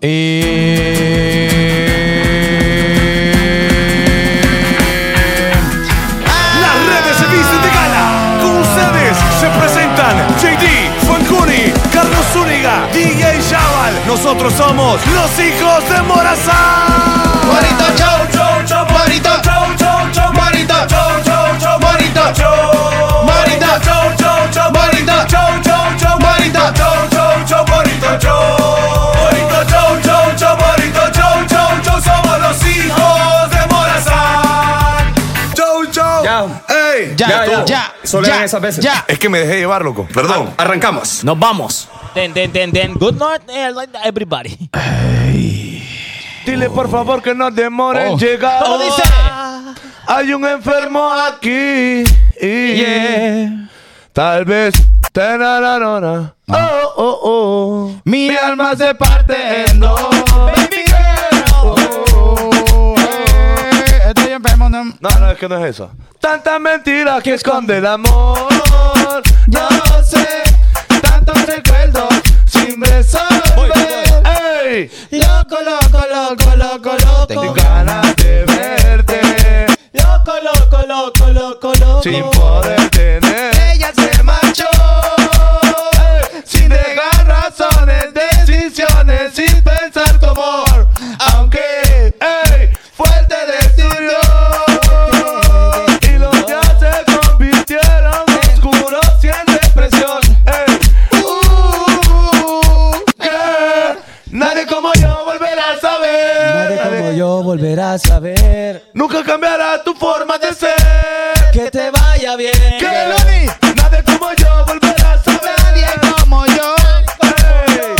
Eh, Las redes se visten de gala. Con ustedes se presentan JD, Fancuni, Carlos Zúñiga, DJ Chaval. Nosotros somos los hijos de Morazán. Bonito show, show, show, bonito show, show, show, bonito show, show, show, bonito show, bonito show, show, show, bonito show, show, show, bonito show, show, show, bonito show, bonito show, show, show, bonito show, show, show, somos los hijos de Morazán. Show, show. Ey, Ya, Ya, ya, ya, ya. solo ya, eran esas veces. Ya. Es que me dejé llevar, loco. Perdón. Arrancamos. Nos vamos. Then, then, then, then. Good night, eh, like everybody. Dile por favor que no demoren Oh. llegar. ¿Cómo dice? Hay un enfermo aquí. Y Yeah. Tal vez. Tarararona. Oh, oh, oh. Mi alma se parte en dos. Oh, Baby girl. Eh, Estoy enfermo. no- No, no, es que no es eso. Tantas mentiras que esconde el amor. No sé. Tantos recuerdos sin resolver. ¡Ey! Loco, loco, loco, loco, Tengo loco. ganas de verte. Loco, loco, loco, loco, loco. sin poder tener. Ella se marchó. Sin negar razones, decisiones, sin pensar tu amor. Aunque, ey, fuerte destruyó. Y los días se convirtieron oscuros sin depresión. Ey, uh, girl, nadie como yo volverá a saber. Nadie como Nadie- yo volverá a saber Nunca cambiará tu forma de ser. que te vaya bien. Que nadie como yo volverá a saber. como yo. Ey,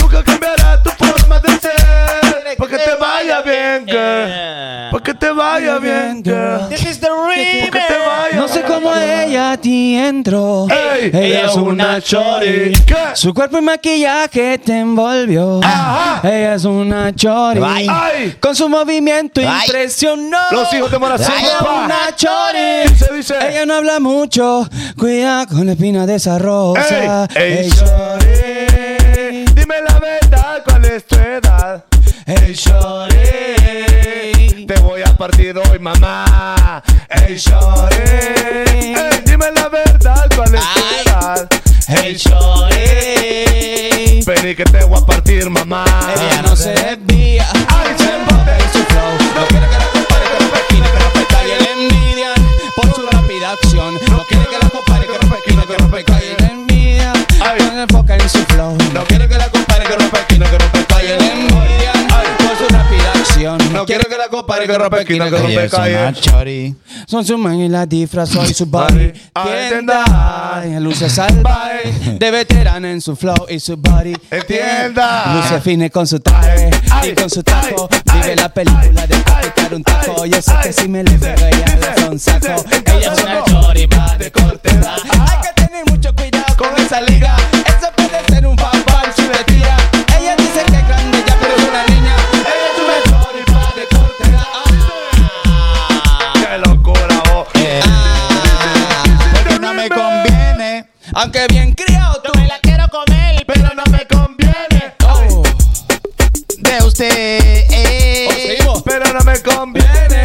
nunca cambiará tu forma de ser. Porque te vaya bien, girl. Eh, Porque te vaya bien, girl. This is the remix. Porque te vaya No sé cómo ella a ti entró. Ey, Ella es una chori. ¿Qué? Su cuerpo y maquillaje te envolvió. Ajá. Ella es una chori. Ay. Ay. Con su movimiento Ay. impresionó. Los hijos de Morazán, Ella es papá. una chori. Dice, dice. Ella no habla mucho. Cuida con la espina de esa rosa. Ey, ey, Ella- chori. Dime la verdad, ¿cuál es tu edad? Ey, chori. Te voy a partir hoy, mamá. Ey, chori. Ey, dime la verdad, ¿cuál es tu edad? Ey, chori. Vení que te voy a partir, mamá. Ella no se desvía. Ay, se embota en su flow. No quiere que la compare con Pepino, que rompe calle le envidian por su rápida acción. No quiere que la compare con Pepino, que rompe calle le envidian. Ay. No se enfoca en su flow. ¿eh? No quiero que la compare que rompe esquina, que rompe calle. ¿eh? Calle le envidian por su rápida acción. No quiero que la compare que rompe esquina, que Ella rompe es una calle. Son su man y la disfrazó y su Body. body. Ay, Tienda, tienda. luces salvaje. Bye. De veterana en su flow y su body. Entienda. Luce fine con su traje Ay, y con su ay, taco. ay, Vive la película de ay, capitar un taco. ay, Yo sé que ay. si me le pego Dice, ella la son dice, saco. dice, Ella es una no. choripa De de corte, corteza. ah. Hay que tener mucho cuidado con esa liga. Eso puede ser un papal si le tira. Ella dice que es grande ya, pero es una niña. Ella es una choripa de corteza. Qué locura, vos. Porque no me conviene. Ah, Aunque bien criado tú me la quiero comer, Pero no me conviene. oh. De usted. eh. Oh, Seguimos. Pero no me conviene.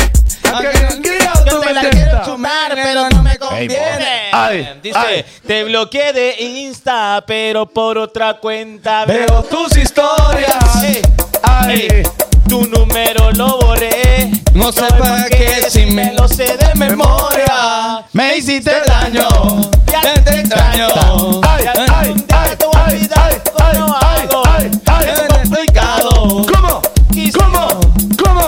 Aunque Aunque no yo criado, tú te me la quiero tentas. chumar, pero no me conviene. Eh, Ay, dice, ay. te bloqueé de Insta, pero por otra cuenta Veo tus historias. Ey, Ay, ey, tu número lo borré. No sé para qué si me lo sé de memoria. Me hiciste Daño, ya te extraño. ay, ay, ay, ay, ay, ay, ay, ay, ay. Es complicado. ¿Cómo? ¿Cómo? ¿Cómo?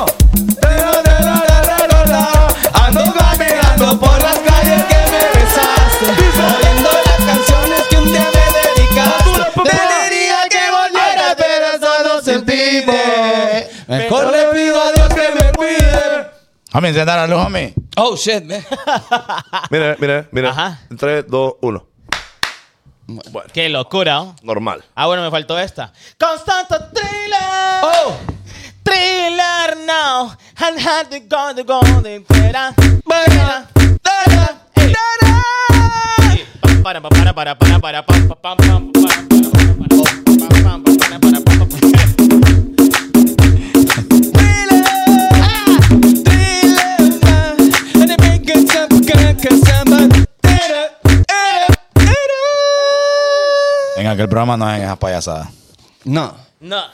Ando caminando por las calles que me besaste. Dice. Oyendo las canciones que un día me Dura, dedicaste. papá. Te diría que volviera, pero eso no se pide. Mejor le pido a Dios que me cuide. Homie, encienda la luz, homie. Oh shit, man. Mira, mira, mira. Ajá. 3, 2, 1. Qué locura. ¿no? Normal. Ah, bueno, me faltó esta. Constanto thriller. Oh, Thriller now. And had to go to go de fuera. vaya. Dara, Ey. dara. Sí. Pam, para, pam, para, para, para, para, pam, pam, pam, pam, para, para, para, para, pam, pam, para, para, para, para, para, para, para. el programa no es en esas payasadas. No. No. Ah,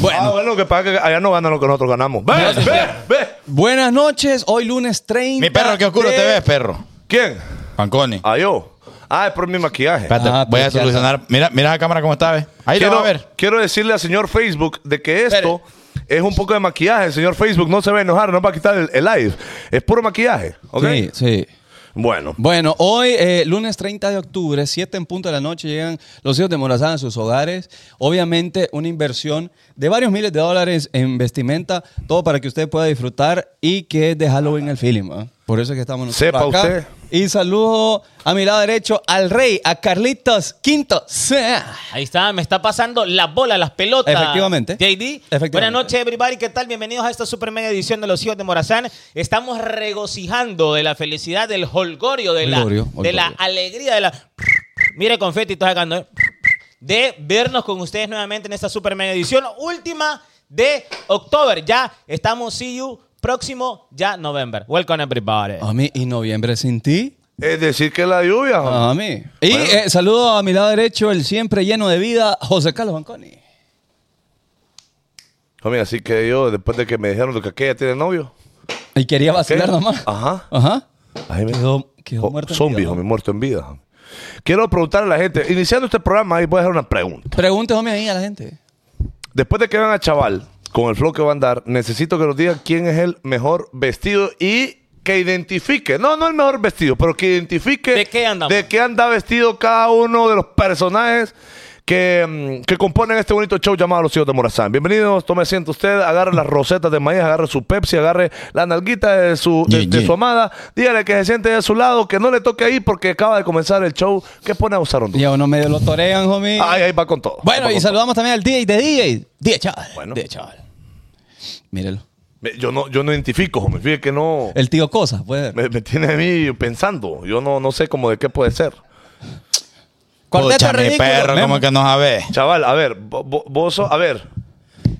bueno, lo que pasa es que allá no ganan lo que nosotros ganamos. Ve, ve, ve. Buenas noches, hoy lunes 30. Mi perro, qué oscuro de- te ves, perro. ¿Quién? Fanconi. Ah, yo. Ah, es por mi maquillaje. Espérate, Ah, voy a pues ya solucionar. Mira, mira la cámara cómo está, ¿ves? Ahí lo Quiero, va a ver. quiero decirle al señor Facebook de que esto es un poco de maquillaje. El señor Facebook no se va a enojar, no va a quitar el, el live. Es puro maquillaje. ¿Ok? Sí, sí. Bueno. Bueno, hoy, eh, lunes 30 de octubre, 7 en punto de la noche, llegan los hijos de Morazán a sus hogares. Obviamente, una inversión de varios miles de dólares en vestimenta, todo para que usted pueda disfrutar y que es de Halloween el feeling. ¿va? Por eso es que estamos nosotros Sepa acá. usted. Y saludo a mi lado derecho al rey, a Carlitos Quinto. Sea. Ahí está, me está pasando la bola, las pelotas. Efectivamente. JD. Efectivamente. Buenas noches, everybody. ¿Qué tal? Bienvenidos a esta super mega edición de Los Hijos de Morazán. Estamos regocijando de la felicidad, del holgorio, de, la, Holgorio, de la holgorio. alegría, de la. Mire, confeti, está sacando. De vernos con ustedes nuevamente en esta super mega edición. Última de octubre. Ya estamos, see you. Próximo, ya noviembre. Welcome, everybody. Ah, Mami, ¿y noviembre sin ti? Es decir, que la lluvia. Mami. Y eh, saludo a mi lado derecho, el siempre lleno de vida, José Carlos Banconi. Homie, así que yo, después de que me dijeron lo que aquella tiene novio. Y quería vacilar ¿Qué? nomás. Ajá. Ajá. Ay, me- Quedó, quedó Oh, muerto. en zombie, vida, ¿no? homie, muerto en vida. homie. Quiero preguntarle a la gente, iniciando este programa, ahí voy a hacer una pregunta. Pregunte, homie, ahí a la gente. Después de que vean a Chaval, con el flow que va a andar, necesito que nos digan quién es el mejor vestido y que identifique, no, no el mejor vestido, pero que identifique ¿De qué andamos? de qué anda vestido cada uno de los personajes que, mm, que componen este bonito show llamado Los Hijos de Morazán. Bienvenidos, tome asiento usted, agarre las rosetas de maíz, agarre su Pepsi, agarre la nalguita de su, de, Yeah, de yeah. su amada, dígale que se siente a su lado, que no le toque ahí porque acaba de comenzar el show que pone a usar un Ya uno medio lo torean, homie. Ahí, ahí va con todo. bueno, Va y con todo. saludamos también al DJ de DJ. DJ chaval. Bueno. DJ chaval. Mírelo. Me- Yo no, yo no identifico, hombre, fíjate que no... El tío Cosa, puede ser. Me, me tiene a mí pensando. Yo no, no sé cómo de qué puede ser. Pucha, mi ridículo. perro, Memo. ¿cómo que no sabes? Chaval, a ver, vo- vo- vos, sos- a ver.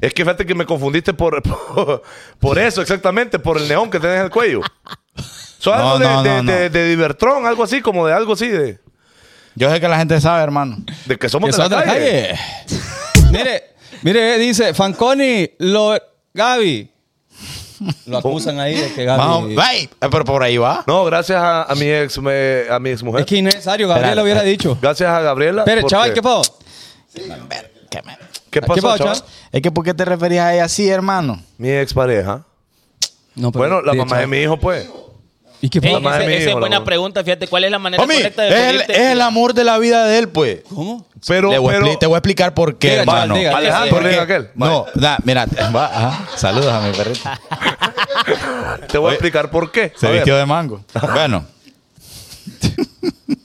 Es que fíjate que me confundiste por, por, por eso, exactamente, por el neón que tenés en el cuello. Sos No, algo de, no, de, no, no. de- de Divertrón, algo así, como de algo así, de, Yo sé que la gente sabe, hermano. de que somos Que de la, son de la calle. calle. mire, mire, dice Fanconi, lo, Gaby. Oh. Lo acusan ahí de que Vamos, Gaby. ¡Ay! Eh, Pero por ahí va. No, gracias a, a mi ex me- a mi ex mujer. Es que innecesario, Gabriel lo hubiera dicho. Gracias a Gabriela. Pero, porque- chaval, ¿qué pasó? Qué men- ¿Qué ¿Qué pasó, pasó, chaval? chaval? Es que ¿por qué te referías a ella así, hermano? Mi ex pareja. No, Pues, pero- Bueno, la DJ mamá de chaval. mi hijo, pues. ¿Y qué Ey, pasó? mamá de Eh, ese- mi esa es hijo, la buena voz. pregunta. Fíjate, ¿cuál es la manera Homie, es correcta de el, definirte? es el amor de la vida de él, pues. ¿Cómo? este Pero, Le voy a pero- expli- te voy a explicar por qué, Diga, chaval, hermano. diga. Alejandro, Porque- diga Ah, aquel. No, da, mira, va, ajá. saludos a mi perrito. Te voy a explicar por qué. Se A ver, vistió de mango. Bueno,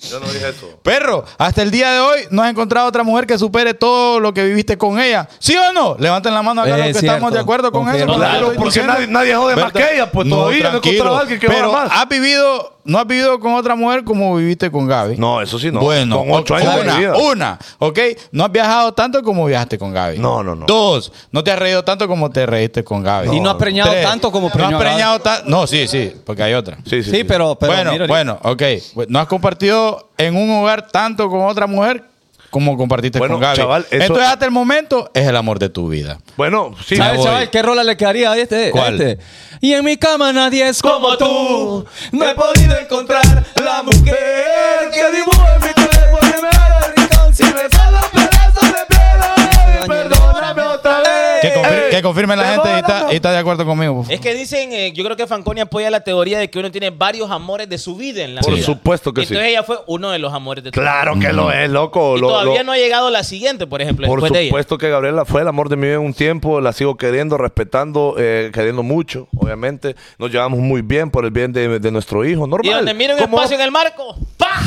Yo no dije eso. perro, hasta el día de hoy no has encontrado otra mujer que supere todo lo que viviste con ella. ¿Sí o no? Levanten la mano acá Es los que Eh, cierto. estamos de acuerdo con Confirmo. eso. Claro, Estoy porque diciendo. nadie, nadie jode más ¿Verdad? que ella, pues todavía no he tranquilo. encontrado a alguien que Pero joda más. has vivido, no has vivido con otra mujer como viviste con Gaby. No, eso sí no. Bueno, con ocho o- años una, de vida. una, ¿ok? No has viajado tanto como viajaste con Gaby. No, no, no. Dos, no te has reído tanto como te reíste con Gaby. Y no has preñado Tres, tanto como No preñó has Gaby. preñado tanto. No, sí, sí, porque hay otra. Sí, sí, Sí, sí. pero, pero bueno, mira, bueno, ok. No has compartido en un hogar tanto con otra mujer como compartiste Bueno, con Gaby. chaval, eso- Entonces, hasta el momento, es el amor de tu vida. Bueno, sí. Ya ¿Sabes, voy. chaval, qué rola le quedaría a este? a ¿Cuál? este? Y en mi cama nadie es como tú. No he podido encontrar la mujer que dibujó en mi cuerpo primero el rincón. Si me salen pedazos de piel, perdóname otra vez. Eh, Que, confir- que confirme la te gente y voy está, dando. y está de acuerdo conmigo. por favor. Es que dicen, eh, yo creo que Fanconi apoya la teoría de que uno tiene varios amores de su vida en la Por vida. supuesto que sí. Entonces ella fue uno de los amores de tu Claro que Mm. lo es, loco. vida. Y lo- todavía lo- no ha llegado la siguiente, por ejemplo, Por después de ella. supuesto que Gabriela fue el amor de mi vida un tiempo, la sigo queriendo, respetando, eh, queriendo mucho, obviamente. Nos llevamos muy bien por el bien de, de nuestro hijo, normal. Y donde mira un ¿Cómo? espacio en el marco, ¡pa!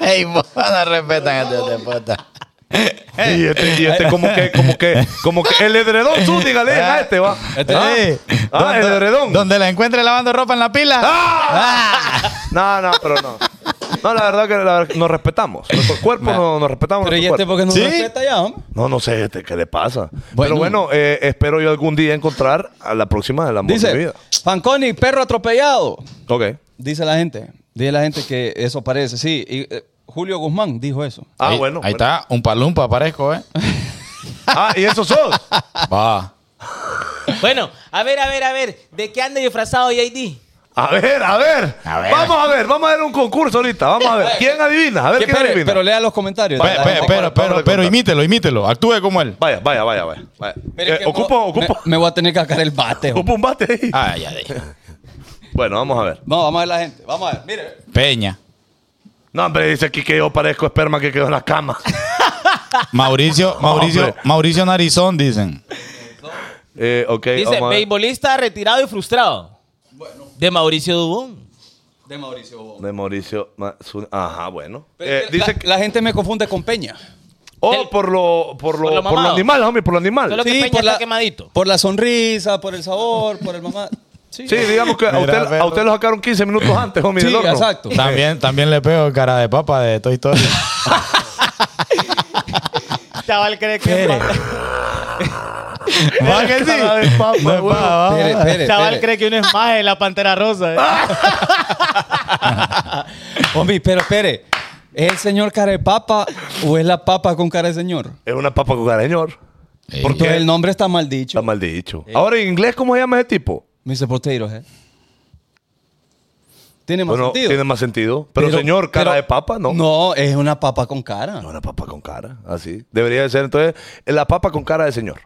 Ey, vos no respetan este deporta. Y este, y este como que, como que, como que el edredón, tú, dígale a este, va. Este- Ah, eh, ah, el Ah, edredón. Donde la encuentre lavando ropa en la pila. Ah, No, no, pero no. No, la verdad que la verdad que nos respetamos. Nuestro cuerpo no, nos respetamos. Pero y nuestro este cuerpo. porque no ¿Sí? respeta ya, hombre. No, no sé este, qué le pasa. Bueno. Pero bueno, eh, espero yo algún día encontrar a la próxima del amor de mi Dice, vida. Fanconi, perro atropellado. Ok. Dice la gente. Dice la gente que eso parece, sí. Y, eh, Julio Guzmán dijo eso. Ah, ahí, bueno. Ahí bueno. está, un palumpa parezco, ¿eh? Ah, y esos sos. Va. Bueno, a ver, a ver, a ver. ¿De qué anda disfrazado Eh, JD? A ver, a ver, A ver. Vamos a ver, vamos a ver un concurso ahorita. Vamos a ver. ¿Quién adivina? A ver Que quién espere, adivina. pero lea los comentarios. Pe- Vaya, pe- vaya, pero, vaya, pero, pero, vaya, vaya. imítelo, imítelo. Actúe como él. Vaya, vaya, vaya, vaya. vaya. Pero es Eh, que ocupo, no- ocupo, Me, me voy a tener que sacar el bate. hombre. ocupo un bate ahí. Ah, ya, ya. Bueno, vamos a ver. No, vamos a ver la gente. Vamos a ver. Mire. Peña. No, hombre, dice aquí que yo parezco esperma que quedó en la cama. Mauricio, Mauricio, Hombre. Mauricio Narizón, dicen. Eh, ok, Dice, vamos a ver. beisbolista retirado y frustrado. De Mauricio Dubón. De Mauricio Bobón. De Mauricio. Mazun- Ajá, bueno. Pero es Eh, que dice la, que. la gente me confunde con Peña. Oh, del- por lo, por lo, por lo por lo mamado. animal, homie, por lo Solo animal. que Peña está quemadito. por la sonrisa, por el sabor, por el mamá. Sí, Sí, digamos que a Mira, usted, a perro. usted lo sacaron 15 minutos antes, homie, Sí, del horno. exacto. También, también le pego cara de papa de Toy Story. Chaval cree ¿Qué que eres? ¿Va que Cara de papa, sí? No es huevo. papa, va. Espere, espere, Chaval espere. cree que uno es más de la Pantera eh. Rosa. Ah. Hombre, pero espere. ¿Es el señor cara de papa o es la papa con cara de señor? Es una papa con señor. Ey. ¿Por Entonces qué? el nombre está mal dicho. Está mal dicho. Ahora, en inglés, ¿cómo se llama ese tipo? Mr. Potato Head. ¿eh? Tiene más Bueno, sentido. tiene más sentido. Pero, señor, cara pero- de papa, no. No, es una papa con cara. No, una papa con cara, así. Debería de ser, entonces, la papa con cara de señor.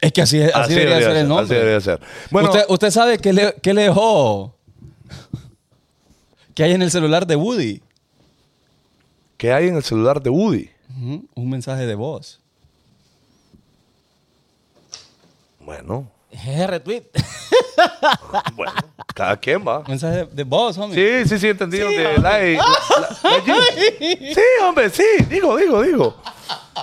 Es que así, es- así, debería, ser el nombre. Así debería ser. Bueno, ¿Usted, usted sabe qué le, qué le dejó? ¿Qué hay en el celular de Woody? ¿qué hay en el celular de Woody? Ujú, Un mensaje de voz. Bueno, Es retweet. bueno, cada quien va. Un mensaje de, de voz, homie. Sí, sí, sí, entendí. donde la- la- la- sí, hombre, sí, digo, digo, digo.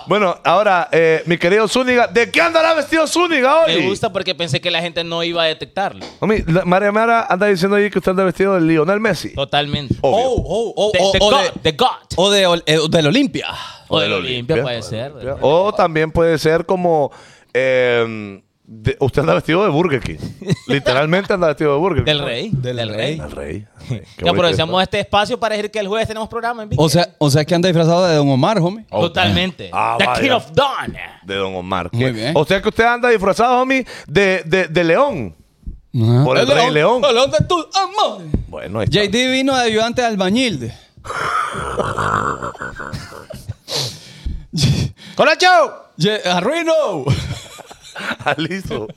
Bueno, ahora, eh, mi querido Zúñiga, ¿de qué andará vestido Zúñiga hoy? Me gusta porque pensé que la gente no iba a detectarlo. Homie, la- María Mara anda diciendo ahí que usted anda vestido de Lionel Messi. Totalmente. Obvio. Oh, oh, oh, The, o- the o God. de- the God. O de, Ol- eh, del Olimpia. O del Olimpia Bien, puede bueno, ser. bien. O también puede ser como. eh, de- usted anda vestido de Burger King. Literalmente anda vestido de Burger King. Del rey. Del Del, rey. rey. Del rey. Ah, Qué Que bonito aprovechamos está. este espacio para decir que el jueves tenemos programa en vivo. O sea, o sea que anda disfrazado de Don Omar, homie. Totalmente. Ah, the vaya. King of Dawn. De Don Omar. Muy que- bien. O sea que usted anda disfrazado, homie, de, de, de león. Ajá. Por el, rey león. el león de tu amor. Bueno, ahí está. JD vino de ayudante de albañil. ¡Hola, chao! Ye- ¡Arruino! Ah, listo.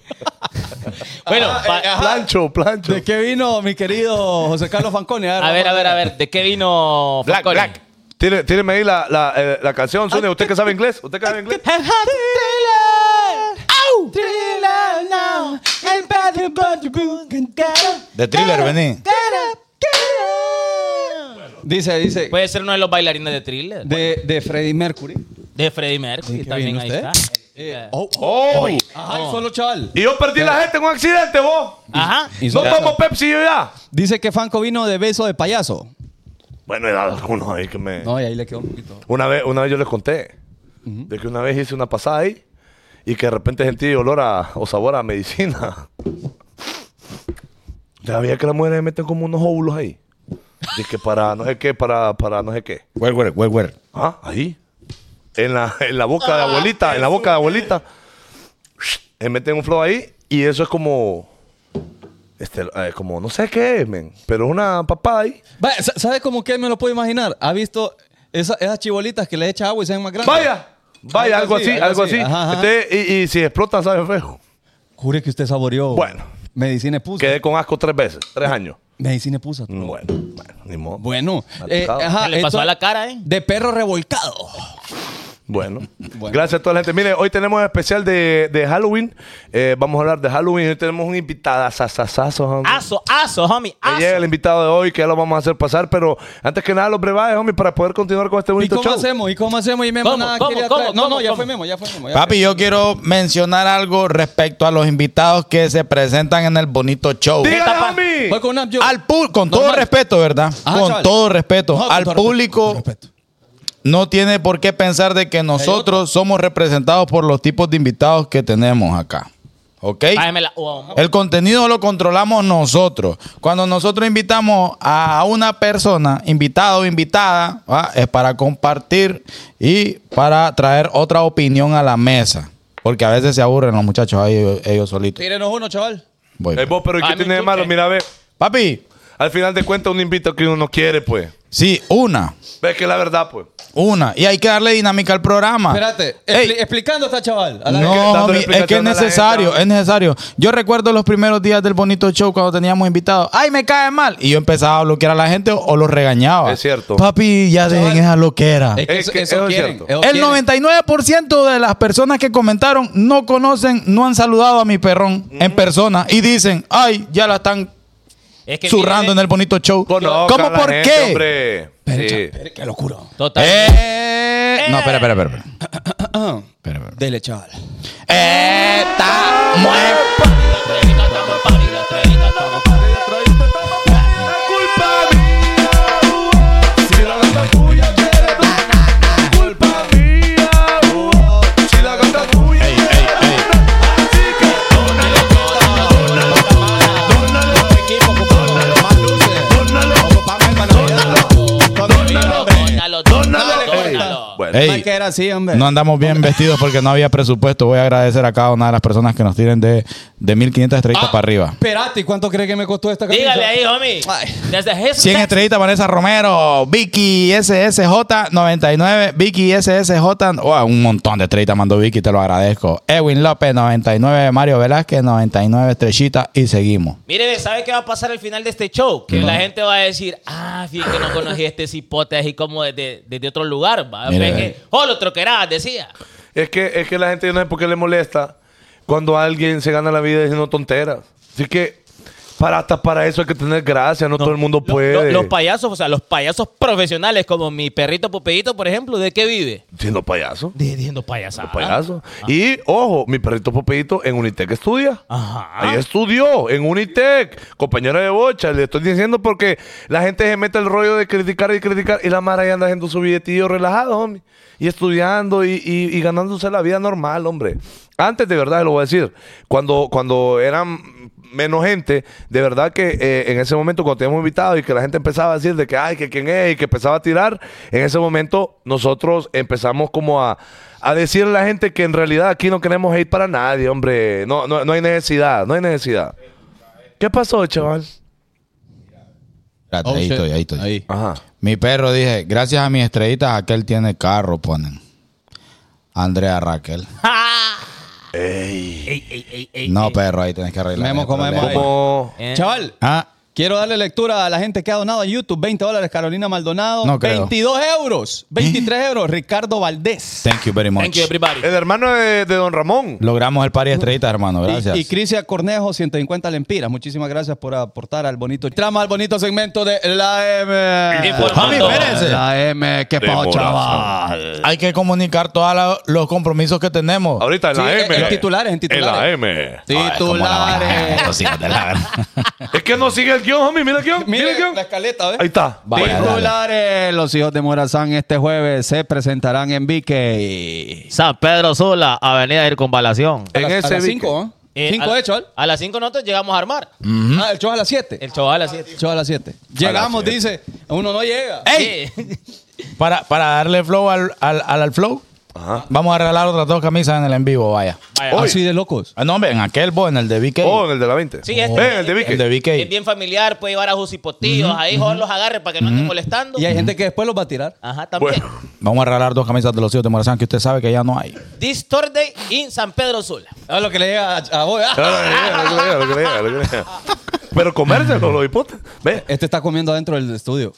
Bueno, Ah, pa- eh, Plancho, plancho. ¿De qué vino mi querido José Carlos Fanconi? a ver, a ver, a ver. ¿De qué vino Black, Falcone? black. Tire- Tíreme ahí la, la, eh, la canción, Zúñiga. ¿Usted que sabe inglés? ¿Usted que sabe inglés? De thriller, vení. Dice, dice, Puede ser uno de los bailarines de thriller. De, de, de Freddie Mercury. Freddie Mercury. ¿Qué También vino ahí usted? está. Eh, oh, oh. ¡Oh! Ay, solo chaval. Y yo perdí la gente en un accidente, vos. Ajá. Y No solo- tomo Pepsi yo ya. Dice que Fanco vino de beso de payaso. Bueno, era alguno ahí que me. No, y ahí le quedó un poquito. Una vez, una vez yo les conté de que una vez hice una pasada ahí y que de repente sentí olor a, o sabor a medicina. Ya había que las mujeres meten como unos óvulos ahí. Dice que para no sé qué, para, para no sé qué. Well, well, well, well. Ah, ahí. En la, en la boca de abuelita, en la boca de abuelita. Le meten un flow ahí y eso es como. Este, eh, como no sé qué es, men, pero es una papada ahí. Va, sa- ¿Sabe cómo que me lo puedo imaginar? ¿Ha visto esa- esas chibolitas que le echa agua y se ven más grandes? Vaya, vaya, algo así, algo así. Ajá, ajá. Este, y, y si explota, sabe feo. Jure que usted saboreó. Bueno. Medicina pusa. Quedé con asco tres veces, tres años. Medicina pusa. Bueno, bueno, ni modo. Bueno. Ha eh, tocado. ajá, Se le pasó esto- a la cara, ¿eh? De perro revolcado. Bueno. gracias a toda la gente. Mire, hoy tenemos especial de, de Halloween. Eh, vamos a hablar de Halloween. Hoy tenemos un invitada, sasasazo. Aso, aso, homie, Que llega el aso. invitado de hoy, que ya lo vamos a hacer pasar, pero antes que nada, los brebajes, homie, para poder continuar con este ¿Y bonito cómo show. hacemos? ¿Y cómo hacemos? Y Memo ¿Cómo? nada ¿Cómo? quería ¿Cómo? traer. No, ¿Cómo? no, ya ¿Cómo? fue Memo, ya fue Memo. ya Papi, yo quiero mencionar algo respecto a los invitados que se presentan en el bonito show. Dígale, Tapa. fue. homie. Fue con Nap yo. Al pu- con todo Normal. respeto, ¿verdad? Ajá, con chaval. todo respeto. No, con al todo respeto, público con respeto. no tiene por qué pensar de que nosotros somos representados por los tipos de invitados que tenemos acá. ¿ok? Págamela. Wow. El contenido lo controlamos nosotros. Cuando nosotros invitamos a una persona, invitado o invitada, ¿va? es para compartir y para traer otra opinión a la mesa. Porque a veces se aburren los muchachos ahí ellos, ellos solitos. Tírenos uno, chaval. Voy, pues. Eh, vos, pero ¿y Ah, qué me tiene de escuché. malo? Mira, ve. Papi, Al final de cuentas, uno invita que uno no quiere, pues. sí, una, Ve que es la verdad, pues. una. Y hay que darle dinámica al programa. Espérate, Ah. Ey, expli- explicando está chaval. A la- No, dándole homie, es que es explicación a la necesario, gente, es necesario. Yo recuerdo los primeros días del bonito show cuando teníamos invitados. ¡Ay, me cae mal! Y yo empezaba a bloquear a la gente o los regañaba. Es cierto. Papi, ya dejen esa loquera. Es que Es eso, que eso eso es quieren, cierto. eso El quieren. 99% de las personas que comentaron no conocen, no han saludado a mi perrón en Mm. persona y dicen, ¡ay, ya la están Es que zurrando fíjate- en el bonito show! Conozca ¿Cómo a la por gente, qué? hombre. Pero, Sí. cha- pero, qué locura. Total. Eh, No, espera, espera, espera. espera. Espera, espera. Dele, chaval. Eh, Está muerto. Dónalo, dónalo, dónalo. Bueno, Ey, Más que era así, hombre. No andamos bien vestidos porque no había presupuesto. Voy a agradecer a cada una de las personas que nos tiren de, de 1500 Ah. estrellitas para arriba. Espérate, ¿y cuánto cree que me costó esta camisa? Dígale ahí, homie. Ay. Desde Jesús. 100 estrellitas Vanessa Romero, Vicky SSJ99, Vicky SSJ, wow, un montón de estrellitas mandó Vicky, te lo agradezco. Edwin López 99, Mario Velázquez 99 estrellitas y seguimos. Mire, ¿sabe qué va a pasar al final de este show? Que la gente va a decir, ah, fíjate que no conocí a este cipote así como desde, desde otro lugar. ¿va? Mire, Ve eh. que, oh, lo troquerás, decía. es que, es que la gente yo no sé por qué le molesta cuando alguien se gana la vida diciendo tonteras. Así que, para, hasta para eso hay que tener gracia, no, todo el mundo Lo- puede. lo- los payasos, o sea, los payasos profesionales, como mi perrito Pupeito, por ejemplo, ¿de qué vive? Siendo payaso. De, diciendo payasada. Payaso. Y ojo, mi perrito Popeito en Unitec estudia. Ajá. Ahí estudió, en Unitec, compañero de bocha. Le estoy diciendo porque la gente se mete el rollo de criticar y criticar y la Mara ya anda haciendo su billetillo relajado, homie. Y estudiando y, y- y ganándose la vida normal, hombre. Antes, de verdad, lo voy a decir, cuando, cuando eran menos gente, de verdad que eh, en ese momento cuando teníamos invitados y que la gente empezaba a decir de que, ay, que quién es y que empezaba a tirar, en ese momento nosotros empezamos como a, a decirle a la gente que en realidad aquí no queremos hate para nadie, hombre. No, no, no hay necesidad, no hay necesidad. ¿Qué pasó, chaval? Espérate, Oh, ahí shit. estoy, ahí estoy. Ahí. Ajá. Mi perro dije, gracias a mis estrellitas, aquel tiene carro, ponen. Andrea Raquel. Ey, ey, ey, ey, No, ey. perro, ahí tenés que arreglar. Memo, el como problema. Memo, ahí. Como... Eh. Chaval, Ah, quiero darle lectura a la gente que ha donado a YouTube. 20 dólares, Carolina Maldonado. No creo. ¿Eh? 22 euros. 23 euros, Ricardo Valdés. thank you very much. Thank you, everybody. El hermano de, de Don Ramón. Logramos el par de estrellitas, hermano, gracias. Y, y Crisia Cornejo, 150 lempiras. Muchísimas gracias por aportar al bonito. Trama al bonito segmento de la M. Informando. Mami, espérense. La M, qué pavo, chaval. Hay que comunicar todos los compromisos que tenemos. Ahorita en Sí, la en- M. en titulares, en titulares. En la M. Titulares. Es que no sigue el guión, homie. Mira el guión. Mira, el Mire guión. la escaleta, ¿ves? Ahí está. Vaya, dale. Titulares, los hijos de Morazán este jueves se presentarán en Vique. San Pedro Sula, Avenida de Circunvalación. En a las- a ese las Vique. 5, Eh, ¿eh? 5 a- de chaval. A las 5 nosotros llegamos a armar. Ah, el show es a las 7. El chaval a las 7. El show es a las 7. Llegamos, siete. dice. Uno no llega. Eh, ¡Ey! Para, para darle flow al, al, al, al flow, Ajá. vamos a regalar otras dos camisas en el en vivo, vaya. Hoy. Así de locos. Ah, No, hombre, en aquel bo, en el de BK. Oh, en el de la 20. Sí, este- Eh, en el de Vique. el de BK. Es bien familiar, puede llevar a sus hipotíos, ahí joder los agarre para que no anden molestando. Y hay gente que después los va a tirar. Ah. Ajá, también. Bueno. Vamos a regalar dos camisas de los hijos de Morazán que usted sabe que ya no hay. This Thursday in San Pedro Sula. Ah, lo que le llega a, a Ah. vos. No, no, no, no, no, no, no, no, no, no, no, no. Pero comérselo, los hipotes. Ve. Este está comiendo adentro del estudio.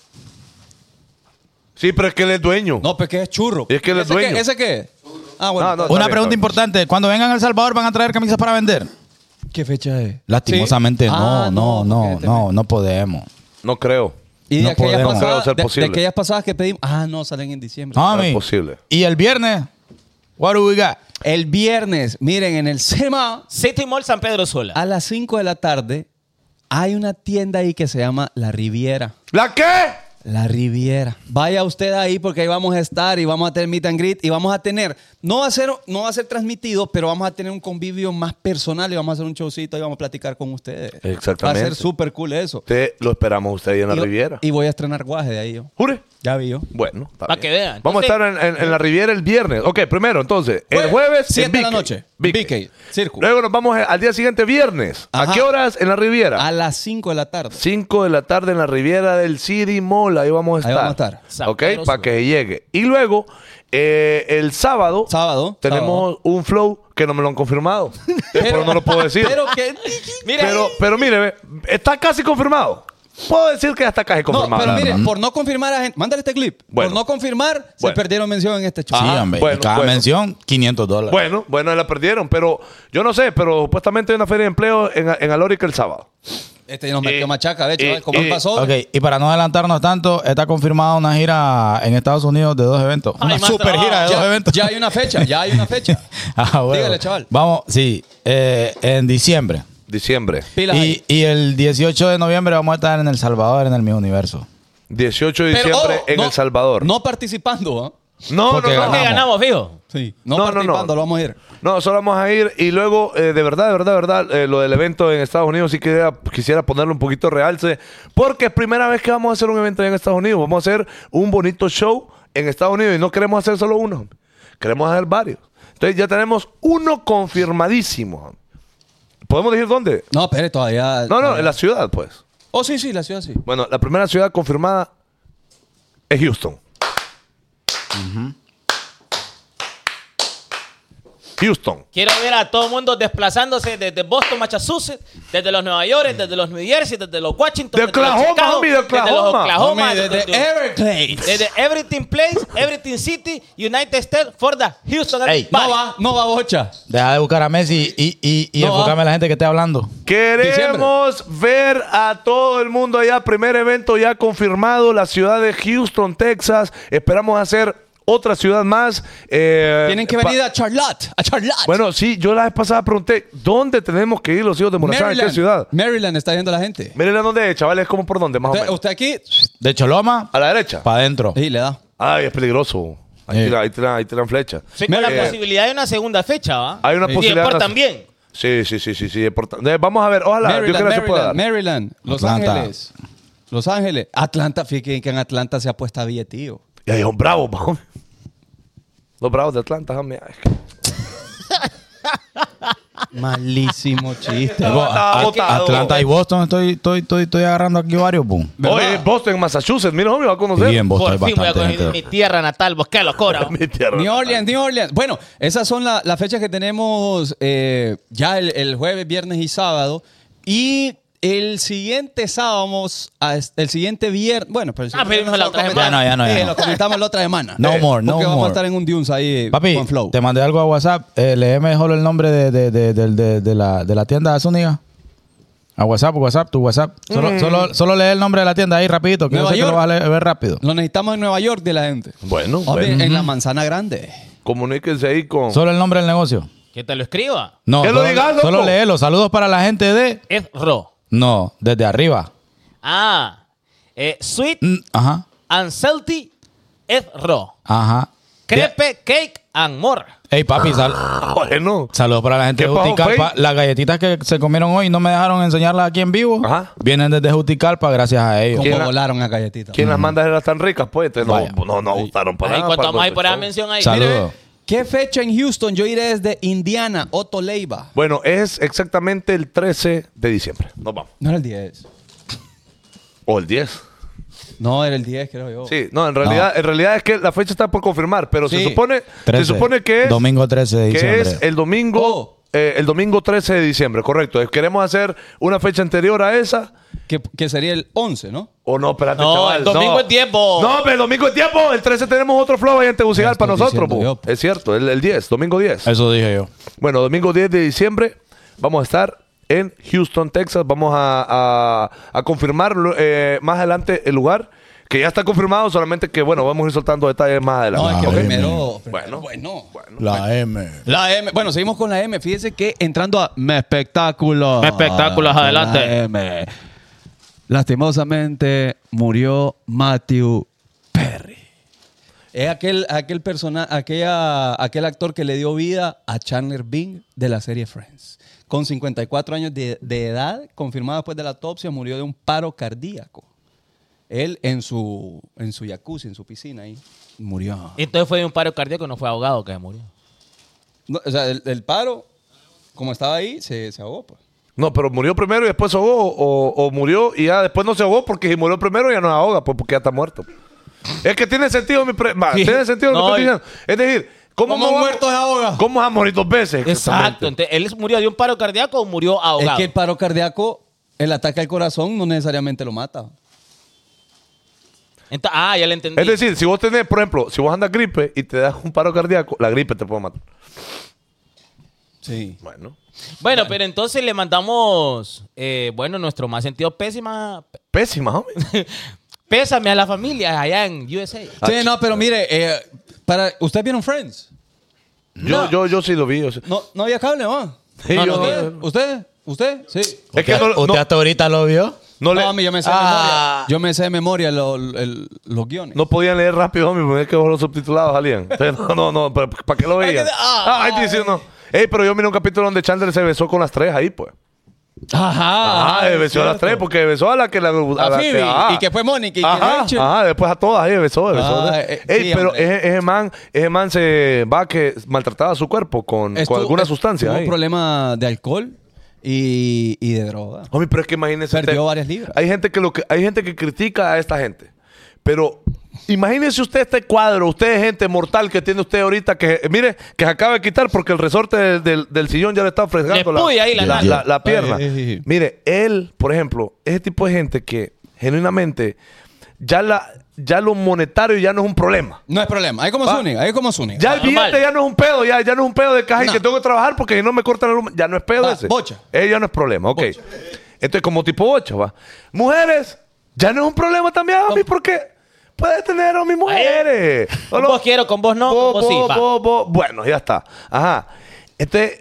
Sí, pero es que él es dueño. No, pero que es churro. Y es que él es ¿Ese dueño. qué- ¿Ese qué? Ah, bueno. No, no. bien, Una pregunta está bien. importante. Cuando vengan a El Salvador, ¿van a traer camisas para vender? ¿Qué fecha es? Lastimosamente, Sí. no, Ah, no, no, porque no, no podemos. No creo. Y de, No aquellas podemos. No pasadas, creo ser de- de posible. aquellas pasadas que pedimos. Ah, no, salen en diciembre. Mami. No es posible. Y el viernes, what do we got? El viernes, miren, en el SEMA, City Mall San Pedro Sula. Ah, a las 5 de la tarde, hay una tienda ahí que se llama La Riviera. ¿La qué? La Riviera. Vaya usted ahí porque ahí vamos a estar y vamos a tener meet and greet y vamos a tener, no va a ser, no va a ser transmitido, pero vamos a tener un convivio más personal y vamos a hacer un showcito y vamos a platicar con ustedes. Exactamente. Va a ser súper cool eso. Te- lo esperamos a usted ahí en la Y- Riviera. Y voy a estrenar guaje de ahí yo. ¿Jure? Ya vi yo. Bueno, está Pa' bien. que vean. Vamos a estar Entonces- en, en- en la Riviera el viernes. Ok, primero, entonces, el Jueves, jueves. en siete de la Vique. noche. Vique. Vique, Circo. Luego nos vamos a- al día siguiente, viernes. ¿A Ajá. qué horas en la Riviera? A las 5 de la tarde. 5 de la tarde en la Riviera del City Mall. Ahí vamos a Ahí estar. vamos a estar. Ok, para que llegue. Y luego, eh, el sábado. Sábado, Tenemos un flow que no me lo han confirmado. Eh, Pero no lo puedo decir. Pero que. Mire, Pero, pero mire, ve, está casi confirmado. Puedo decir que ya está casi No, confirmado. pero la mire, verdad. por no confirmar a gente. Mándale este clip. Bueno. Por no confirmar, Bueno. se perdieron mención en este show. Sí, Ajá, hombre. bueno, Y cada bueno. mención, 500 dólares. bueno, bueno, la perdieron, pero yo no sé, pero supuestamente hay una feria de empleo en, en Alórica el sábado. Este nos Eh, metió machaca, de hecho, eh, ¿eh? como eh, pasó. Ok, y para no adelantarnos tanto, está confirmada una gira en Estados Unidos de dos eventos. Ay, una más super trabajo. gira de dos Ya, eventos. ya hay una fecha, ya hay una fecha. Ah, bueno. Dígale, chaval. Vamos, sí, eh, en diciembre. Diciembre. Pilas ahí. Y, y el 18 de noviembre vamos a estar en El Salvador, en el Mi Universo. 18 de Pero, diciembre ojo, en no- El Salvador. No participando, ¿ah? no, no, Porque no, ¿Qué ganamos, fijo? Sí. No, No, no, no. participando, lo vamos a ir. No, solo vamos a ir y luego, eh, de verdad, de verdad, de verdad, eh, lo del evento en Estados Unidos sí quisiera, quisiera ponerle un poquito de realce, porque es primera vez que vamos a hacer un evento allá en Estados Unidos. Vamos a hacer un bonito show en Estados Unidos y no queremos hacer solo uno, queremos hacer varios. Entonces ya tenemos uno confirmadísimo. ¿Podemos decir dónde? No, espere, todavía. No, no, todavía. en la ciudad, pues. Oh, sí, sí, la ciudad sí. Bueno, la primera ciudad confirmada es Houston. Houston. Quiero ver a todo el mundo desplazándose desde Boston, Massachusetts, desde los Nueva York, desde los New Jersey, desde los Washington, De desde los Oklahoma, Chicago, homie, de desde los Oklahoma. Oklahoma, Homie, desde Everglades. desde Everything Place, Everything City, United States, for the Houston. Ey, No Party. va, no va bocha. Deja de buscar a Messi y, y, y No, ah. enfocarme a la gente que esté hablando. Queremos ver a todo el mundo allá. Primer evento ya confirmado, la ciudad de Houston, Texas. Esperamos hacer otra ciudad más. Eh, Tienen que pa- venir a Charlotte, a Charlotte. Bueno, sí, yo la vez pasada pregunté, ¿dónde tenemos que ir los hijos de Morazán? ¿En qué ciudad? Maryland está viendo la gente. Miren dónde es, chavales, como por dónde, más o Usted, menos. usted aquí, De Choloma A la derecha. para adentro. sí, le da. Ay, es peligroso. Ahí Sí. tiran- ahí tiran- ahí tiran flecha. Sí, con la Mira, eh, posibilidad de una segunda fecha, ¿va? Hay una Y posibilidad de Deport una- también. Sí, sí, sí, sí, sí. es por- eh, Vamos a ver, ojalá. yo creo Maryland, que se pueda Maryland, dar. Maryland, Los Atlanta. Ángeles. Los Ángeles. Atlanta, fíjense que en Atlanta se apuesta bien, tío. Y ahí son bravos, bajón. Los bravos de Atlanta, homie. Ay, Malísimo chiste. Bo- a- botado. Atlanta y Boston, estoy, estoy, estoy, estoy agarrando aquí varios, boom. ¿Verdad? Oye, Boston, Massachusetts, mira, homie, va a conocer. Y en Boston hay Por fin voy a bastante coger mi gente. tierra natal, vos qué locura. vos. Mi tierra. New Orleans, New Orleans. Bueno, esas son la- las fechas que tenemos eh, ya el, el jueves, viernes y sábado. Y el siguiente sábado, vamos a est- el siguiente viernes. Bueno, pero el Ah, pero siguiente- la otra lo semana. comentamos. Ya no, ya no, ya Sí, no. Eh, lo comentamos la otra semana. No Eh, more, no Porque vamos a more. estar en un Dunes ahí Papi, con Flow. te mandé algo a WhatsApp. Eh, léeme mejor el nombre de, de, de, de, de- de la, de la tienda de Zúñiga. A WhatsApp, WhatsApp, tu WhatsApp. Solo, solo, solo lee el nombre de la tienda ahí rapidito, que Nueva yo sé que York. lo vas a leer- ver rápido. Lo necesitamos en Nueva York de la gente. Bueno, Hombre, pues. bueno. Mm-hmm. en la manzana grande. comuníquense ahí con. Solo el nombre del negocio. Que te lo escriba. No, Que lo solo, digas, loco. solo léelo. Saludos para la gente de... Es Ro. No, desde arriba. Ah, eh, Sweet Mm, ajá, and Salty es Ro. ajá. Crepe, cake and more. Ey, papi, sal- Bueno. saludos para la gente ¿Qué de pasó, Juticalpa. Fey? Las galletitas que se comieron hoy no me dejaron enseñarlas aquí en vivo. Ajá. Vienen desde Juticalpa gracias a ellos. ¿Quién Como la- volaron a galletita. ¿Quién las manda eran tan ricas? Pues entonces, Vaya. no, no, no gustaron para Ahí nada. cuanto Ah, para más hay nuestro por ahí show. mención ahí. Saludos. ¿Qué fecha en Houston? Yo iré desde Indiana, Otto Leiva. Bueno, es exactamente el 13 de diciembre. Nos vamos. No era el 10. O el 10. No, era el 10, creo yo. Sí, no, en realidad, en realidad es que la fecha está por confirmar, pero se Sí. supone, se 13. supone que es. Domingo 13 de que diciembre. es el domingo Oh. eh, el domingo 13 de diciembre, correcto. Eh, Queremos hacer una fecha anterior a esa. Que, que sería el 11, ¿no? O Oh, no, espérate, No, chaval, el domingo no. es tiempo. No, pero el domingo es tiempo. El 13 tenemos otro flow ahí en Tegucigalpa para Estoy nosotros. diciendo po. yo, po. Es cierto, el, el 10, domingo 10. Eso dije yo. Bueno, domingo 10 de diciembre vamos a estar en Houston, Texas. Vamos a, a- a confirmar eh, más adelante el lugar, que ya está confirmado, solamente que, bueno, vamos a ir soltando detalles más No, adelante. es que ok. primero, Bueno. bueno. bueno. La M. La M. Bueno, seguimos con la M. Fíjense que entrando a Me Espectáculos. Me Espectáculos, Con adelante. la M. Lastimosamente murió Matthew Perry. Es aquel, aquel, persona, aquella, aquel actor que le dio vida a Chandler Bing de la serie Friends. Con 54 años de, de edad, confirmado después de la autopsia, murió de un paro cardíaco. Él en su, en su jacuzzi, en su piscina ahí, murió. Entonces fue de un paro cardíaco, no fue ahogado que murió. No, o sea, el, el paro, como estaba ahí, se, se ahogó. Pues. No, pero murió primero y después se ahogó. O, o murió y ya después no se ahogó porque si murió primero ya no se ahoga, pues porque ya está muerto. Es que tiene sentido mi pre- va, Sí. Tiene sentido lo No, que y- estoy diciendo. Es decir, ¿cómo, Como me voy a- muerto se ahoga. ¿Cómo vas a morir dos veces? Exacto. Exactamente. Entonces, ¿él murió de un paro cardíaco o murió ahogado? Es que el paro cardíaco, el ataque al corazón no necesariamente lo mata. Ento- ah, ya le entendí. Es decir, si vos tenés, por ejemplo, si vos andas gripe y te das un paro cardíaco, la gripe te puede matar. Sí. Bueno. bueno, pero entonces le mandamos, eh, bueno, nuestro más sentido pésima, Pésima, hombre. pésame a la familia allá en USA. Sí, no, pero mire, eh, para, ¿ustedes vieron Friends? Yo, yo, yo sí lo vi. yo sí. No, no había cable, Ah, ¿no? Sí, No, yo- no, ¿Usted? ¿Usted? ¿Usted? Sí. Es que ¿Usted, no, usted no- hasta ahorita lo vio? no le- No, hombre, yo me sé Ah. de memoria. Yo me sé de memoria lo- el- los guiones. no podían leer rápido, hombre, porque es que los subtitulados salían. Entonces, no, no, no, ¿para, para qué lo veían? Ah, ahí te dicen, no. Ey, pero yo miré un capítulo donde Chandler se besó con las tres ahí, pues. Ajá. Ajá, es besó a las cierto. tres, porque besó a la que la. A la Phoebe, ajá. y que fue Mónica, y que Ajá, Rachel. ajá, después a todas, ahí besó, besó. Ah, Ey, eh, sí, pero hombre. ese, ese man, ese man se va que maltrataba su cuerpo con, con Estuvo- alguna eh, sustancia. Tuvo un ahí. problema de alcohol y, y de droga. Hombre, pero es que imagínense. Perdió usted- varias libras. Hay gente que lo que hay gente que critica a esta gente. Pero imagínense usted este cuadro, usted es gente mortal que tiene usted ahorita que eh, mire, que se acaba de quitar porque el resorte del, del- del sillón ya le está fregando Le la, puya ahí la la- nalga. la- la pierna. Ay, ay, ay. Mire, él, por ejemplo, ese tipo de gente que genuinamente ya la ya lo monetario ya no es un problema. No es problema. Ahí como Va. Zúñiga, ahí como Zúñiga. Ya el Normal. billete ya no es un pedo, ya, ya no es un pedo de caja y No. que tengo que trabajar porque si no me cortan la luz. Ya no es pedo Va, ese. bocha. Eh, ya no es problema, ok. Bocha. Entonces, como tipo 8, va. Mujeres, ya no es un problema también, mí porque puedes tener a mis mujeres. Con vos quiero, con vos no, Vos, con vos sí, vos, va. vos, vos. Bueno, ya está. Ajá. Entonces,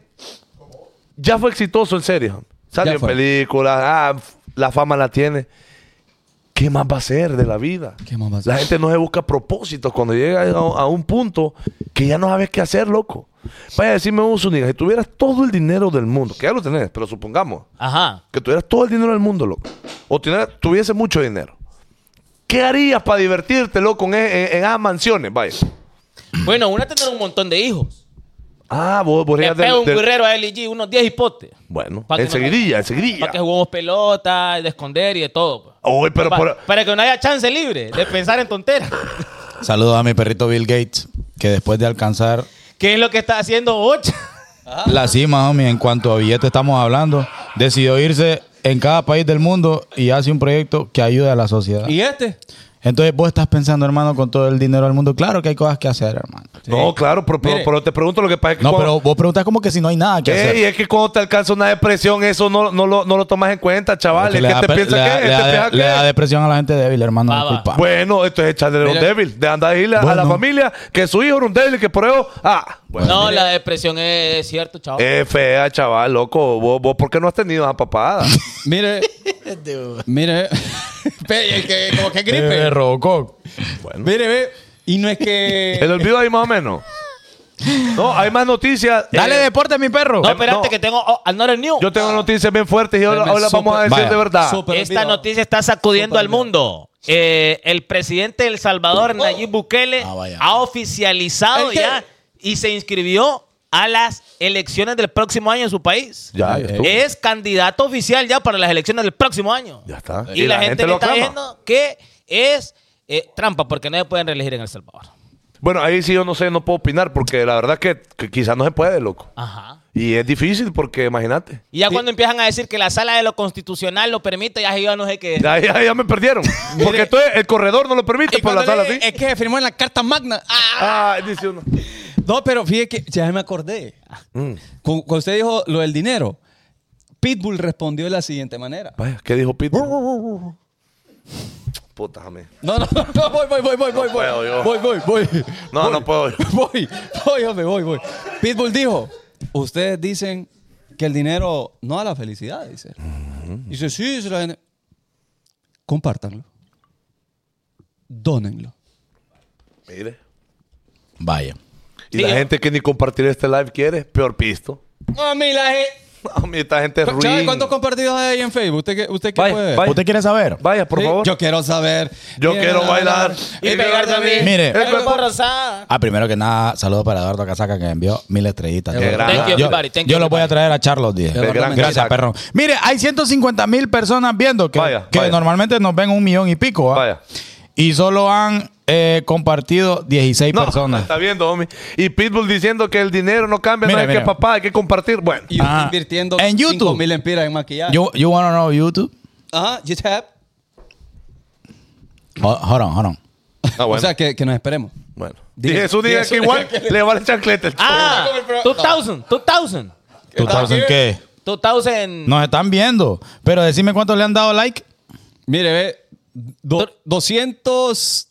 ya fue exitoso en serio. Salió Ya en fue. películas, ah, f- la fama la tiene. ¿Qué más va a ser de la vida? ¿Qué más va a ser? La gente no se busca propósitos cuando llega a, a un punto que ya no sabes qué hacer, loco. Vaya a decirme un Zúñiga, si tuvieras todo el dinero del mundo, que ya lo tenés, pero supongamos Ajá. que tuvieras todo el dinero del mundo, loco, o tuviera- tuviese mucho dinero, ¿qué harías para divertirte, loco, en, en, en esas mansiones? Vaya. Bueno, una tener un montón de hijos. Ah, vos, vos Le harías del- pego un del- guerrero a LG, unos 10 hipotes. Bueno, Pa' que no- enseguidilla, enseguidilla. Para que jugamos pelota, de esconder y de todo. pues. Uy, pero Pa- por- Para que no haya chance libre de pensar en tonteras. Saludos a mi perrito Bill Gates, que después de alcanzar ¿Qué es lo que está haciendo Ocha? la cima, homie, en cuanto a billete estamos hablando, decidió irse en cada país del mundo y hace un proyecto que ayuda a la sociedad. ¿Y este? Entonces vos estás pensando, hermano, con todo el dinero del mundo. Claro que hay cosas que hacer, hermano. No, claro, pero, pero- Mire. pero te pregunto lo que pasa es que. No, cuando- pero vos preguntas como que si no hay nada que hacer. Ey, es que cuando te alcanza una depresión, eso no, no, lo, no lo tomas en cuenta, chaval. Porque Es le que da te per- piensa le da- que. le te da- piensa le que- da depresión a la gente débil, hermano. Va, va. disculpa. Bueno, esto es echarle un Mira. débil. De andar a decirle a- a la Bueno. familia que su hijo era un débil, que por eso. Ah, Pues bueno. no, la depresión es, es cierto, chao. Es fea, chaval, loco. ¿Vos, vos por qué no has tenido esa papada? Mire. mire. Pe- que- como que gripe. Eh, Robocop. Mire, ve. Y no es El que. olvido ahí más o menos. No, hay más noticias. Dale Eh, deporte a mi perro. no, espérate no. que tengo oh, another news. Yo tengo noticias bien fuertes y hoy, Deme hoy las vamos a súper- decir Vaya. de verdad. Súper Esta olvidado. noticia está sacudiendo al mundo. Eh, el presidente de El Oh. Salvador, Nayib Bukele, Ah, vaya. ha oficializado ¿El qué? ya y se inscribió a las elecciones del próximo año en su país. Ya, ya estuvo. Es candidato oficial ya para las elecciones del próximo año. Ya está. Y, la, gente, le lo está aclama. diciendo que es eh, trampa porque no se pueden reelegir en El Salvador. Bueno, ahí sí yo no sé, no puedo opinar porque la verdad que, que quizás no se puede, loco. Ajá. Y es difícil porque imagínate. Y ya cuando empiezan a decir que la sala de lo constitucional lo permite, ya yo no sé qué. Ya, ya, ya me perdieron. Porque esto es- el corredor no lo permite, Y por la cuando sala le- sí. Es que se firmó en la carta magna. Ah. Ah, dice uno. No, pero fíjate que ya me acordé. Mm. Cu- Cuando usted dijo lo del dinero, Pitbull respondió de la siguiente manera. Vaya, ¿qué dijo Pete? Puta, jame. No, no, no, voy, voy, voy, voy, voy, voy. puedo yo. Voy, voy, voy. No, Voy, no puedo yo. Voy, voy, hombre, voy, voy. Pitbull dijo, ustedes dicen que el dinero no da la felicidad, dice. Dice, sí, dice la gente. compártanlo, donenlo. Mire. Vaya. Y la Sí. gente que ni compartir este live quiere, peor pisto. A mí la A mí esta gente es ruin. ¿cuántos compartidos hay ahí en Facebook? ¿Usted qué, usted qué Vaya, puede? vaya. ¿Usted quiere saber? Vaya, por Sí, favor. Yo quiero saber. Yo Mira, quiero bailar Y pegarse a mí. Mire. El cuerpo- rosado. Ah, primero que nada, saludos para Eduardo Casaca que me envió mil estrellitas. Qué Yo- grande. Thank you, yo everybody. Thank yo you, lo voy a everybody. traer a Charlos Díaz. Qué gran Gracias, crack. perro. Mire, hay 150 mil personas viendo que, Vaya, que vaya. normalmente nos ven un millón y pico. ¿ah? Vaya. Y solo han eh, compartido 16 No, personas. está viendo, homie. Y Pitbull diciendo que el dinero no cambia, Mira, no hay que mira. papá, hay que compartir. Bueno, Y usted Ajá. invirtiendo Ah. En YouTube. 5 mil empiras en maquillaje. You, you wanna know YouTube? Ajá, you tap. Ho- Hold on, hold on. Ah, bueno. O sea, que, que nos esperemos. bueno. Diez. Dije, es un día Diez. que igual le va el chanclete. al Ah, 2000, 2000. ¿Tú estás en qué? 2000. Nos están viendo. Pero decime cuántos le han dado like. Mire, ve, do- 200,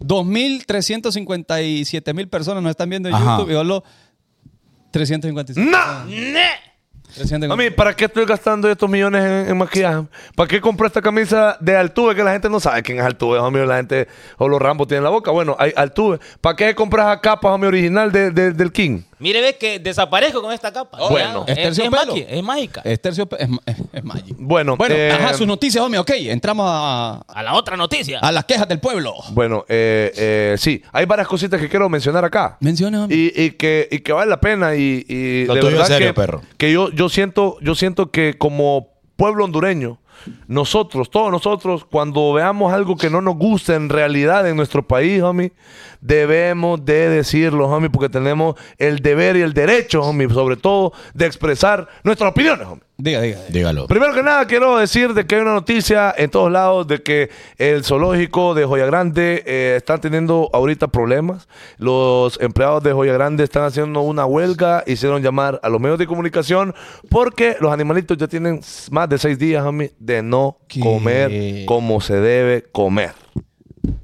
2.357 mil personas nos están viendo en Ajá. YouTube y solo 355. ¡No! Mm. A 355. mí, ¿para qué estoy gastando estos millones en, en maquillaje? ¿Para qué compré esta camisa de Altuve que la gente no sabe quién es Altuve, homie? La gente o los Rambo tienen la boca. Bueno, hay Altuve. ¿Para qué compras a capa, homie, original de- de- del King? Mire, ve que desaparezco con esta capa. Bueno. Ya, es, es, Terciopelo. maqui- es mágica. Es tercio, es, ma- es- es Magic. Bueno, bueno eh, ajá, sus noticias, homie. Ok, entramos a, A la otra noticia. a las quejas del pueblo. Bueno, eh, eh, sí, hay varias cositas que quiero mencionar acá. Menciona, homie. Y, y que, y que vale la pena. Y, y Lo tuyo es serio, que, perro. que yo, yo, siento, yo siento que como pueblo hondureño, nosotros, todos nosotros, cuando veamos algo que no nos gusta en realidad en nuestro país, homie, debemos de decirlo, homie, porque tenemos el deber y el derecho, homie, sobre todo, de expresar nuestras opiniones, homie. Diga, diga. diga. Dígalo. Primero que nada, quiero decir de que hay una noticia en todos lados de que el zoológico de Joya Grande eh, está teniendo ahorita problemas. Los empleados de Joya Grande están haciendo una huelga, hicieron llamar a los medios de comunicación porque los animalitos ya tienen s- más de seis días, homie, de no ¿Qué? comer como se debe comer.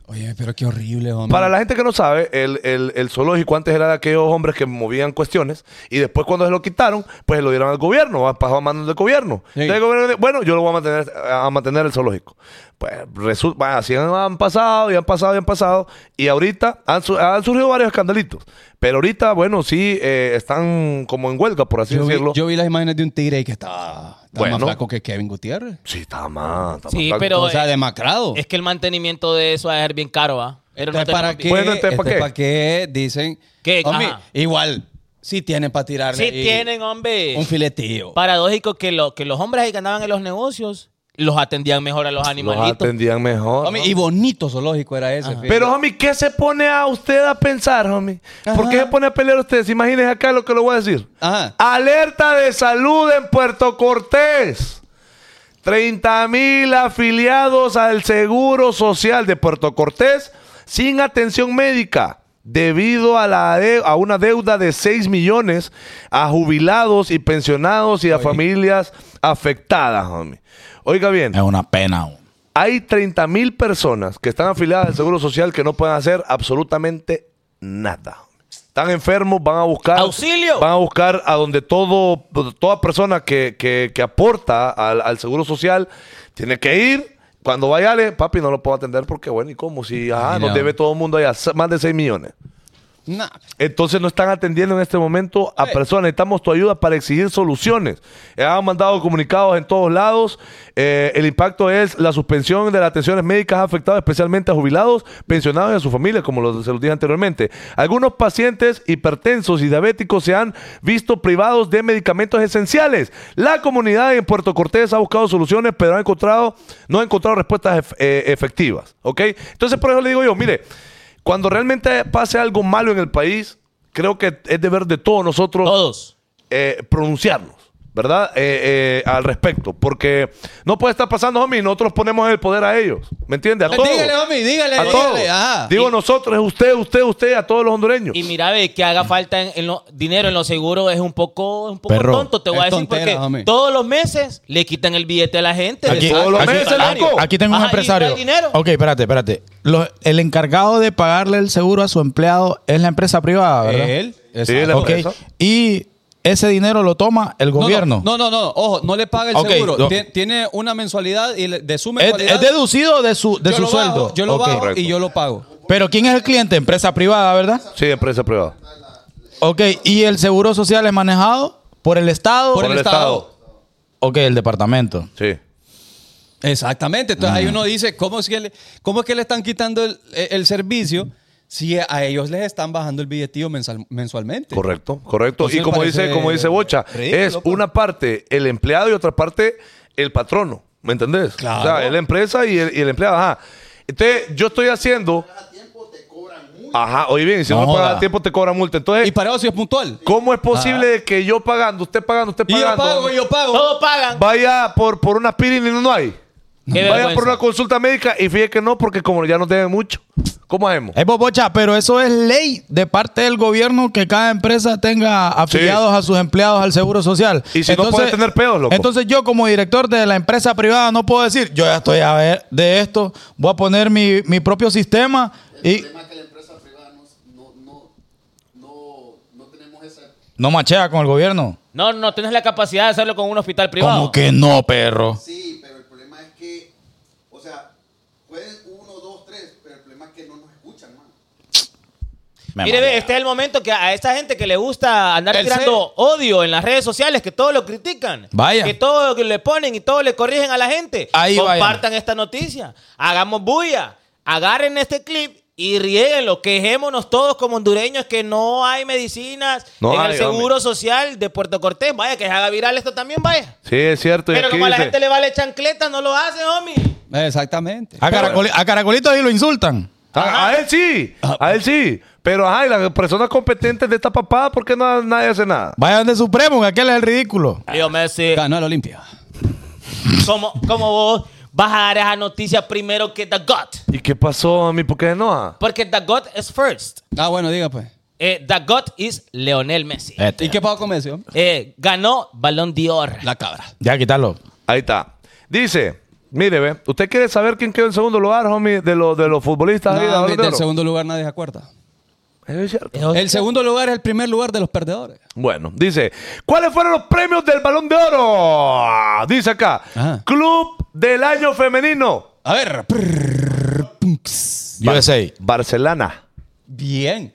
Oye, pero qué horrible, homie. Para la gente que no sabe, el, el- el zoológico antes era de aquellos hombres que movían cuestiones y después cuando se lo quitaron, pues se lo dieron al gobierno, a- pasó a manos del gobierno. Sí. Entonces el gobierno dice, bueno, yo lo voy a mantener, a mantener el zoológico. Pues resulta, bueno, así han, han pasado y han pasado y han pasado y ahorita han, su- han surgido varios escandalitos. Pero ahorita, bueno, sí, eh, están como en huelga, por así yo, vi, decirlo. yo vi las imágenes de un tigre ahí que estaba, estaba Bueno. más flaco que Kevin Gutiérrez. Sí, está mal. está Sí, mal. pero- o sea, eh, demacrado. Es que el mantenimiento de eso va a ser bien caro, ¿va? Pero no Entonces, ¿para tenemos qué? bien. Bueno, entonces, ¿para Entonces, qué? ¿para qué? Dicen. ¿Qué? Homie, Ajá. igual, sí tienen para tirarle. Sí ahí tienen, hombre. Un filetillo. Paradójico que, lo, que los hombres ahí que andaban en los negocios los atendían mejor a los los animalitos. atendían mejor. Homie, y bonito zoológico era ese. fíjate. Pero, homie, ¿qué se pone a usted a pensar, homie? ¿Por qué Ajá. se pone a pelear usted? Imagínense acá lo que le voy a decir. Ajá. Alerta de salud en Puerto Cortés. 30 mil afiliados al Seguro Social de Puerto Cortés sin atención médica debido a, la de- a una deuda de 6 millones a jubilados y pensionados y a familias afectadas, homie. Oiga bien. Es una pena. güey. Hay 30 mil personas que están afiliadas al Seguro Social que no pueden hacer absolutamente nada. Están enfermos, van a buscar... ¡Auxilio! Van a buscar a donde todo, toda persona que, que- que aporta al, al Seguro Social tiene que ir. Cuando vaya, le, papi, no lo puedo atender porque, bueno, ¿y cómo? Si ajá, Ay, nos no. debe todo el mundo allá, se- más de 6 millones. Nah. Entonces no están atendiendo en este momento a Sí. personas. Necesitamos tu ayuda para exigir soluciones. Eh, Han mandado comunicados en todos lados. Eh, el impacto es la suspensión de las atenciones médicas ha afectado especialmente a jubilados, pensionados y a sus familias, como lo- se los dije anteriormente. Algunos pacientes hipertensos y diabéticos se han visto privados de medicamentos esenciales. La comunidad en Puerto Cortés ha buscado soluciones, pero ha encontrado, no ha encontrado respuestas ef- eh, efectivas. ¿Ok? Entonces por eso le digo yo, mire, cuando realmente pase algo malo en el país, creo que es deber de todos nosotros Todos. eh, pronunciarnos, ¿verdad? Eh, eh, al respecto. Porque no puede estar pasando, homie, nosotros ponemos el poder a ellos. ¿Me entiendes? A todos. Pues Dígale, homie, dígale, a todos. dígale. Ajá. Digo nosotros, es usted, usted, usted, a todos los hondureños. Y mira, ve que haga falta en, en lo- dinero en los seguros es un poco, es un poco Perro. tonto, te voy a Es decir, tontera, porque homie. todos los meses le quitan el billete a la gente. Aquí, Le sacan Todos los su aquí- meses, salario. loco. aquí tengo Ajá, un y está empresario. el dinero. Ok, espérate, espérate. Los- el encargado de pagarle el seguro a su empleado es la empresa privada, ¿verdad? Él. Sí, la exacto. Ok. empresa. Y ese dinero lo toma el gobierno. No, no, no, no, ojo, no le paga el Ok, seguro. no. Tien- Tiene una mensualidad y le- de su Es, mensualidad. es deducido de su, de yo su lo bajo, sueldo. yo lo Ok. bajo Correcto. y yo lo pago. Pero ¿quién es el cliente? Empresa privada, ¿verdad? Sí, empresa privada. Ok, ¿y el seguro social es manejado por el Estado? Por el Estado. Ok, el departamento. Sí. Exactamente. Entonces Ah. ahí uno dice, ¿cómo es que le, cómo es que le están quitando el, eh, el servicio si a ellos les están bajando el billetillo mensal- mensualmente? Correcto, correcto. Entonces y como me dice, parece como dice Bocha, ridículo, es pues. una parte el empleado y otra parte el patrono. ¿Me entendés? Claro. O sea, es la empresa y el, y el empleado. Ajá. Entonces, yo estoy haciendo. Ajá, oye bien, si No no, pagas joda. a tiempo te cobran multa. Entonces, Y para eso sí es puntual. ¿cómo es posible de que yo pagando, usted pagando, usted Y yo pagando, pago, y yo pago. Todos pagan. vaya por, por una aspirina y no hay? Qué Vaya por vergüenza. una consulta médica y fíjate que no, porque como ya nos deben mucho, ¿cómo hacemos? Es bobocha, pero eso es ley de parte del gobierno que cada empresa tenga afiliados a sus empleados al seguro social. Y si no puede tener pedos, loco. Entonces yo como director de la empresa privada no puedo decir, yo ya estoy a ver de esto, voy a poner mi, mi propio sistema y problema es que la empresa privada no, no, no, no tenemos esa no machea con el gobierno. No, no tienes la capacidad de hacerlo con un hospital privado. Como que no, perro. Sí, pero el problema es que, o sea, pueden uno, dos, tres, pero el problema es que no nos escuchan, man. Me Mire, marea. ve, este es el momento que a esta gente que le gusta andar El tirando odio en las redes sociales, que todo lo critican, Vaya. que todo lo que le ponen y todo le corrigen a la gente, Ahí compartan esta noticia, hagamos bulla, agarren este clip y rieguenlo, quejémonos todos como hondureños que no hay medicinas No en hay, el seguro social de Puerto Cortés, vaya, que se haga viral esto también, vaya. Sí, es cierto. y Pero aquí como a la dice- gente le vale chancleta, no lo hacen, homie. Exactamente. A, Caracoli- a Caracolito ahí lo insultan. Ah, A, a él sí, a él sí. Pero ajá, y las personas competentes de esta papada, ¿por qué no, nadie hace nada? Vayan de Supremo, que aquel es el ridículo. Leo Messi, Ganó la Olimpia. como, como vos vas a dar esa noticia primero que The God. ¿Y qué pasó a mí? ¿Por qué no? ah? Porque The God is first. Ah, bueno, diga pues. Eh, the God is Leonel Messi. Eh. Este, ¿Y qué pago con Messi? hombre? Eh, ganó Balón de Oro. La cabra. Ya, quítalo. Ahí está. Dice, mire, ve, ¿usted quiere saber quién quedó en segundo lugar, homie, de, los de los futbolistas? ahí, de No, Balón hombre, de del Oro? segundo lugar nadie se acuerda. Es cierto. El segundo lugar es el primer lugar de los perdedores. Bueno, dice, ¿cuáles fueron los premios del Balón de Oro? Dice acá, Ajá. Club del Año Femenino, A ver. prrr, pum, ps. USA. Barcelona. Bien. Bien.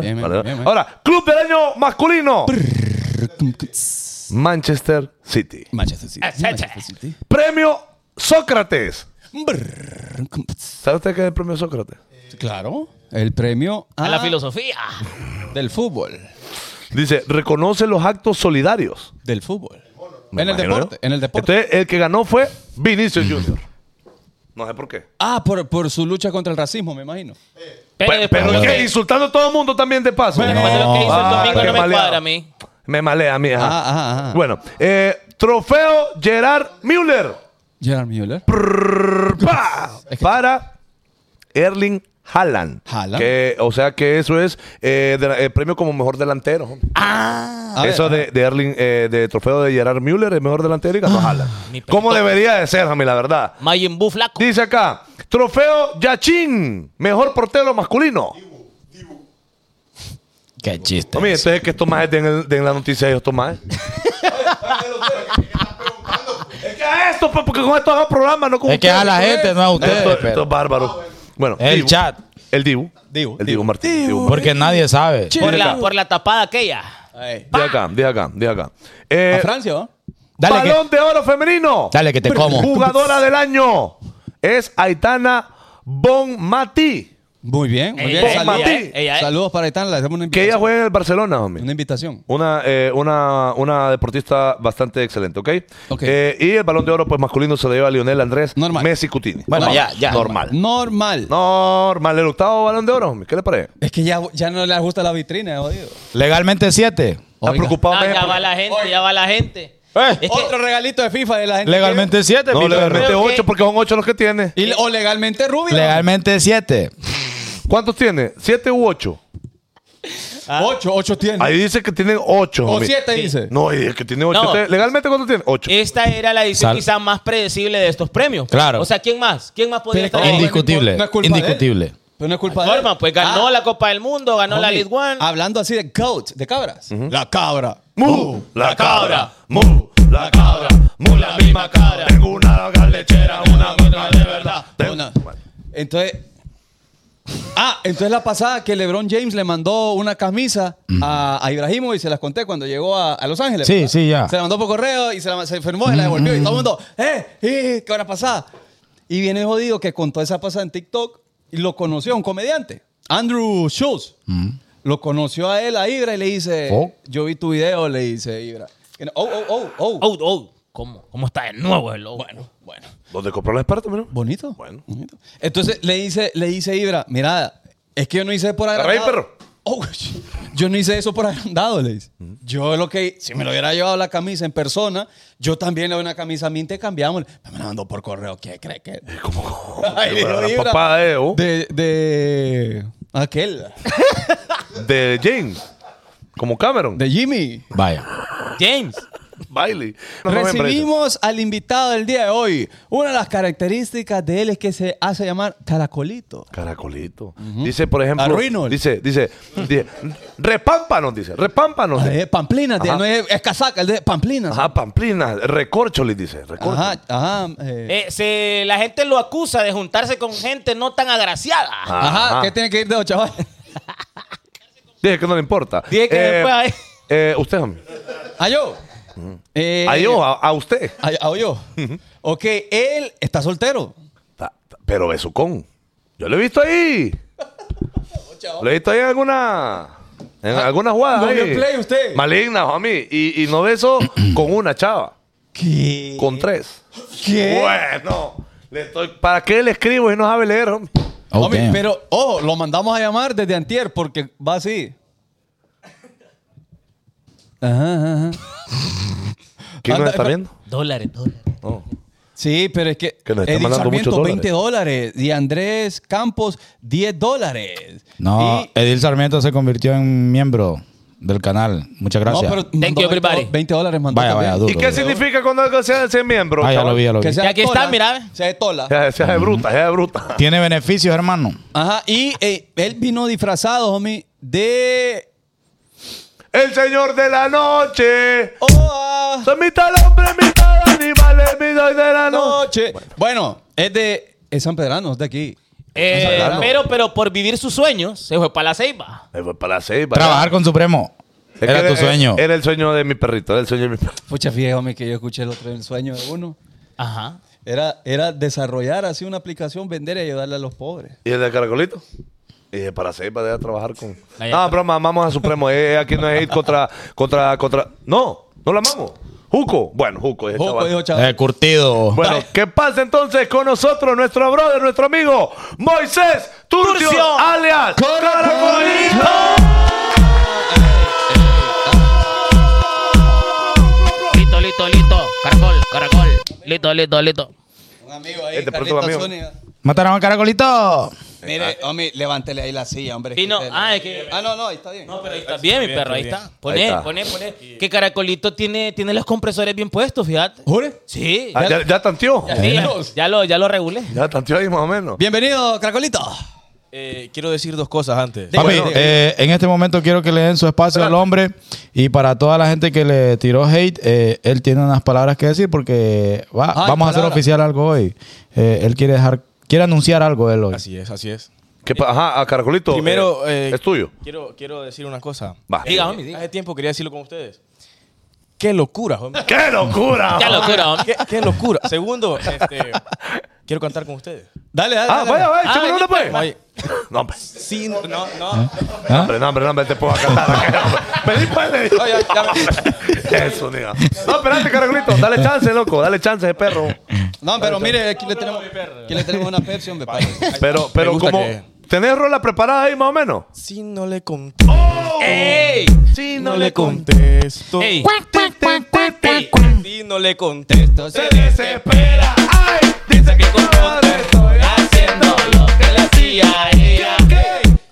bien, bien, Barcelona. bien, bien. Ahora, Club del Año Masculino, Prrr, pum, ps. Manchester City. Manchester Eh, City. Achacha. Manchester City. Premio Sócrates. Brrr, cum, ps. ¿Sabe usted qué es el premio Sócrates? Claro. El premio a, A la filosofía. del fútbol. Dice, reconoce los actos solidarios. Del fútbol. Me en el imagino, deporte. ¿no? En el deporte. Mm. Entonces, el que ganó fue Vinicius Junior. No sé por Eh, qué. ah, por, por su lucha contra el racismo, me imagino. Pero, Pe- después Pero, de ¿qué? lo que- insultando a todo el mundo también de paso. después de lo que hizo Ah, el domingo qué no me maleado. cuadra a mí. Me malea a mí. ajá. Ah, ajá, ajá. Bueno, eh, trofeo Gerard Müller Gerard Müller. Pa- para Erling Haaland. Haaland. Que, o sea que eso es eh, de la- el premio como mejor delantero. hombre. A ver, Ah, Eso de, de Erling, eh, de trofeo de Gerard Müller, el mejor delantero y ganó mi Haaland. pelito. Como debería de ser, Jami, la verdad. Majin Buu flaco. Dice acá, trofeo Yachin, mejor portero masculino. Qué chiste. Mami, Pues entonces que estos más de, en el- de en la noticia ellos toman. es que a esto, pues, porque con estos hagan programas, no con Es que a la gente, no a ustedes. Esto, pero- es bárbaro. Bueno, El Dibu. chat. El Dibu. Dibu, El Dibu Dibu. Martínez. Dibu Martínez. Porque nadie sabe. por, Chile. la, por la tapada aquella. Ay. De acá, de acá, de acá. A Eh, Francia, ¿va? Dale que, balón de oro femenino. dale que te como. Jugadora del año es Aitana Bonmati. Muy bien, muy bien. Ella- Saludos, Martín. ella- ella- Saludos para Itán. Le hacemos una Que invitación. ella juega en el Barcelona, homie. Una invitación. Una, eh, una, una deportista bastante excelente, ¿ok? Ok. Eh, y el balón de oro, pues masculino, se lo lleva a Lionel Andrés Normal. Messi Cutini. Bueno, ya, ya. Normal. Normal. Normal. El octavo balón de oro, homie. ¿qué le parece? Es que ya, ya no le gusta la vitrina, eh, jodido. Legalmente siete. Está Oiga. preocupado. Ah, Messi ya por- va la gente, ya va la gente. Eh, Es que- Otro regalito de FIFA de la gente. Legalmente siete. No, mi legalmente creo que- ocho, porque son ocho los que tiene. Y- o legalmente perro. rubio. Legalmente siete. ¿Cuántos tiene? ¿Siete u ocho? Ocho, ocho tiene. Ahí dice que tienen ocho, o homie. siete dice. No, Eh, y es que tiene ocho. No. Usted, ¿Legalmente cuánto tiene? Ocho. Esta era la edición Sal- quizá más predecible de estos premios. Claro. O sea, ¿quién más? ¿Quién más podía Pero es que- estar ahí? Indicu- Indiscutible. No es culpa de él. Indiscutible. Pero no es culpa de él. Norman, pues ganó Ah, la Copa del Mundo, ganó homie, la Ah. League One. Hablando así de goat, de cabras. La cabra. Mu, la cabra, mu, la cabra, mu, la misma cabra. Tengo una lechera, una buena de verdad. Tengo- Una. Entonces. Ah, entonces la pasada que LeBron James le mandó una camisa a, a Ibrahimovic, se las conté cuando llegó a, a Los Ángeles. Sí, sí, ya. Se la mandó por correo y se, la, se firmó y la devolvió. Y todo el mundo, ¡eh! eh, ¿Qué hora pasada? Y viene el jodido que contó esa pasada en TikTok y lo conoció, un comediante, Andrew Schultz. Lo conoció a él, a Ibra, y le dice: Mm. Oh. Yo vi tu video, le dice Ibra. Que no- Oh, oh, oh, oh. Oh, oh. ¿Cómo? ¿Cómo está de nuevo el oh? Bueno, bueno. ¿Dónde compró la experta, mira? Bonito. Bueno. Bonito. Entonces le dice, le dice Ibra, mira, es que yo no hice por agrandado. Rey, perro. Mm. Oh, yo no hice eso por agrandado, le dice. Yo lo que, si me lo hubiera llevado la camisa en persona, yo también le doy una camisa a mí, te cambiamos. Me la mandó por correo, ¿qué cree que? Ay, Qué dijo buena Ibra, papada, eh, oh. de, de aquel, De James. Como Cameron. de Jimmy. Vaya. James. Bailey. No, no me parece. Recibimos al invitado del día de hoy. Una de las características de él es que se hace llamar caracolito. Caracolito. Dice, por ejemplo. Arruino. Dice, dice, dice. Repámpanos, dice. Repámpanos. Ah, dice. eh, Pamplinas, de- Ajá. no es, es casaca, es de Pamplinas. Ajá, Pamplinas. Recorcholis, dice. Recorcholis. Ajá, ajá. eh, Eh, se, la gente lo acusa de juntarse con gente no tan agraciada. ajá, ajá. ¿qué tiene que ir de los chavales? Dije que no le importa. Dije que después ahí- eh, usted, hombre. ¿A yo? Eh, A yo, a, a usted. ¿A, a yo? Ok, él está soltero. Ta- ta- Pero besucón. Yo lo he visto ahí. Lo he visto ahí en alguna. En alguna jugada. Ah, ¿no ahí. vio play usted? Maligna, homie. Y, y no beso con una chava. ¿Qué? Con tres. ¿Qué? Bueno. Le estoy, ¿Para qué le escribo si no sabe leer, homie? Oh, Hombre, damn. pero, ojo, lo mandamos a llamar desde antier porque va así. Ajá, ajá. ¿Quién nos Anda, está pero- viendo? Dólares, dólares. No. Sí, pero es que, Que nos están Edith mandando Sarmiento, muchos 20 dólares. Y Andrés Campos, 10 dólares. No, Y- Edil Sarmiento se convirtió en miembro del canal. Muchas gracias. No, pero Thank mandó you, everybody. 20, 20 dólares mandó Vaya, vaya, también. duro. ¿Y qué significa cuando algo sea de ser miembro? Ah, ya chaval? lo vi, ya lo vi. Que sea Y aquí tola, está, mira. Sea de tola. Sea, sea de bruta, sea de bruta. Tiene beneficios, hermano. Ajá, y eh, él vino disfrazado, homie, de... El señor de la noche. ¡Oh! Soy mitad hombre, mitad animal, el midor de la noche. noche. Bueno, es de... Es San Pedrano, es de aquí. Eh, Claro. pero, pero por vivir sus sueños, se fue para la ceiba. Me voy para la ceiba. Trabajar con Supremo. Es que Era tu sueño. Era el sueño de mi perrito, era el sueño de mi perrito. Pucha, fíjate, homie, que yo escuché el otro día el sueño de uno. Ajá. Era, era desarrollar así una aplicación, vender y ayudarle a los pobres. ¿Y el de Caracolito? Y de para ceiba, deja trabajar con... Ahí No, está. broma, amamos a Supremo. eh, aquí no es hate contra, contra, contra... No, no la amamos. Juco. Bueno, Juco. ese Joco Este chaval. dijo, chaval. Eh, curtido. Bueno, que pase entonces con nosotros nuestro brother, nuestro amigo Moisés Turcio, Turcio. alias Caracolito. Listo, listo, listo. Caracol, caracol. Listo, listo, listo. Un amigo ahí, Este por tu Carlitos amigo. Ah. Zúñiga. Mataron a Caracolito. Mire, homie, levántele ahí la silla, hombre. Y no, Quítele. ah, es que- Ah, no, no, ahí está bien. No, pero ahí está bien, mi perro, ahí está. Poné, Ahí está. poné, poné. Que Caracolito tiene, tiene los compresores bien puestos, fíjate. ¿Jure? Sí. Ah, ya, ya tanteó. Ya, sí, ya- ya lo, ya lo regulé. Ya tanteó ahí más o menos. Bienvenido, Cracolito. Eh, quiero decir dos cosas antes. Papi, Bueno, eh, en este momento quiero que le den su espacio al hombre y para toda la gente que le tiró hate, eh, él tiene unas palabras que decir porque va- Ay, vamos a hacer Ah, palabras. oficial algo hoy. Eh, él quiere dejar, quiere anunciar algo él hoy. Así es, así es. ¿Qué pa- Ajá, a Caracolito. Primero, eh, eh, es tuyo. Quiero, quiero decir una cosa. Va. Eh, Diga, homie, diga. Hace tiempo quería decirlo con ustedes. Qué locura, homie. ¡Qué locura! Ya locura, hombre. Qué, qué locura. Segundo, este, quiero cantar con ustedes. Dale, dale. Ah, dale. vaya, vaya, Ah, chúpame ya, una pues. Oye, No, hombre, sí, no, no, no. ¿Ah? hombre, no, hombre, no, hombre, te puedo cantar. Pedí pues. Eso, nigga. No, espérate, Caracolito. Dale chance, loco. Dale chance, ese perro. No, pero mire, aquí le tenemos, aquí le tenemos una Pepsi, hombre. padre. Pero, pero gusta como... que- ¿Tenés rola preparada ahí más o menos? Si no le conté, ¡Ey! Sí, no le contesto. ¡Ey! Ey, Si no le contesto, se desespera. Ay, dice que con todo estoy Haciendo lo que le hacía ella.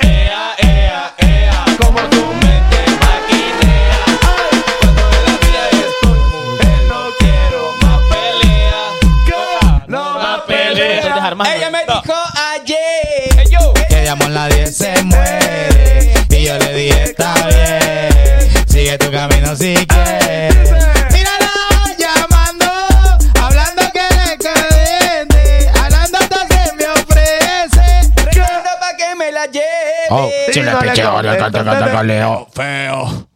Ea, ea, ea. Como tú me Te maquinea. no quiero más pelea. No más Estoy pelea. desarmando. Ella me dijo ayer. Que llamo la 10 se muere. Y yo le dije, está bien. Sigue tu camino así que. Mírala llamando, hablando que le caliente, hablando hasta se me ofrece, rezando pa' que me la lleve. Oh, si le picheo, le canto, canto, caleo. Feo.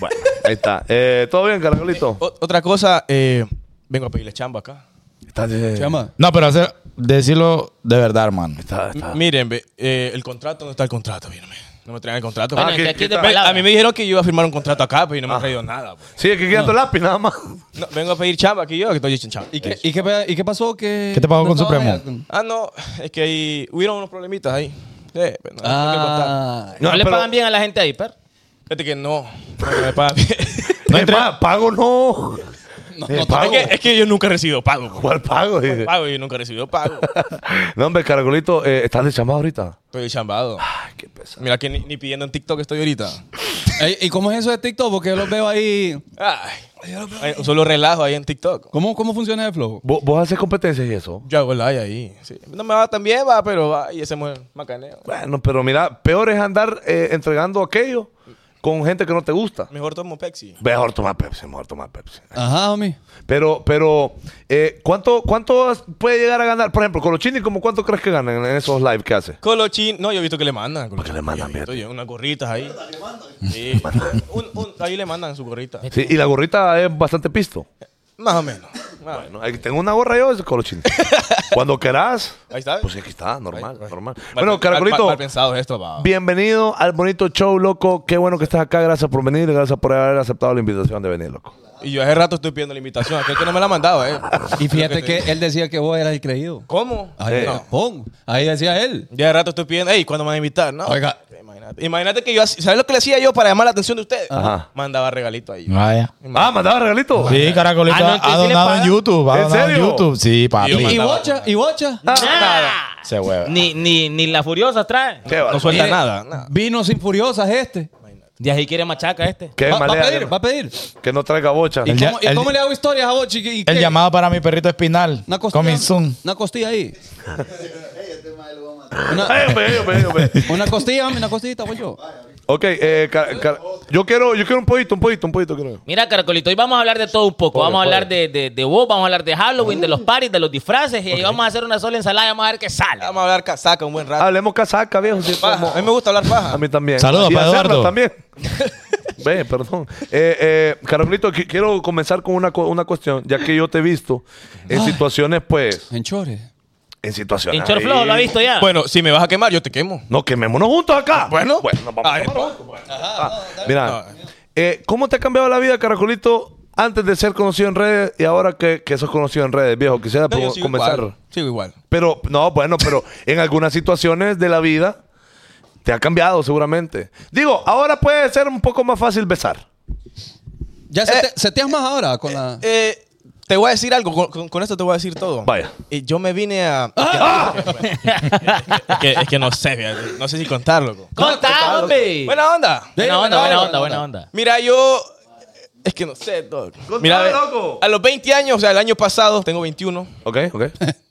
Bueno, ahí está. Eh, ¿Todo bien, Carlito? O- otra cosa, eh, vengo a pedirle chamba acá. Está, eh, Chama. No, pero hacer, decirlo de verdad, hermano. está, M- está. Miren, ve, eh, el contrato, ¿dónde está el contrato? Mírame. No me traen el contrato. Bueno, Ah, es que- que aquí que es de está- Me- palabra. a mí me dijeron que yo iba a firmar un contrato acá, pero y no me Ah. han traído nada. pues. Sí, aquí queda tu lápiz nada más. No, vengo a pedir chamba aquí yo, que estoy en chamba. ¿Y qué, y qué pa- y qué pasó? ¿Qué, ¿Qué te pasó no con estaba Supremo? allá? Ah, no, es que ahí hubieron unos problemitas ahí. Sí, pero no, no te contar. Ah, No, No, le pero- pagan bien a la gente ahí, per. Fíjate que no. no me pagan bien. No Es entre- más, pago no. no, Eh, no, pago. es, que, es que yo nunca he recibido pago. pues. ¿Cuál pago? Dice. Pago, yo nunca he recibido pago. No, hombre, Cargolito, eh, ¿estás de chamado ahorita? Estoy chambado. Ay, qué pesado. Mira que ni, ni pidiendo en TikTok estoy ahorita. Ey, ¿Y cómo es eso de TikTok? Porque yo los veo ahí. Ay, hay un solo relajo ahí en TikTok. ¿Cómo, cómo funciona el flow? ¿Vos, vos haces competencias y eso? Yo hago live ahí. sí. No me va tan bien, va, pero va. Y hacemos el macaneo. Bueno, pero mira, peor es andar eh, entregando aquello con gente que no te gusta. Mejor tomo Pepsi. Mejor tomar Pepsi, mejor tomar Pepsi. Ajá, homie. Pero, pero, eh, ¿cuánto, ¿cuánto has- puede llegar a ganar? Por ejemplo, Colochini, ¿cómo cuánto crees que ganan en esos live que hace? Colochin. No, yo he visto que le mandan. qué le mandan, Yo he visto, fíjate? yo, Unas gorritas ahí. Sí. Un- un- ahí le mandan su gorrita. Sí, y la gorrita es bastante pisto. Más o menos. Más o menos. No, ahí Tengo una gorra yo de Colochini. Cuando querás. Ahí está. Pues aquí está, normal, normal. Mal- Bueno, mal- Cargolito. Mal, mal pensado esto, va. Bienvenido al bonito show, loco. Qué bueno que estás acá. Gracias por venir. Gracias por haber aceptado la invitación de venir, loco. Y yo hace rato estoy pidiendo la invitación. Aquel que no me la mandaba, eh. Y fíjate que él decía que vos eras el creído. ¿Cómo? Ahí, No. pon. ahí decía él. Ya de rato estoy pidiendo, hey, ¿cuándo me van a invitar? No. Oiga. Imagínate. Imagínate que yo, hacía- ¿sabes lo que le hacía yo para llamar la atención de ustedes? Ajá. Mandaba regalito ahí. Vaya. Ah, mandaba regalito. Sí, Caracolito Ah, no, ha entonces sí le donado en pagan. YouTube. Ha ¿En donado en serio? YouTube. Sí, papi. Y yo Y mandaba- bocha, y bocha. Nada. Se hueva. Ni, ni, ni la furiosa trae. Ah, Qué, No va- suelta Mire, nada. nada. Eh, Vino sin furiosas este. De ahí quiere machaca este. qué Va, va a malea, pedir, va a pedir. Que no traiga bocha. ¿Y, El cómo, ya- y el- cómo le hago historias a vos, chiqui? ¿Y El qué? llamado para mi perrito espinal. Una costilla. Coming soon. Una costilla ahí. Ay, hombre, hombre, hombre. Una costilla, homie, una costillita, voy yo. Ok, eh, car- car- yo quiero, yo quiero un poquito, un poquito, un poquito quiero. Mira, Caracolito, hoy vamos a hablar de todo un poco. Oye, vamos a hablar oye. de, de, de vos, vamos a hablar de Halloween, de los paris, de los disfraces. Y ahí vamos a hacer una sola ensalada y vamos a ver qué sale. Vamos a hablar casaca un buen rato. Hablemos casaca, viejo. si Paja. como- A mí me gusta hablar A paja. mí también. Saludos Y para hacerlo Eduardo. también. Ve, perdón. Eh, eh, Carolito, qui- quiero comenzar con una, cu- una cuestión, ya que yo te he visto en situaciones, pues, En chores. en situaciones. En Chorflow ahí. lo ha visto ya. Bueno, si me vas a quemar, yo te quemo. No, quemémonos juntos acá. Bueno. bueno, nos vamos Ah, a es quemar poco, juntos, pues. Ah, Mira, eh, ¿cómo te ha cambiado la vida, Caracolito, antes de ser conocido en redes y ahora que, que sos conocido en redes, viejo? Quisiera No, yo po- sigo comenzar. igual. Sigo igual. Pero, no, bueno, pero en algunas situaciones de la vida te ha cambiado seguramente. Digo, ahora puede ser un poco más fácil besar. ¿Ya se, Eh, te, se te amas ahora con la...? Eh, te voy a decir algo, con, con- con esto te voy a decir todo. Vaya. Y yo me vine a. Ah. Es, que, es que no sé, fíjate. no sé si contarlo. loco. Contá, hombre. Buena onda. Buena onda, buena onda, buena onda. Mira, yo. Es que no sé, dog. Contá, Mira, a ver, loco. A los 20 años, o sea, el año pasado, tengo 21. Ok, ok.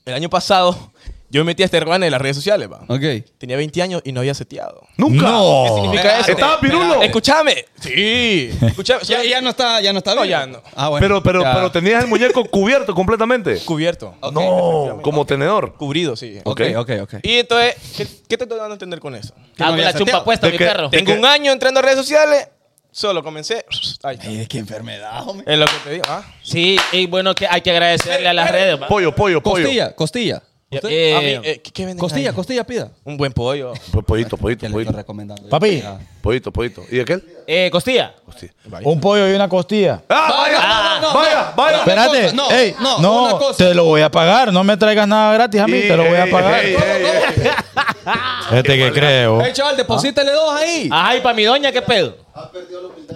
El año pasado, yo me metí a este hermano en las redes sociales, va. Ok. Tenía 20 años y no había seteado. ¡Nunca! No. ¿Qué significa eso? Espérate, ¡Estaba pirulo! Escúchame. Sí. Escúchame. Ya, ya no está, ya no está No, bien. ya no. Ah, bueno. Pero, pero, Ya. pero tenías el muñeco cubierto completamente. Cubierto. No, como tenedor. Cubrido, sí. Ok. ok, ok. Y entonces, ¿qué, qué te estoy dando a entender con eso? Ah, con la chumpa puesta, ¿De mi qué? perro. ¿De Tengo un año entrando a redes sociales, solo comencé. Ahí está. qué enfermedad, hombre. Es lo que te digo. ah. Sí, y bueno, que hay que agradecerle a las redes. va. Pollo, pollo, pollo. Costilla, costilla. ¿Usted? Eh, A mí, eh, ¿qué- qué venden costilla, ahí? costilla, pida. Un buen pollo. Po- Pues, Pollito, pollito, Que le estoy pollito. recomendando. Papi. Ah. Pollito, pollito. ¿Y aquel? Eh, Costilla. Hostia. Un pollo y una costilla. ¡Ah, vaya! Ah, no, no, ¡Vaya, vaya! Una Espérate. cosa, no, Ey, no, no, una cosa. te lo voy a pagar. No me traigas nada gratis a mí. Y- te lo voy a ey, pagar. ey, ey, ey. Este que creo. ¿Ah? Ey, chaval, deposítele dos ahí. Ajá, y para mi doña, ¿qué pedo?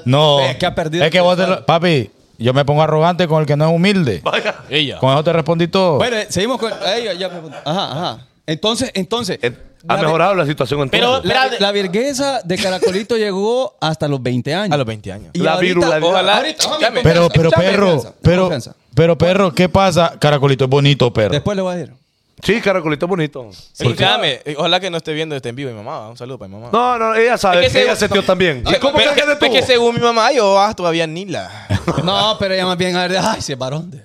No. Es que ha perdido Es que vos te el lo- Papi, yo me pongo arrogante con el que no es humilde. Vaya. Ella. Con eso te respondí todo. Bueno, eh, seguimos con. ey, ya- ya me- ajá, ajá. Entonces, entonces. Eh, Ha la- mejorado la situación entonces. Pero- La, la virgueza de Caracolito llegó hasta los 20 años. A los 20 años. Y La ahorita- virularidad. Ojalá. Ahorita, Ahorita, llame. pero, pero, Llame, perro. confianza, Pero, confianza. pero, perro, ¿qué pasa? Caracolito es bonito, perro. Después le voy a decir. Sí, caracolito es bonito. Ah. Escúchame, eh, ojalá que no esté viendo este en vivo mi mamá. Un saludo para mi mamá. No, no, ella sabe Es que que ella según- se tío también. ¿Y cómo Pero crees que es que, detuvo? es que según mi mamá, yo ah, todavía ni la. No, pero ella más bien a ver, ay, si es varón. de-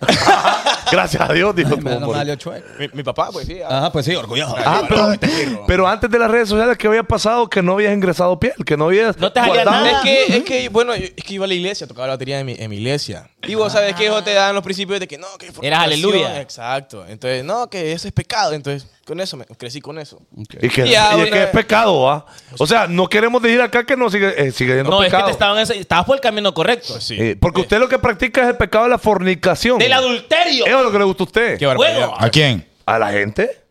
Gracias a Dios, dijo tu Me no amor. me salió chueco. Mi, mi papá, pues sí. ah. Ajá, pues sí, orgulloso. Ah, pero, pero antes de las redes sociales, ¿qué había pasado? Que no habías ingresado piel, que no habías. No te salía guardado- nada. Es que, es que, bueno, yo- es que iba a la iglesia, tocaba la batería en mi, en mi iglesia. Y vos sabes que eso te dan los principios de que no, que fornicación, aleluya. Exacto. Entonces, no, que eso es pecado. Entonces, con eso, me, crecí con eso. Y que, Ya, y es, una- que es pecado, ¿ah? O sea, no queremos decir acá que no sigue, eh, sigue yendo No, es que pecado. te estaban ense- estabas por el camino correcto. Pues sí. Eh, porque usted lo que practica es el pecado de la fornicación. Del Eso adulterio. es lo que le gusta a usted. Qué barbaridad. Bueno. ¿A quién? A la gente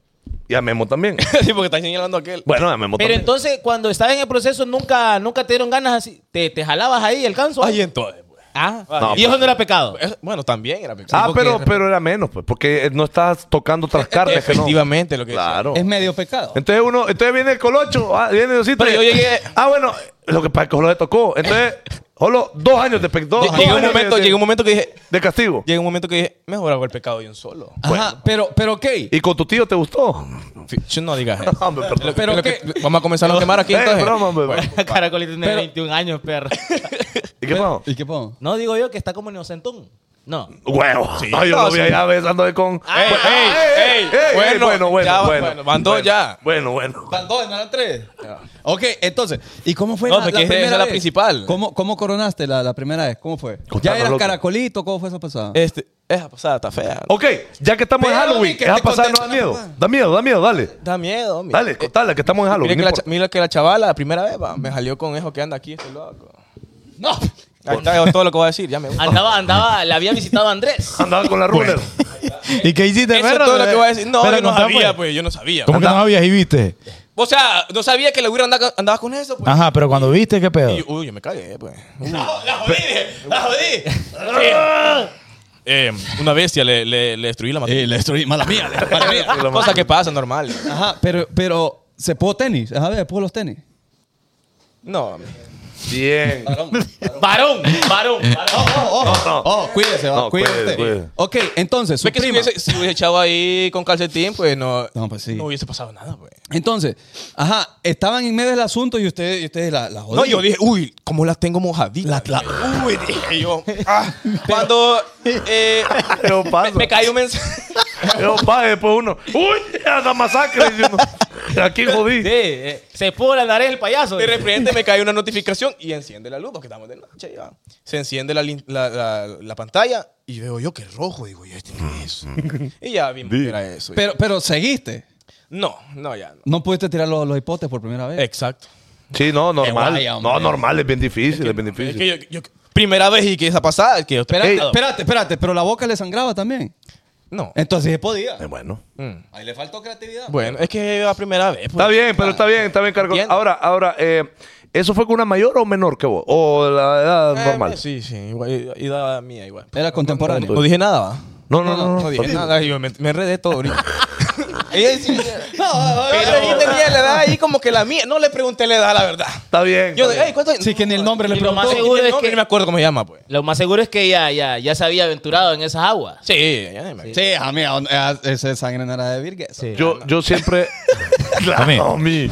y a Memo también. sí, porque están señalando a aquel. bueno, a Memo Pero también. entonces, cuando estabas en el proceso, nunca, nunca te dieron ganas así. Te, te jalabas ahí el canso. Ay, entonces. pues. Ah, No, y eso no era pecado. Es- bueno, también era pecado. ah, pero, pero era menos, pues, porque eh, no estás tocando otras carnes que no. Efectivamente, lo que decía. Claro. Es medio pecado. Entonces uno, entonces viene el colocho, ah, viene Diosito. Pero y- yo llegué- Ah, bueno, lo que pasa es que Jolo le tocó. Entonces, Jolo, dos años de pe- dos Lle- Llegué dos un años momento, de, llegué un momento que dije, de castigo. llegué un momento que dije, mejor hago el pecado de un solo. Ajá, pero, pero ok. ¿Y con tu tío te gustó? Yo no digas eso. Hombre, perdón. Lo- Pero lo qué- que- vamos a comenzar a quemar aquí Eh, entonces. broma, hombre. Caracolito tiene Pero- 21 años, perro. ¿Y qué pasó? ¿Y qué pongo? no digo yo que está como inocentón. No. Huevo. no, yo no, lo vi sí. allá besándose con. Pues, Ah, Bu- ey, ey, ey, bueno, bueno, bueno, ya, bueno, bueno, van dos bueno, ya. Bueno, bueno. ¿Van dos, no eran tres? Ah. Ok, entonces, ¿y cómo fue No, la, porque la esa- primera esa es la vez? principal. ¿Cómo, cómo coronaste la, la primera vez? ¿Cómo fue? ¿Ya Contanos, eras loco. caracolito? ¿Cómo fue esa pasada? Este, esa pasada está fea. Ok, ya que estamos en Pero, Halloween, ni que esa te pasada no da conteste la miedo. mamá. Da miedo, da miedo, dale. Da miedo, mira. eh, Dale, contala, que estamos en Mira Halloween. que, no la, cha- importa. mira que la chavala, la primera vez, va, me salió con eso que anda aquí, este loco. No. Ahí está es todo lo que voy a decir, ya me voy. Andaba, andaba, la había visitado Andrés. Andaba con la runner. ¿Y qué hiciste, Eso es perro? todo lo que voy a decir. No, Pero yo no contá, sabía, pues. pues, yo no sabía. ¿Cómo que no Andá. sabías y viste? O sea, no sabía que la hubiera andado, andaba con eso, pues. Ajá, pero cuando viste, ¿qué pedo? Y yo, uy, yo me cagué, pues. la jodí, la jodí. Eh, una bestia, le, le, le destruí la materia. le destruí, mala mía, mala mía. Cosa que pasa, normal. Ajá, pero, pero, ¿se pudo tenis? A ver, ¿pudo los tenis? No, Bien. Varón, varón, varón. Oh, cuídese, va, No, cuídese. cuídese, cuídese. Ok, entonces, su Ve que si prima. hubiese, si hubiese echado ahí con calcetín, pues no, No, pues sí. no hubiese pasado nada, pues. Entonces, ajá, estaban en medio del asunto y ustedes, y ustedes la, la No, jodieron. yo dije, uy, cómo las tengo mojaditas. Uy, dije yo. ah, cuando eh, Yo paso. me cayó un mensaje. Yo paso, después uno. ¡Uy! La masacre. dice uno. Aquí Sí, jodí. eh, se pudo la nariz el payaso. De repente me cae una notificación y enciende la luz, porque estamos de noche ya. Se enciende la, lin- la, la- la pantalla y veo yo que es rojo. Digo, ¿y este qué es? Y ya vimos que era eso. Pero, pero seguiste. no, no, ya no. No pudiste tirar los, los hipotes por primera vez. Exacto. Sí, no, normal. guay, hombre. no, normal, es bien difícil, es bien Es difícil. que yo, yo- primera vez y que esa pasada, es que yo Espérate, Ey. espérate, espérate, pero la boca le sangraba también. No. Entonces se podía. Eh, bueno. Mm. Ahí le faltó creatividad. Bueno, es que era la primera vez. pues. Está bien, pero está bien, está bien, cargo. Entiendo. Ahora, ahora, eh, ¿eso fue con una mayor o menor que vos? ¿O la edad Eh, normal? Sí, sí, igual, y daba mía igual. Era contemporáneo. No, no dije nada, ¿va? No, no, no. no, dije nada, yo me, me enredé todo ahorita. Ella sí, No, no, no, pero yo tenía la edad ahí como que la mía. No le pregunté la edad, la verdad. Está bien. Yo, está bien. "Ey, ¿cuánto? Sí, que ni el nombre le Y lo más preguntó. seguro Ni el es nombre, que- ni me acuerdo cómo se llama, pues. Lo más seguro es que ya, ya, ya se había aventurado en esas aguas. Sí, ya ni me acuerdo. Sí, a mí, a- a- ese sangre no era de virgues. Yo, yo siempre. A mí. No, mi.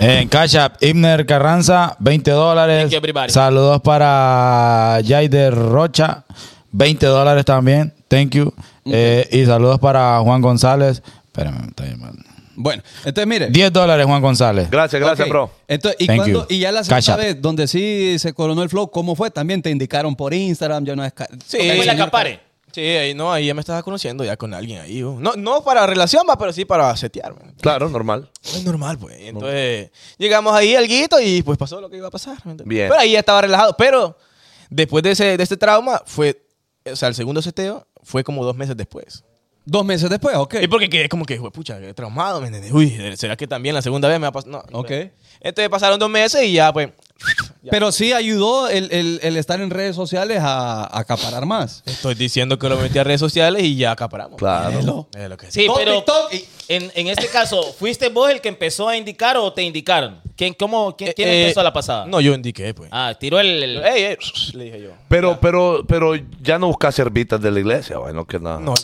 En Cash App, Ibner Carranza, 20 dólares. Thank you, everybody. Saludos para Jaider Rocha, 20 dólares también. Thank you. Eh, y saludos para Juan González. Espérame, me está llamando. Bueno, entonces mire. 10 dólares, Juan González. Gracias, gracias, Ok, bro. Entonces, ¿y, Thank cuando, you. y ya la Cash segunda app. vez, donde sí se coronó el flow, ¿cómo fue? También te indicaron por Instagram, yo no esca- Sí, ¿Cómo fue la capare? Sí, ahí no, ahí ya me estaba conociendo ya con alguien ahí. oh. No, no para relación, va, pero sí para setearme. Claro, normal. Es normal, pues. Y Entonces, llegamos ahí al guito y pues pasó lo que iba a pasar. ¿me entiendes? Bien. Pero ahí ya estaba relajado. Pero después de ese, de este trauma, fue, o sea, el segundo seteo fue como dos meses después. Dos meses después, ok. Y porque quedé como que, "Jue pucha, quedé traumado, ¿me entiendes? Uy, ¿será que también la segunda vez me va a pasar? No. Ok. Entonces pasaron dos meses y ya, pues. Pero sí ayudó el, el- el estar en redes sociales a, a acaparar más. Estoy diciendo que lo metí a redes sociales y ya acaparamos. Claro. Es lo que sí. Sí, Toc, pero tic, toc, y- en, en este caso, ¿fuiste vos el que empezó a indicar o te indicaron? ¿Quién, cómo, quién, quién Eh, empezó la pasada? No, yo indiqué, pues. Ah, tiró el... el- Ey, ey, le dije yo. Pero, pero, pero ya no buscas servitas de la iglesia, bueno, que nada. No,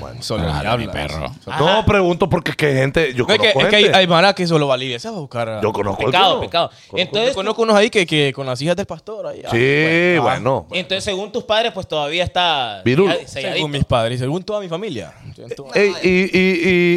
Bueno, solo Ah, ni no, mi hablas. perro. No pregunto porque es que hay gente. Yo No, es que, conozco es que hay, gente. hay mara que solo valide. Esa va a buscar. a- yo conozco Pecado, algunos. pecado. Yo Entonces, conozco unos ahí que, que con las hijas del pastor. Ahí, ah, Sí, bueno. entonces, según tus padres, pues todavía está... Virulo. ya- selladito. Según mis padres, según toda mi familia. Ey, y, y,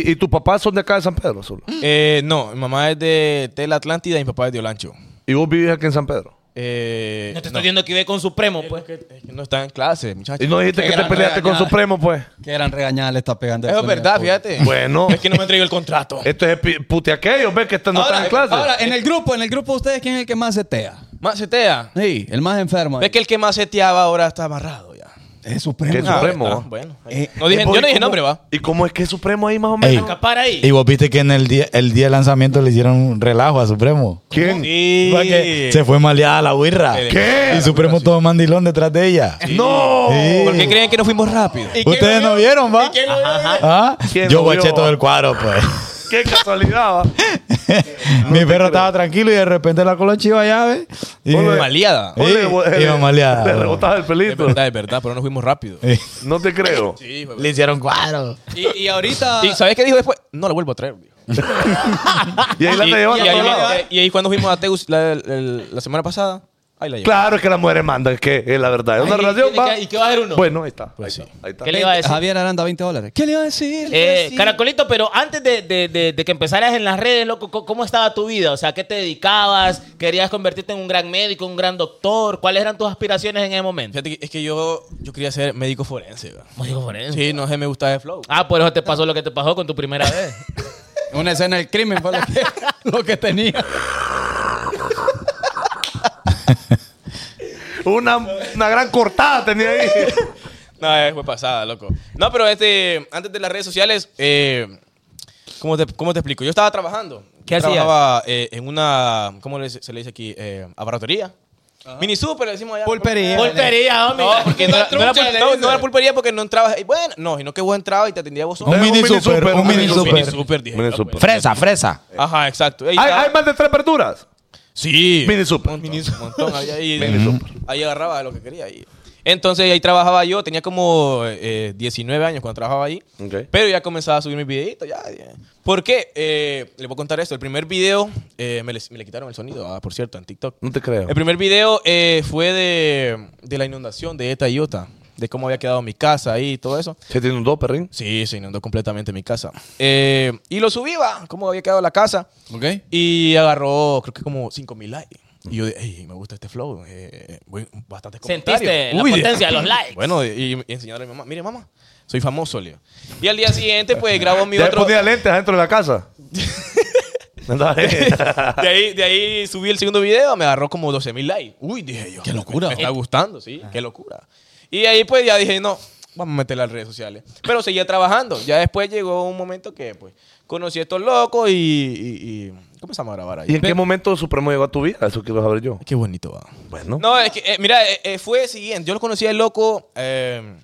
y, y tus papás son de acá de San Pedro solo. Eh, no, mi mamá es de Tela Atlántida y mi papá es de Olancho. Y vos vivís aquí en San Pedro. Eh, No te estoy viendo que ve con Supremo, pues. es que no está en clase, muchachos. Y no dijiste Qué que te gran peleaste con regañada. Supremo, pues. Qué gran regañada le está pegando. a Eso es Sonia, verdad, pobre. fíjate. Bueno. Es que no me entregó el contrato. Esto es pi- pute aquellos, ves que están, no están en clase. Ahora, en el grupo, en el grupo de ustedes, ¿quién es el que más setea? Macetea. Sí, el más enfermo. ahí. Ves que el que maceteaba ahora está amarrado ya. Es supremo. ¿Qué Supremo, Ah, ah. Bueno. Eh, No dije, ¿Y yo vos- no y dije cómo- nombre, va. ¿Y cómo es que es Supremo ahí más o Ey, menos? Escapar ahí. y vos viste que en el día, el día de lanzamiento le hicieron un relajo a Supremo. ¿Quién? Sí. Fue que se fue maleada la birra. ¿Qué? Y Supremo todo mandilón detrás de ella. ¡No! Sí. ¿Por qué creen que no fuimos rápido? Ustedes no vieron, va. ¿Ah? ¿Quién Yo lo guaché vio? todo el cuadro, pues. ¡Qué casualidad! va. Mi perro estaba tranquilo y de repente la coló chiva llave. Y, Ponle- Maleada. Sí, iba maleada, Le bro. rebotaba el Es pelito. verdad, es verdad, pero no fuimos rápido. No te creo. Sí, fue- le hicieron cuadro. Y, y ahorita. ¿Y sabes qué dijo después? No la vuelvo a traer. dijo. Y ahí la te llevan y a ahí- otro lado. y ahí cuando fuimos a Teus la, el- la semana pasada, ahí la llevé. Claro, es que las mujeres mandan, es que es la verdad. Es una Ay, relación, tiene va. que- ¿Y qué va a hacer uno? Bueno, ahí está. Pues ahí sí. está, ahí está. ¿Qué le iba a decir? Javier Aranda, 20 dólares. ¿Qué le iba a decir? Eh, Pues Sí. Caracolito, pero antes de, de- de- de que empezaras en las redes, loco, co- ¿cómo estaba tu vida? O sea, ¿qué te dedicabas? ¿Querías convertirte en un gran médico, un gran doctor? ¿Cuáles eran tus aspiraciones en ese momento? Fíjate que es que yo, yo quería ser médico forense. va. Médico forense. Sí, no sé, me gusta ese flow. Ah, por eso te pasó lo que te pasó con tu primera vez. Una escena del crimen fue lo que, lo que tenía. Una, una gran cortada tenía ahí. No, eh, fue pasada, loco. No, pero este, antes de las redes sociales, eh, ¿cómo, te, cómo te explico? Yo estaba trabajando. ¿Qué Yo hacías? Trabajaba eh, en una, ¿cómo le- se le dice aquí? Eh, abarrotería. Mini super, le decimos allá. Pulpería. Voltería, hombre. No, porque no era, no, Trucha, era, pul- le no, dicen. no era pulpería porque no entrabas. Y bueno, no, sino que vos entrabas y te atendía vos solo. Ah, Un mini, mini super, super, un mini super. Mini super, dije. Mini Ah, super. Fresa, fresa. pues. Ajá, exacto. Ahí ¿Hay, estaba. hay más de tres verduras? Sí. Mini super. Un montón, un montón, había ahí, ahí agarraba lo que quería. ahí. Entonces ahí trabajaba yo, tenía como eh, 19 años cuando trabajaba ahí. Ok. Pero ya comenzaba a subir mis videitos. Ya, ya. ¿Por qué? Eh, les voy a contar esto. El primer video, eh, me, les- me le quitaron el sonido, ah, por cierto, en TikTok. No te creo. El primer video eh, fue de, de la inundación de ETA y Utah, de cómo había quedado mi casa ahí y todo eso. ¿Se tiene un dos, perrín? Sí, se inundó completamente mi casa. Eh, y lo subí, va, cómo había quedado la casa. Ok. Y agarró, creo que como 5000 likes. Y yo dije, "Ey, me gusta este flow. eh, buen- bastante Sentiste la potencia de los likes. Bueno, y, y enseñarle a mi mamá, mire, mamá, soy famoso, le digo. Y al día siguiente, pues grabo mi Ya otro. ponía lentes adentro de la casa. Andaba ahí. De ahí, de ahí subí el segundo video, me agarró como 12 mil likes. Uy, dije yo. Qué locura. Me, me está gustando, sí, qué locura. Y ahí pues ya dije, no, vamos a meterla a las redes sociales. Pero seguía trabajando. Ya después llegó un momento que pues conocí a estos locos y, y- y comenzamos a grabar ahí. ¿Y en qué momento Supremo llegó a tu vida? Eso quiero saber yo. Qué bonito va. Bueno. No, es que, eh, mira, eh, eh, fue siguiente. Yo lo conocí al loco eh,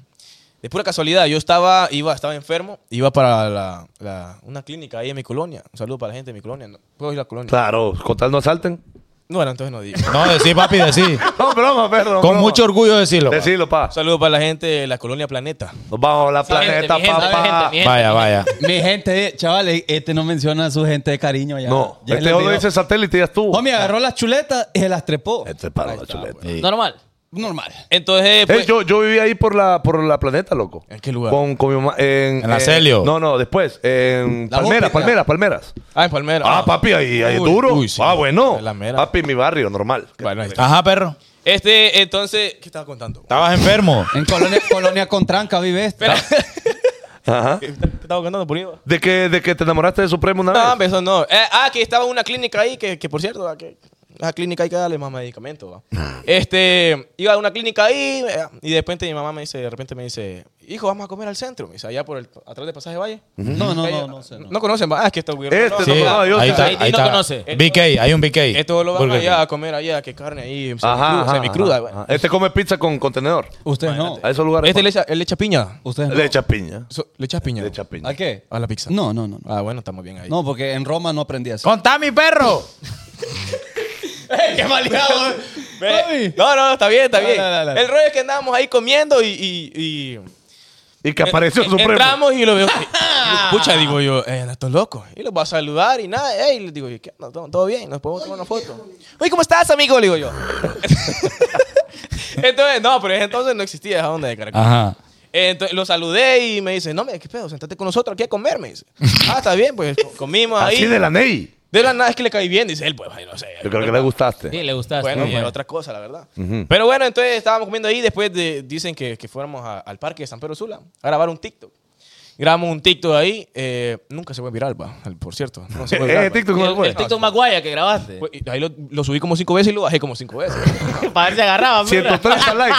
de pura casualidad. Yo estaba, iba, estaba enfermo, iba para la, la- una clínica ahí en mi colonia. Un saludo para la gente de mi colonia. No, ¿Puedo ir a la colonia? Claro, con tal no asalten. No, bueno, entonces no digo. No, decí, papi, decí. No, broma, perro. Con broma. mucho orgullo decirlo. pa. Decilo, pa. Un saludo para la gente de la colonia Planeta. Nos vamos a la Mi gente, planeta, mi gente, mi papá. gente, mi gente. Vaya, vaya. Mi gente, chavales, este no menciona a su gente de cariño ya. No, Ya este le otro olvidó. dice satélite y ya estuvo. Homie agarró las chuletas y se las trepó. Este es para la chuleta. Sí. Normal. Normal. Entonces, Eh, pues, yo, yo viví ahí por la, por la planeta, loco. ¿En qué lugar? Con, con mi mamá. En, En la eh, Celio. No, no, después. En La Palmeras, Bombita. Palmeras, Palmeras. Ah, en Palmera. Ah, papi, ahí, ahí Uy, duro. uy, sí. Ah, bueno. De la mera. Papi, mi barrio, normal. Bueno, ahí está. Ajá, perro. Este, entonces, ¿qué estaba contando? Estabas enfermo. En Colonia, Colonia Contranca vive este. Ajá. ¿Qué estaba contando por ahí? ¿De que, de que te enamoraste de Supremo una No, vez? hombre, eso no. Eh, ah, que estaba una clínica ahí, que, que por cierto, ah, que, la clínica hay que darle más medicamentos. Ah. ¿va? Este, iba a una clínica ahí eh, y de repente mi mamá me dice, de repente me dice, hijo, vamos a comer al centro. Me dice, allá por el, atrás de Pasaje Valle. No, no, Ella- no, no sé. no. conocen, va. Ah, es que esto Este Sí, no, no, yo ahí sé. está, Ahí ahí no está. conoce. BK, hay un BK. Esto lo van Burger allá King. a comer allá, que carne ahí, Ajá, ajá, semicruda. ajá, bueno. ajá. Este come pizza con contenedor. Ustedes no. A esos lugares. Este pa- le echa, él le echa piña. Ustedes no. le echa piña. So- ¿Le echas piña? Le echa piña. ¿A qué? A la pizza. No, no, no. No, Ah, bueno, estamos bien ahí. No, porque en Roma no aprendí así. ¡Contá mi perro! ¡Qué maleado! Mami. no, no, está bien, está No, bien. no, no, no. El rollo es que andábamos ahí comiendo y, y- y Y que apareció Eh, su Supremo. Entramos y lo veo. Pucha, digo yo, eh, anda todo loco. Y lo voy a saludar y nada. eh, y le digo, yo, ¿qué onda? ¿Todo, todo bien? ¿Nos podemos tomar una foto? Oye, ¿cómo estás, amigo? Le digo yo. entonces, no, pero entonces no existía esa onda de caracol. Ajá. Eh, Entonces, lo saludé y me dice, no, me, ¿qué pedo? Sentate con nosotros aquí a comer, me dice. Ah, está bien, pues co- comimos ahí. Así de la Ney. De la nada es que le caí bien, dice él, pues, ay, no sé. Yo creo que le gustaste. Sí, le gustaste. Bueno, Sí. era otra cosa, la verdad. Pero bueno, entonces estábamos comiendo ahí. Después de- dicen que, que fuéramos a- al parque de San Pedro Sula a grabar un TikTok. Grabamos un TikTok ahí. eh, nunca se fue viral, va, el- por cierto. No se fue Eh, viral, eh, va. TikTok, Y ¿cómo el, fue? el TikTok más guaya que grabaste. Pues, y ahí lo, lo subí como cinco veces y lo bajé como cinco veces. Para ver si agarraba. mira. 130 likes.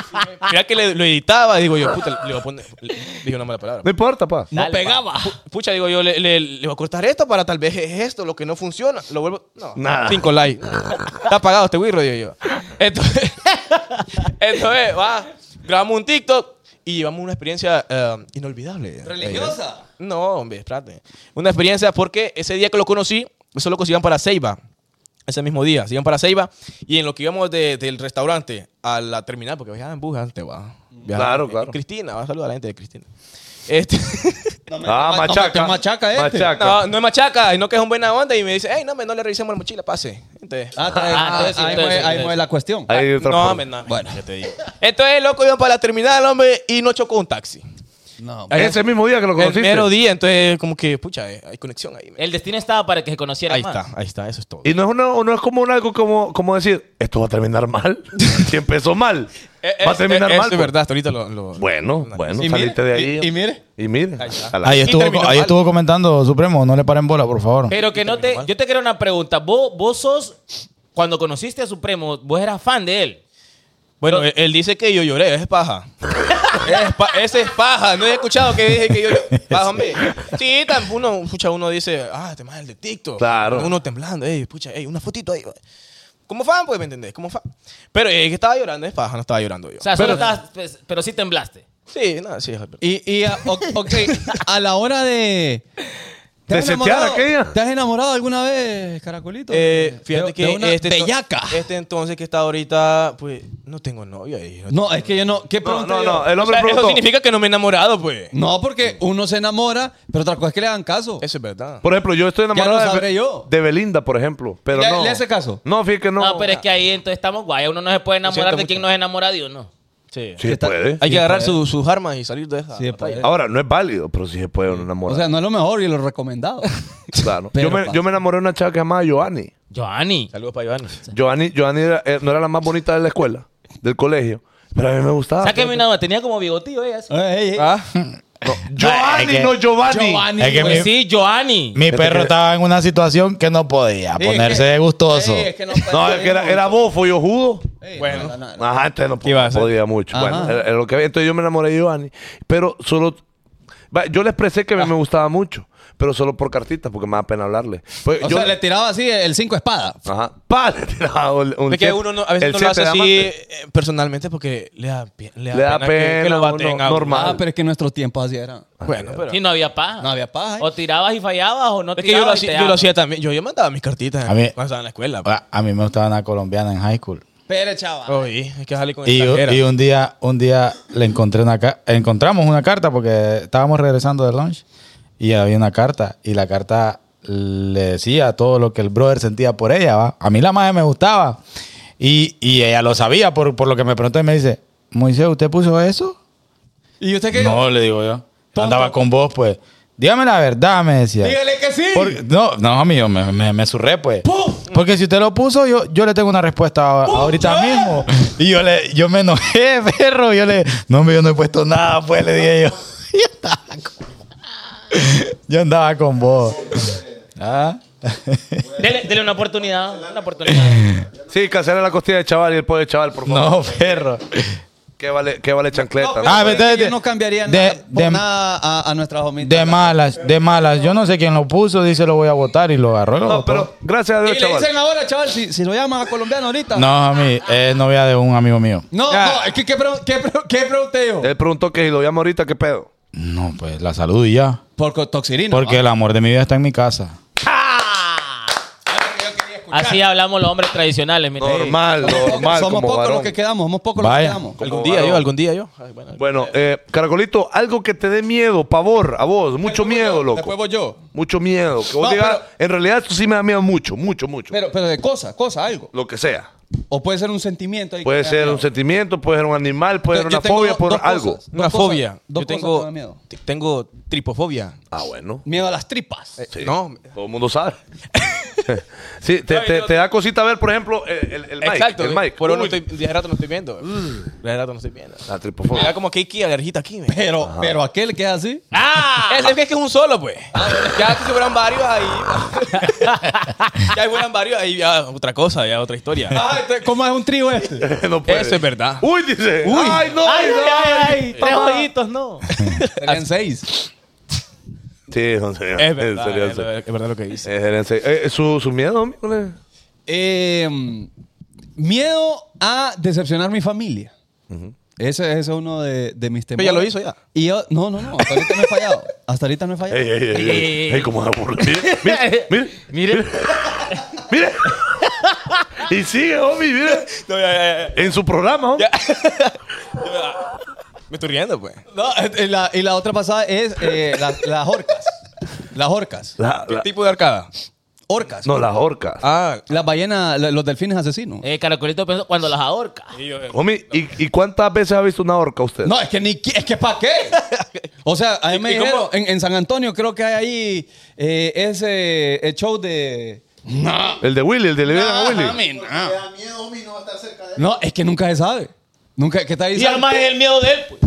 Mira que le- lo editaba, digo yo, puta, le voy a poner. le- dije una mala palabra. No importa, pa. no Dale, pegaba. Pu- Pucha, digo yo, le, le- le voy a cortar esto para tal vez es esto, lo que no funciona. Lo vuelvo. No, Nada. Cinco likes. Está apagado este wirro, digo yo. Entonces, entonces, va, grabamos un TikTok y llevamos una experiencia eh, inolvidable. Eh, ¿Religiosa? No, hombre, espérate. Una experiencia porque ese día que lo conocí, esos locos iban para Ceiba. Ese mismo día, se iban para Ceiba y en lo que íbamos de- del restaurante a la terminal, porque viajaban en bus antes, va. Viajaban Claro, en- claro. en Cristina, va a saludar a la gente de Cristina. Este. Ah, machaca. machaca este. Machaca. No, no es machaca, sino que es un buena onda y me dice, hey, no, me, no le revisemos la mochila, pase. Entonces, Ah, está bien. Ah, Entonces, sí, ahí entonces, fue- ahí fue entonces. la cuestión. Ahí otra no, forma. me, no, Bueno. ¿qué te digo? Entonces, loco, iba para la terminal, hombre, y no chocó un taxi. No, Ahí- Ese mismo día que lo El conociste. mero día, entonces, como que, pucha, eh, hay conexión ahí. me- El destino estaba para que se conocieran Ahí más. está, ahí está, eso es todo. Y no es, una- no es como un algo como, como decir, esto va a terminar mal. si empezó mal, Eh, eh, va a terminar eh, mal. eso es pues. verdad, hasta ahorita lo... lo- Bueno, bueno, Y saliste mire, de ahí. y- y mire. Y mire. A la- Ahí Y estuvo, terminó ahí mal. estuvo comentando Supremo, no le paren bola, por favor. Pero que no te. Yo te quiero una pregunta. Vos, vos sos. Cuando conociste a Supremo, vos eras fan de él. Bueno, e- él, él dice que yo lloré, es paja. es pa- ese es paja, no he escuchado que dije que yo lloré. Paja, hombre. Sí, tan, uno, pucha, uno dice, ah, este más es el de TikTok. Claro. Uno temblando, ey, pucha, ey, una fotito ahí. Como fan, pues, ¿me entendés? Como fan. Pero eh, que estaba llorando, es paja, no estaba llorando yo. O sea, solo estabas- pues, pero sí temblaste. sí, nada, sí. es verdad. Y, y a, o- ok, a la hora de. ¿Te ¿De has setear enamorado- aquella? ¿Te has enamorado alguna vez, Caracolito? Eh, fíjate De- que de una este, ento- bellaca. este entonces que está ahorita, pues, no tengo novio ahí. No, No, eh, es que yo no. ¿Qué No, pregunta no, yo? no. El hombre tengo- O sea, eso preguntó. significa que no me he enamorado, pues. No, porque uno se enamora, pero otra cosa es que le hagan caso. Eso es verdad. Por ejemplo, yo estoy Ya enamorado lo de, sabré Be- yo. de Belinda, por ejemplo. Pero ¿Le- no. le hace caso? No, fíjate que no. No, Ah, pero es que ahí entonces estamos guay. Uno no se puede enamorar siento de quien mucho. no es enamorado de uno. Sí. Sí se puede. Hay que agarrar su- sus armas y salir de esa. Sí, pues. Ahora, no es válido, pero sí se puede uno O enamorar. sea, no es lo mejor y lo recomendado. Claro. pero yo, me, pasa. yo me enamoré de una chava que se llamaba Joanny. Joanny. Saludos para Iván. Joanny, Joanny era- eh, no era la más bonita de la escuela, del colegio. Pero a mí me Ah, gustaba. Sáqueme una duda. Tenía como bigotillo ella. así. Ey, ey. Ah, Joanny, no Giovanni. Giovanni. Es que Pues mi- sí, Joanny. Mi perro estaba en una situación que no podía Sí, es ponerse que- de gustoso. Ey, es que no puede No, ser. es que era, Ah, era bofo y ojudo. Ey, Bueno. no, no, no. Ajá, entonces no iba a podía, hacer? podía mucho. Ajá. Bueno, era- era lo que había. entonces yo me enamoré de Giovanni. Pero solo. Va, Yo le expresé que me- Ah. me gustaba mucho, pero solo por cartitas, porque me da pena hablarle. Pues O yo- sea, le tiraba así el cinco espadas. Ajá. Pa, le tiraba un- un Es que siete- uno no- a veces el no lo hace siete de así amante. eh, personalmente porque le da, pe- le da Le da pena, que- que, pena lo a uno, baten a- Ah, normal. Ah, pero es que en nuestros tiempos así era. Bueno, pero... Sí, no había paja. No había paja. ¿eh? O tirabas y fallabas o no Es que yo lo, tirabas. y te hacía, yo lo daban. hacía también. Yo, yo mandaba mis cartitas A mí- cuando estaba en la escuela. pues. A, a mí me gustaba una colombiana en high school. Pero, chaval. Oye, hay que salir con Y, extranjera. y un día, un día le encontré una ca- encontramos una carta porque estábamos regresando del lunch y había una carta y la carta le decía todo lo que el brother sentía por ella, ¿va? A mí la madre me gustaba y, y ella lo sabía por, por lo que me preguntó y me dice, Moisés, ¿usted puso eso? ¿Y usted qué? No, le digo yo. Andaba con vos, pues. Dígame la verdad, me decía. Dígale que sí. Por- no, no, amigo, me, me, me zurré, pues. Porque si usted lo puso, yo, yo le tengo una respuesta a- ahorita ¡Eh! mismo. Y yo, le, yo me enojé, perro. Yo le, no, hombre, yo no he puesto nada, pues, le dije yo. Yo andaba con, yo andaba con vos. Ah. Dele, dele una oportunidad. Una oportunidad. Sí, cancela la costilla de chaval y el pollo de chaval, por favor. No, perro. ¿Qué vale, qué vale chancleta? Ah, Pero es vete, que yo de- no cambiaría de- nada, por de- nada a, a nuestras De homitas. malas, de malas. Yo no sé quién lo puso, dice lo voy a votar y lo agarró. y lo no, botó. pero gracias a Y Dios, le chaval. dicen ahora, chaval, si, si lo llaman a colombiano ahorita. No, a mí, es novia de un amigo mío. No, Ya. no, es que ¿qué, pre- qué pre- qué pregunté yo? Él preguntó que si lo llamo ahorita, ¿qué pedo? No, pues la salud y ya. Por co- toxirina. Porque el amor de mi vida está en mi casa. Ah, porque yo quería escuchar. Así hablamos los hombres tradicionales, mira. Normal, normal. somos como pocos varón. los que quedamos, somos pocos los que Vaya. quedamos. Como Algún día varón. yo, algún día yo. Ay, bueno. Bueno, eh, Caracolito, algo que te dé miedo, pavor, a vos. Mucho miedo, loco. Después voy yo. Mucho miedo. Que vos No, digas, pero- en realidad esto sí me da miedo mucho, mucho, mucho. Pero, pero de cosa, cosa, algo. lo que sea. O puede ser un sentimiento. ahí que Puede te da ser miedo. un sentimiento, puede ser un animal, puede Yo- ser yo una tengo fobia, dos- por dos algo. cosas. Una Dos cosas- fobia. dos Yo cosas que me tengo, dan miedo. t- tengo tripofobia. Ah, bueno. Miedo a las tripas. Sí. No. Todo el mundo sabe. sí, te, te- te da cosita ver, por ejemplo, el, el, el Mike. Exacto. El Mike. Por eso no Uy, Ah, estoy, de rato no estoy viendo. De rato no estoy viendo. La Me da tripofobia. como que hay alergita aquí, me. Pero, pero aquel que es así. Ah. Es, es que es un solo, pues. Ya que se fueran varios ahí. ya que fueran varios ahí, ya otra cosa, ya otra historia. Ah, ¿Cómo es un trío este? no puede. Eso es verdad. Uy, dice. Ay, no. ¡Ay, no. ay, ay! Tres hoyitos, no. Serían seis. Sí, no sé. Es En verdad. serio, en Es, serio. es verdad lo que dice. Es en serio. Eh, ¿su, su miedo, amigo? Eh, miedo a decepcionar mi familia. Ese, ese es uno de, de mis Pero temores. ya lo hizo ya. Y yo, no, no, no. Hasta ahorita no he fallado. Hasta ahorita no he fallado. Ey, ey, ey, ey, ey. Ey, cómo se burla. Mire, Eh, mire, mire, mire, mire. Y sigue, homie, mire. No, ya, ya, ya. En su programa, homie. Me estoy riendo, pues. No, y la, y la otra pasada es eh, las, las orcas. Las orcas. La- ¿Qué la- tipo de arcada? Orcas. no, las orcas. Ah, Las ballenas, la- los delfines asesinos. Eh, Caracolito pensó cuando las ahorca. Homie, ¿y, y cuántas veces ha visto una orca usted? No, es que ni qui- es que para qué. O sea, a mí me y cómo? dijeron, en, en San Antonio creo que hay ahí eh, ese el show de. No. El de Willy, el de Liberan a Willy. mami, Porque no. da miedo, homie, no va a estar cerca de él. No, es que nunca se sabe. Nunca, ¿qué tal Y además es el miedo de él, pues.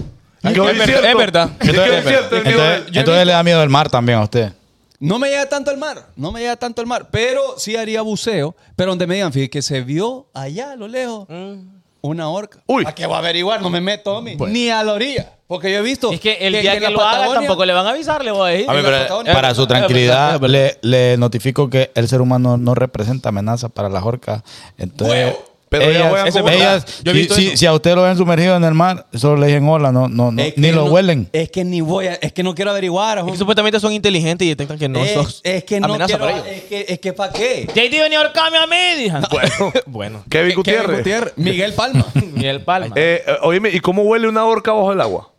Y que hoy es verdad, cierto. es verdad. Y que hoy Entonces, cierto, el miedo Entonces, de- entonces le da miedo el mar también a usted. No me llega tanto al mar, no me llega tanto al mar, pero sí haría buceo, pero donde me digan, fíjate que se vio allá a lo lejos Mm. una orca. Uy. ¿A qué voy a averiguar? No me meto, homie. Ni a la orilla, porque yo he visto Es que el que día en que la lo haga Patagonia- tampoco le van a avisar, le voy a decir. A ver, la pero, Oh, Patagonia. para su Es tranquilidad, verdad, le, le notifico que el ser humano no representa amenaza para las orcas. Entonces, Pero ellas juegan ellas, con orcas. ellas- Yo he si, visto si- eso. si a usted lo ven sumergido en el mar, solo le dicen hola, no, no, no, Es que ni lo no- huelen. Es que ni voy a, es que no quiero averiguar. Es que homie. supuestamente son inteligentes y detectan que Eh, no es, sos es que no amenaza quiero, para ellos. Es que, es que ¿para qué? JD venía a ahorcarme a mí, dije. Bueno, Bueno. Kevin Gutiérrez. Kevin Gutiérrez, Miguel Palma. Miguel Palma. Eh, eh, oíme, ¿y cómo huele una orca bajo el agua?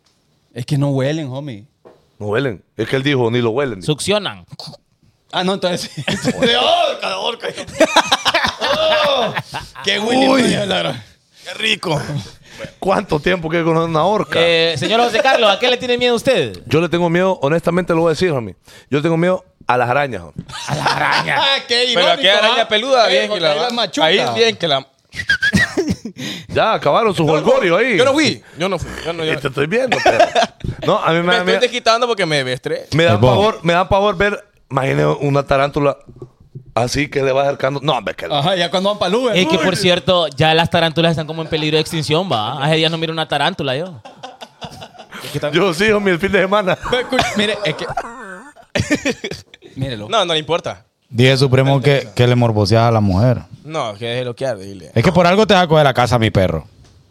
es que no huelen, homie. No huelen. Es que él dijo, ni lo huelen. eh. Succionan. Ah, no, entonces. de orca, de orca. Oh, ¡Qué Willy Mayer, la gran- ¿Cuánto tiempo que conoce una orca? Eh, señor José Carlos, ¿a qué le tiene miedo usted? Yo le tengo miedo, honestamente lo voy a decir, homie. Yo le tengo miedo a las arañas, homie. Ah, qué Pero aquí hay irónico, araña ¿ah? peluda, Sí, bien que porque la, ahí machuca. eh, Ahí bien que la. Ya acabaron su holgorio ahí. Yo no fui. Yo no fui. Yo no, yo Y no- te estoy viendo, pero. No, a mí me, Me da estoy miedo. desquitando porque me estrés. Me da El bobo. pavor, me da pavor ver, imagínate una tarántula así que le va acercando. No, hombre, que Ajá, ya cuando van para Uber. Es que, por cierto, ya las tarántulas están como en peligro de extinción, va. Hace días no miro una tarántula yo. yo sí, homie, el fin de semana. Pero escucha, Mire, es que. Mírelo. No, no le importa. Dije Supremo que, que le morboseas a la mujer. No, que deje bloquear, dile. Es que por algo te sacó de la casa mi perro.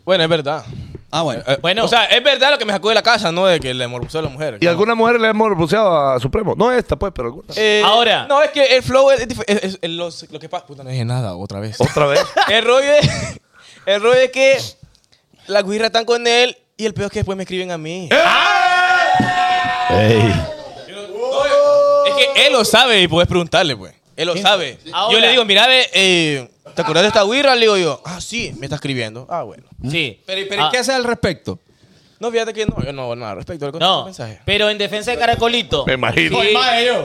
Bueno, es verdad. Ah, bueno. Eh, Bueno. O sea, es verdad lo que me sacó de la casa, no de que le morbusó a la mujer. Y alguna mujer le hemos buceado a Supremo. No esta, pues, pero alguna. Eh, Ahora. No, es que el flow es, dif- es- es- es los- lo que pasa. Puta, no dije nada otra vez. Otra vez. el rollo es. El rollo es que las guirras están con él y el peor es que después me escriben a mí. Ey. Es que él lo sabe y puedes preguntarle, pues. Él lo sabe. Ahora- yo le digo, mira, ve, eh, ¿te acordás de esta guirra? Le digo yo, ah, sí, me está escribiendo. Ah, bueno. Sí. Pero, pero Ah, ¿qué hace al respecto? No, fíjate que no, yo no, nada, al respecto al No, mensaje. pero en defensa de Caracolito, Me imagino. Sí.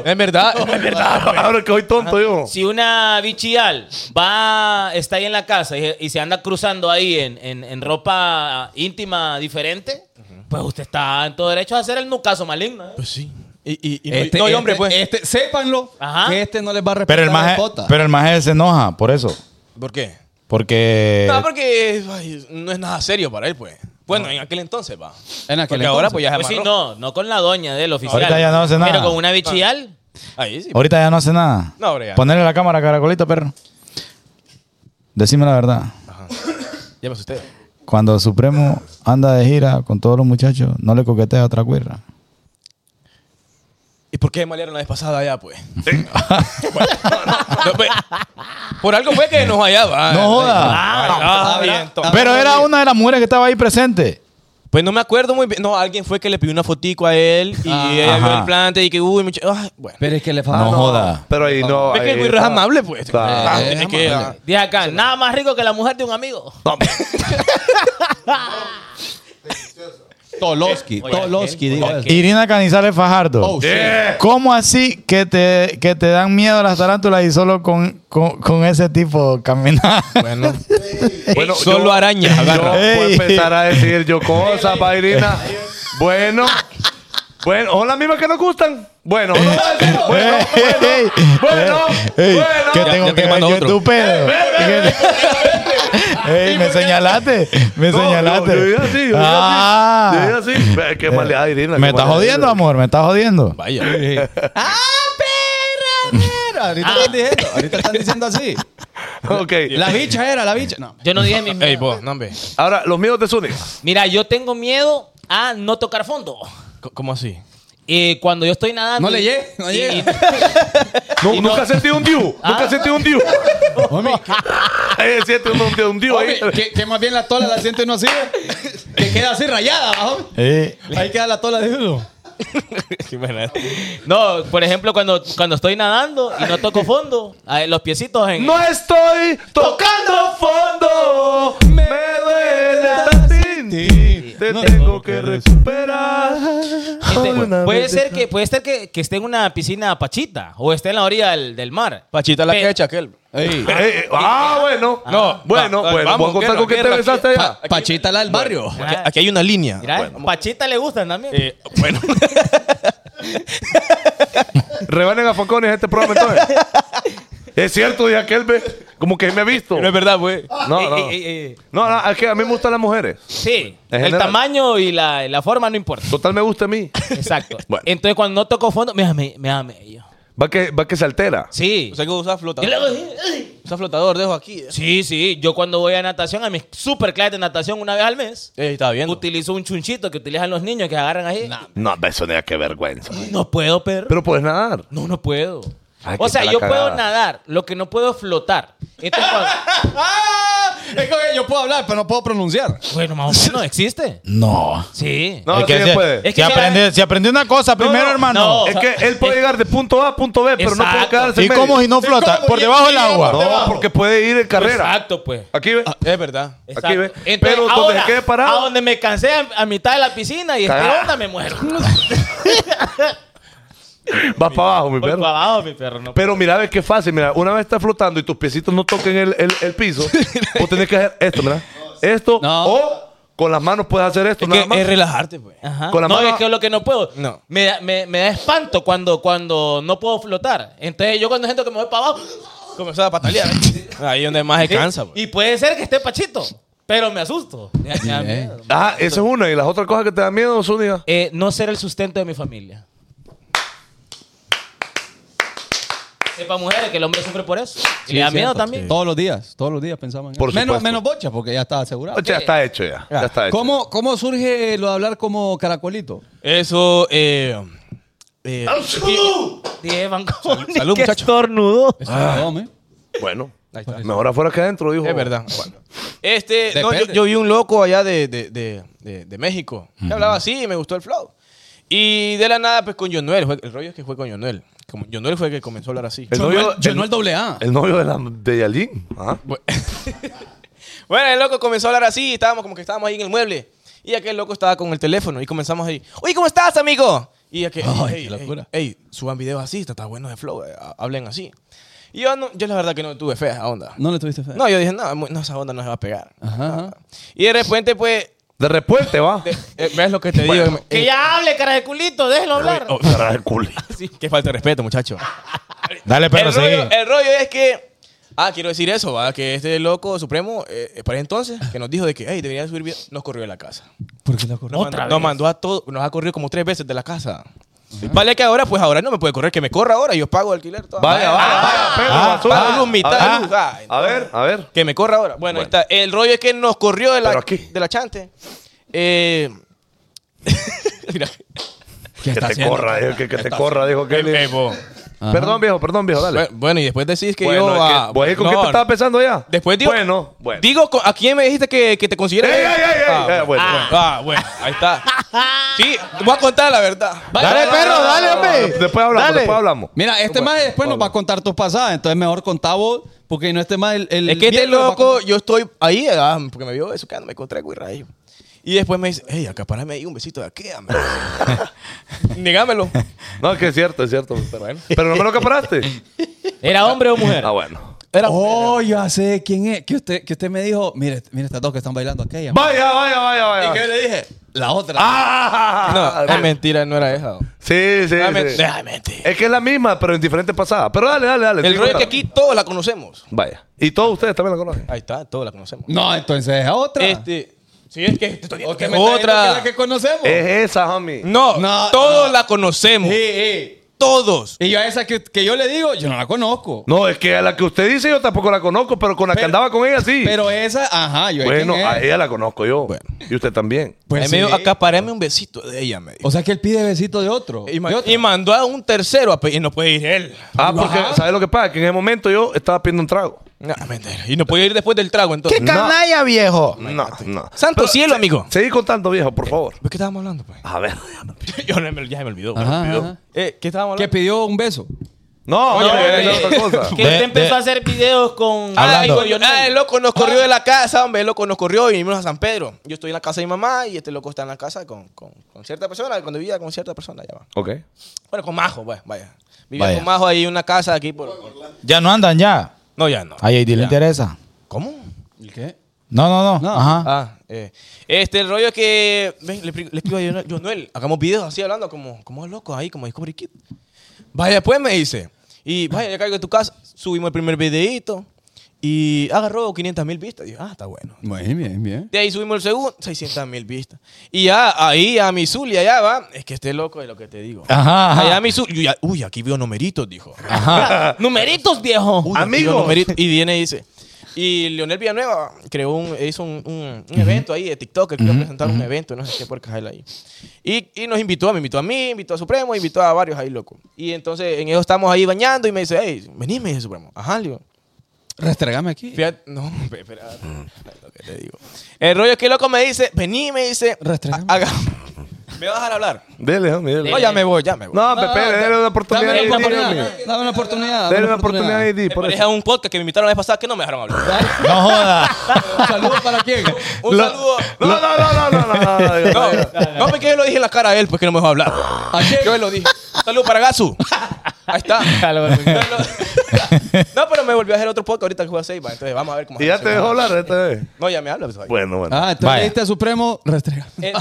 Es verdad. es verdad. Ahora que soy tonto yo. si una bichial va, está ahí en la casa y, y se anda cruzando ahí en, en- en ropa íntima diferente, pues usted está en todo derecho a hacer el nucaso maligno. ¿eh? Pues sí. Y, y, y no- Este- no, y hombre, este- pues. Este, sépanlo Ajá. que este no les va a respetar Pero el la maje, cuota. pero el maje se enoja por eso. ¿Por qué? Porque no, porque ay, no es nada serio para él, pues. Bueno, en aquel entonces, va. En aquel porque ahora entonces. pues ya se Pues sí, amarró. no, no con la doña del oficial. Ahorita ya no hace nada. Pero con una bichial. Ahí sí. ahorita ya no hace nada. No, hombre, ya. Ponerle la cámara, caracolito, perro. Decime la verdad. Ya me asusté. Cuando Supremo anda de gira con todos los muchachos, no le coquetea a otra cuirra. ¿Y ¿Y por qué me malearon la vez pasada allá, pues? Bueno, no, pues, por algo fue que nos hallaba. No joda. Ah, bien, entonces. Pero era una de las mujeres que estaba ahí presente. Pues no me acuerdo muy bien. No, alguien fue que le pidió una fotico a él y ella vio Ajá. el plante y que, uy, mucho- ay, bueno. Pero es que le Ah, falta. No joda. Pero ahí no. Es que el ahí güiro es está. amable, pues. Está. Ah, tiene que- ah. Dice acá, nada más rico que la mujer de un amigo. Toloski. Toloski, digo eso. Irina Canizales Fajardo. Oh, shit. Eh. ¿Cómo así que te, que te dan miedo las tarántulas y solo con, con, con ese tipo caminar? Bueno, Bueno, solo yo- arañas Yo agarra. Ey. puedo empezar a decir yo cosas, Pairina. Bueno. Bueno, son las mismas que nos gustan. Bueno, no voy a decir. Bueno, Eh, Ey, bueno, ey, bueno. eh, ¿Qué tengo ya que te ver mando yo en otro. tu Eh, pedo? Ey, me señalaste, me No, señalaste. Yo, yo digo así, yo digo Ah. así. Yo digo así. Ve, Qué maleada, Irina. qué Me estás maleada, jodiendo, Irina. amor, me estás jodiendo. Vaya. Pero Ah, ahorita están diciendo, ahorita están diciendo así. Ok. La bicha era, la bicha. No. Yo no dije mis Ey, miedos. vos, no, hombre. Ahora, los miedos de Zuni. Mira, yo tengo miedo a no tocar fondo. Co- ¿Cómo así? Eh, cuando yo estoy nadando. No le y- llegue, no y- llegue. y- Nu- Y no- Nunca sentí un diu. Nunca sentí un diu. Eh, siente un, un, un diu ahí. Hombre, que, que más bien la tola la siente uno así, ¿eh? que queda así rayada, ¿va, Eh, hombre? Ahí queda la tola de uno. No, por ejemplo, cuando, cuando estoy nadando y no toco fondo, a ver, los piecitos en. No estoy tocando fondo. Me duele estar sin ti. Te tengo que recuperar. Este, Una puede vez ser que puede ser que, que esté en una piscina pachita o esté en la orilla del, del mar. Ah, Pachita la Pe- quecha, aquel. Ey, Eh, eh, ah, bueno. No, bueno, va- bueno. Vamos vamos, a contar guerra, con qué te guerra, besaste allá. pa- Pachita la del barrio. Aquí, Ah. aquí hay una línea. Mira, Bueno. pachita le gustan también. Eh, bueno. Rebanen a Facones este programa entonces. es cierto, dije aquel ve. Como que me he visto. no es verdad, pues. No, no. Eh, eh, eh, eh. No, no, es que a mí me gustan las mujeres. Sí, En el general. tamaño y la, la forma no importa. Total me gusta a mí. Exacto. Bueno. Entonces cuando no toco fondo, me da me, me da medio. Va que, va que se altera. Sí. O sea que usas Y flotador. luego, ¡ay! Usas flotador, dejo aquí. eh. sí, sí. Yo cuando voy a natación, a mis super clases de natación una vez al mes, Ey, estaba viendo. utilizo un chunchito que utilizan los niños que agarran ahí. No, besonea, qué vergüenza. No puedo, perro. Pero puedes nadar. No, no puedo. Ay, o qué sea, mala yo cagada. puedo nadar, lo que no puedo es flotar. Entonces, cuando- ¡Ah! Es que yo puedo hablar, pero no puedo pronunciar. bueno, más o menos existe. no. Sí. No, Es que sí se- puede. Es Si que mira- aprende, si aprende una cosa primero, no, hermano. no. Es que él puede llegar de punto A a punto B, pero no puede Exacto. quedarse ¿Y en cómo si medio. no flota? cómo? Por Y- debajo y- del agua. no. No, porque puede ir en carrera. Exacto, pues. Aquí ve. Es verdad. Exacto. Aquí ve. Entonces, Pero donde ahora, se quede parado- A donde me cansé a, a mitad de la piscina y Cagá. este onda me muero. Vas para abajo, mi Por perro. abajo, mi perro. No. Pero mira, ves qué fácil. Mira, una vez estás flotando y tus piecitos no toquen el, el- el piso, vos tenés que hacer esto, mira. Esto. No. O con las manos puedes hacer esto, Es nada que más. es relajarte, pues. Ajá. Con la no, mano- es que es lo que no puedo. No. Me, da- me, me da espanto cuando, cuando no puedo flotar. Entonces yo cuando siento que me voy para abajo, Comenzó a patalear. Ahí donde más se cansa, pues. y puede ser que esté pachito, pero me asusto. Me da- me da miedo. Ah, esa es una. Y las otras cosas que te dan miedo, Zúñiga. Eh, no ser el sustento de mi familia. Sepa mujeres que el hombre sufre por eso. Y le da miedo también. Todos los días, todos los días pensaban. en eso. Por menos, supuesto. menos bocha, porque ya está asegurado. Ya está hecho ya. Ya está hecho. ¿Cómo, ¿Cómo surge lo de hablar como caracolito? Eso, eh. eh, Diez van con- salud, que muchacho. estornudó. Ah. No, me. Bueno. Mejor afuera que adentro, dijo. es verdad. Bueno. Este, no, yo, Depende. yo vi un loco allá de, de, de, de, de México que hablaba así y me gustó el flow. Y de la nada, pues con Yonuel. fue- el rollo es que fue con Yonuel. Como, Yonuel fue el que comenzó a hablar así. El Yo, novio, no, yo el, no el doble A. el novio de, la, de Yalín. Ah. Bu- bueno, el loco comenzó a hablar así, y estábamos como que estábamos ahí en el mueble. Y aquel loco estaba con el teléfono y comenzamos ahí. Oye, ¿cómo estás, amigo? Y aquel, Ay, ey, qué ey, locura. ey, suban videos así, está, está bueno de flow, eh, ha- hablen así. Y yo, no- yo la verdad que no tuve fe a esa onda. No Ah. le tuviste fe. No, yo dije, no, mu- no, esa onda no se va a pegar. Ajá, ajá. Y de repente, pues, De repente va. de- eh, ¿ves lo que te digo? Que Eh, ya hable, cara de culito, déjelo hablar. oh, Cara de culo. sí, qué falta de respeto, muchacho. Dale, perro, el, rollo, seguí. el rollo es que. Ah, quiero decir eso, ¿va? Que este loco supremo, eh, eh, para entonces, que nos dijo de que, hey, deberían subir video", nos corrió de la casa. ¿Por qué la corrió? Nos, mandó, nos mandó a todo, nos ha corrido como tres veces de la casa. Vale que ahora, pues ahora no me puede correr, que me corra ahora, yo pago alquiler. Todo. Vaya, vaya, vaya. Pedro, ah, basura. ah, luz, mitad de Ah, luz, ah, A ver, a ver. Que me corra ahora. Bueno, ahí está. El rollo es que nos corrió de la, Pero aquí. de la chante. Eh, mira, ¿Qué que está te haciendo? corra, Eh, dijo que, que te corra, dijo Kelly. Perdón, viejo, perdón, viejo, dale. Bueno, bueno, y después decís que Bueno, yo. es que- ah, bueno, ¿con qué no, te estaba pensando ya? Después digo. Bueno, bueno. Digo, co- ¿a quién me dijiste que, que te consiguiera? ¡Ey, ey, ey, ey! Eh, bueno, bueno. Ah, bueno, ahí está. Sí, te voy a contar la verdad. Dale, perro, dale, hombre. Después hablamos, Dale. después hablamos. Mira, este más después nos va a contar tus pasadas, entonces mejor contá vos, porque no este más el, el Es que este miércoles va a loco, contar- yo estoy ahí, ah, porque me vio eso, que me encontré con rayo. Y después me dice, hey, acaparame ahí un besito de aquí, dame". Negámelo. No, es que es cierto, es cierto. Pero, bueno. pero no me lo caparaste. ¿Era hombre o mujer? Ah, bueno. Era Oh, ya sé quién es. Que usted, que usted me dijo, mire, mire estas dos que están bailando aquella. Vaya, vaya, vaya, vaya. le dije? La otra. ¡Ah! No, es mentira, no era esa. Sí, sí, Era sí. mentira. Era mentira. Es que es la misma, pero en diferentes pasadas. Pero dale, dale, dale. El sí, rollo es que contame. aquí todos la conocemos. Vaya. Y todos ustedes también la conocen. Ahí está, todos la conocemos. No, entonces es otra. Este, sí, es que te estoy diciendo ¿O que que me está diciendo que otra. es la que conocemos. Es esa, homie. No, No, todos la conocemos. Sí, sí. Todos. Y yo a esa que, que yo le digo, yo no la conozco. No, es que a la que usted dice yo tampoco la conozco, pero con la que andaba con ella sí. Pero esa, ajá, yo bueno, ¿quién es? a ella la conozco yo. Bueno. Y usted también. Pues Ahí me dijo, sí. acaparame un besito de ella, me dijo. O sea que él pide besito de otro. y, ma- de otro. y mandó a un tercero a pe- y no puede ir él. Ah, porque ¿sabes lo que pasa? Que en ese momento yo estaba pidiendo un trago. No, mentira. Y no puede ir después del trago, entonces. ¡Qué canalla, viejo! No, no. Santo cielo, amigo. Seguí contando, viejo, por favor. ¿De qué estábamos hablando, pues? A ver. Yo no me- ya se me olvidó. Ajá, me olvidó. ajá. Eh, ¿Qué estábamos Que hablando? pidió un beso. No, Oye, hombre, oye, es otra cosa. Que De- usted empezó de- a hacer videos con... Ah, Hablando. el- ah, el loco nos corrió de la casa, hombre. El loco nos corrió y vinimos a San Pedro. Yo estoy en la casa de mi mamá y este loco está en la casa con, con, con cierta persona. Cuando vivía con cierta persona, ya va. ok. Bueno, con Majo, pues, vaya. Vivía Vaya. con Majo ahí en una casa aquí por... Ya no andan ya. No, ya no. A JD le Ya. interesa. ¿Cómo? ¿El qué? No, no, no. No. Ajá. Ah, eh, este, el rollo es que... Ven, le, explico- le explico a Jonuel- Jonuel. Hagamos videos así hablando como, como loco ahí, como Discovery Kid. Vaya, después me dice. Y vaya, ya caigo en tu casa. Subimos el primer videíto. Y agarró 500 mil vistas. Dije, ah, está bueno. Muy bien, bien. De ahí subimos el segundo, 600 mil vistas. Y ya, ahí a Missouri, allá va. Es que este loco de lo que te digo. Ajá, ajá. Allá a Missouri. Uy, ya- Uy, aquí veo numeritos, dijo. ¡Numeritos, viejo! Uy, aquí Amigos. veo numeritos. Y viene y dice. Y Leonel Villanueva creó un, hizo un, un- un evento ahí de TikTok, que quería presentar un evento, no sé qué por cajarla ahí. Y, y nos invitó, me invitó a mí, invitó a Supremo, invitó a varios ahí, loco. Y entonces en ellos estamos ahí bañando y me dice, hey, vení, me dice Supremo. Ajá, le digo. Restregame aquí. Fíjate, no, pe- espera, lo que te digo. El rollo es que el loco me dice, vení, me dice, Restregame. "ha- haga- ¿Me vas a dejar hablar? Dele, homie, dele. No, ya me voy, ya me voy. No, Pepe, no, dele una oportunidad. Dame ahí, una homie. oportunidad. Dame una oportunidad. Dele una oportunidad ahí, di, Eh, por pero es eso. a un podcast que me invitaron la vez pasada que no me dejaron hablar. No joda. Saludos para quién. Un Lo- saludo. No, no, no, no, no, no, no, no. No, no, porque yo lo dije en la cara a él, pues que no me dejó hablar. Yo lo dije. Un saludo para Gasu. Ahí está. No, pero me volvió a hacer otro podcast ahorita que juega Seiba. Entonces vamos a ver cómo Y ya te dejó hablar esta vez. No, ya me habla. pues, ahí. Bueno, bueno. Ah, entonces Vaya. le diste a Supremo. Restregame. Eh,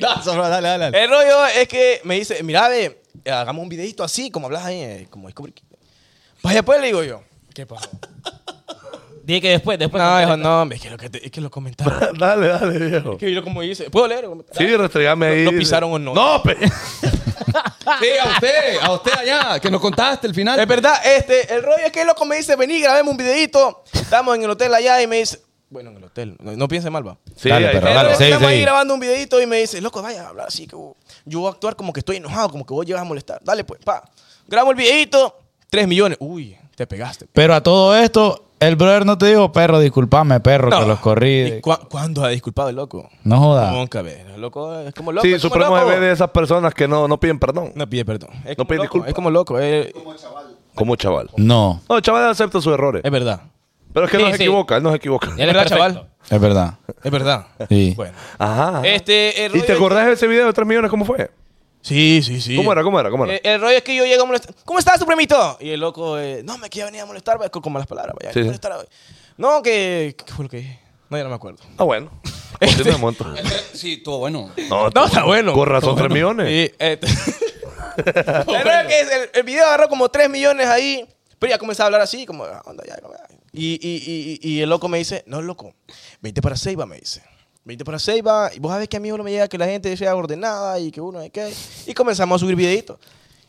No, solo dale, dale, dale. El rollo es que me dice, mira, ve, eh, hagamos un videito así, como hablas ahí, eh, como Discovery Kid". Vaya, pues le digo yo. ¿Qué pasó? Dije que después, Pues, después. No, dijo, no, hombre, es que lo, que te- es que lo comentaron. Dale, dale, viejo. Es que yo como hice, ¿puedo leer? Sí, restregame ahí. ¿Lo- lo pisaron o no? No, pe. Sí, a usted, a usted allá, que nos contaste el final. Es verdad, este, el rollo es que el loco me dice, vení, grabemos un videito. Estamos en el hotel allá y me dice, bueno, en el hotel, no, no piense mal, va. Sí, Dale, ahí perro, está. dale. Entonces, sí, estamos ahí sí. grabando un videito y me dice, loco, vaya, habla así que vos- yo voy a actuar como que estoy enojado, como que vos llegas a molestar. Dale, pues, pa. Grabo el videito, 3 millones. Uy, te pegaste. Pero a todo esto, el brother no te dijo, perro, disculpame, perro, que los ¿Y corrí. cua- ¿Cuándo ha disculpado el loco? No joda. Nunca ve. El loco es como loco. Sí, es como Supremo se loco. ve de esas personas que no, no piden perdón. No pide perdón. Es No como pide loco, disculpa. Es como loco. Es, Como chaval. No, No, el chaval acepta sus errores. es verdad. Pero es que no Sí, se sí. equivoca, él no se equivoca. Él es es verdad, perfecto. chaval. es verdad. Es verdad. Sí. Bueno. Ajá. ajá. Este, el ¿Y rollo te es- acordás de ese video de 3 millones? ¿Cómo fue? Sí, sí, sí. ¿Cómo era? ¿Cómo era? ¿Cómo era? Eh, el rollo es que yo llego a molestar. ¿Cómo estás, Supremito? Y el loco, eh, no, me quería venir a molestar, co- con malas palabras. Vaya, Sí, sí. molestar a- No, que. ¿Qué fue lo que dije? No, ya no me acuerdo. Ah, bueno. Continuemos entonces. Sí, todo bueno. No, este, No, está bueno. Con razón, 3 millones. Y, eh, el, rollo es que el, el video agarró como 3 millones ahí. Pero ya comencé a hablar así, como. "Ah, onda, ya, como, ah". y, y, y, y el loco me dice, no, loco, vente para Ceiba, me dice. Vente para Ceiba. Y vos sabés que a mí no me llega que la gente sea ordenada y que uno hay que. Y comenzamos a subir videitos.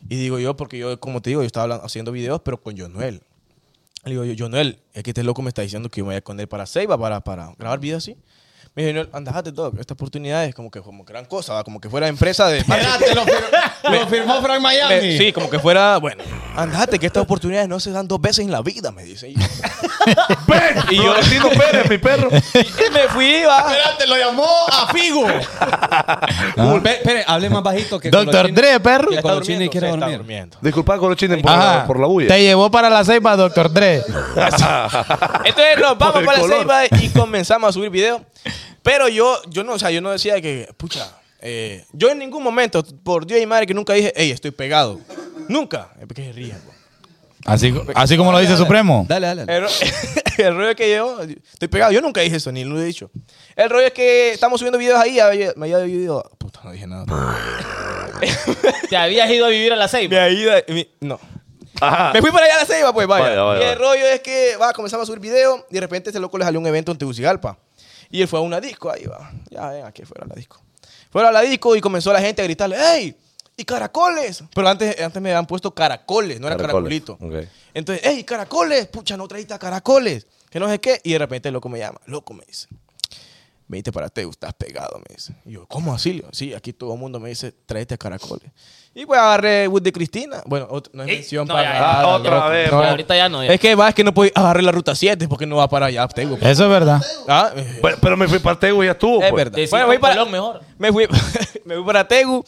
Y digo yo, porque yo, como te digo, yo estaba hablando- haciendo videos, pero con Jonuel. Le digo yo, Jonuel, es que este loco me está diciendo que yo me voy a esconder para Ceiba para, para grabar videos así. Me dijo, Junior, andajate, Doc, esta oportunidad es como que, como gran cosa, ¿va? como que fuera empresa de... lo, firmó Frank Miami. Me- sí, como que fuera, bueno, andate, que estas oportunidades no se dan dos veces en la vida, me dice. Y yo- ¡Ven! Y yo, Tino Pérez, mi perro. y me fui, va. Espérate, lo llamó a Figo. Espere, hable más bajito que Doctor Colochini- Dre, perro. que Colochini durmiendo, quiere sí, está dormir. durmiendo. Disculpa, Colochini, por, Ajá. la- por la bulla. Te llevó para la ceiba, Doctor Dre. Entonces nos Por vamos el para la color. ceiba y comenzamos a subir video. Pero yo, yo no, o sea, yo no decía que, pucha, eh, yo en ningún momento, por Dios y madre, que nunca dije, hey, estoy pegado. Nunca. Es porque se ríen, po. Así, así como lo dice Supremo. Dale, dale. Eh. dale. El, ro- el rollo es que yo estoy pegado. Yo nunca dije eso, ni lo he dicho. El rollo es que estamos subiendo videos ahí. había- Me había ido. Puta, no dije nada. Te habías ido a vivir a la me Ceiba. había ido. mi- no. Ajá. Me fui para allá a la ceiba, pues vaya. Vaya, vaya, y el vaya. rollo es que va, comenzamos a subir video y de repente ese loco le salió un evento en Tegucigalpa. Y él fue a una disco ahí, va. Ya ven, aquí fuera la disco. Fueron a la disco y comenzó la gente a gritarle, ¡Ey! ¡Y caracoles! Pero antes, antes me habían puesto caracoles, no era Caracoles, caracolito. ok. Entonces, ¡Ey, caracoles! Pucha, no traíste a caracoles. Que no sé qué. Y de repente el loco me llama. Loco, me dice. Vente para Tegu, estás pegado, me dice. Y yo, ¿cómo así? Leo? Sí, aquí todo el mundo me dice, tráete a caracoles. Y pues agarré Wood de Cristina. Bueno, ot- no es Ey, mención no, para ya, ya, ya, otra vez, Ya, ahorita ya no. ya. es que va, es que no puedo agarrar la ruta 7 porque no va para allá. Tengo. Eso es verdad. Ah, eh, Pero, pero me fui para Tegu y ya estuvo. es pues. verdad. Decí Bueno, con voy para, Colón mejor. Ah, Me fui, me fui para Tegu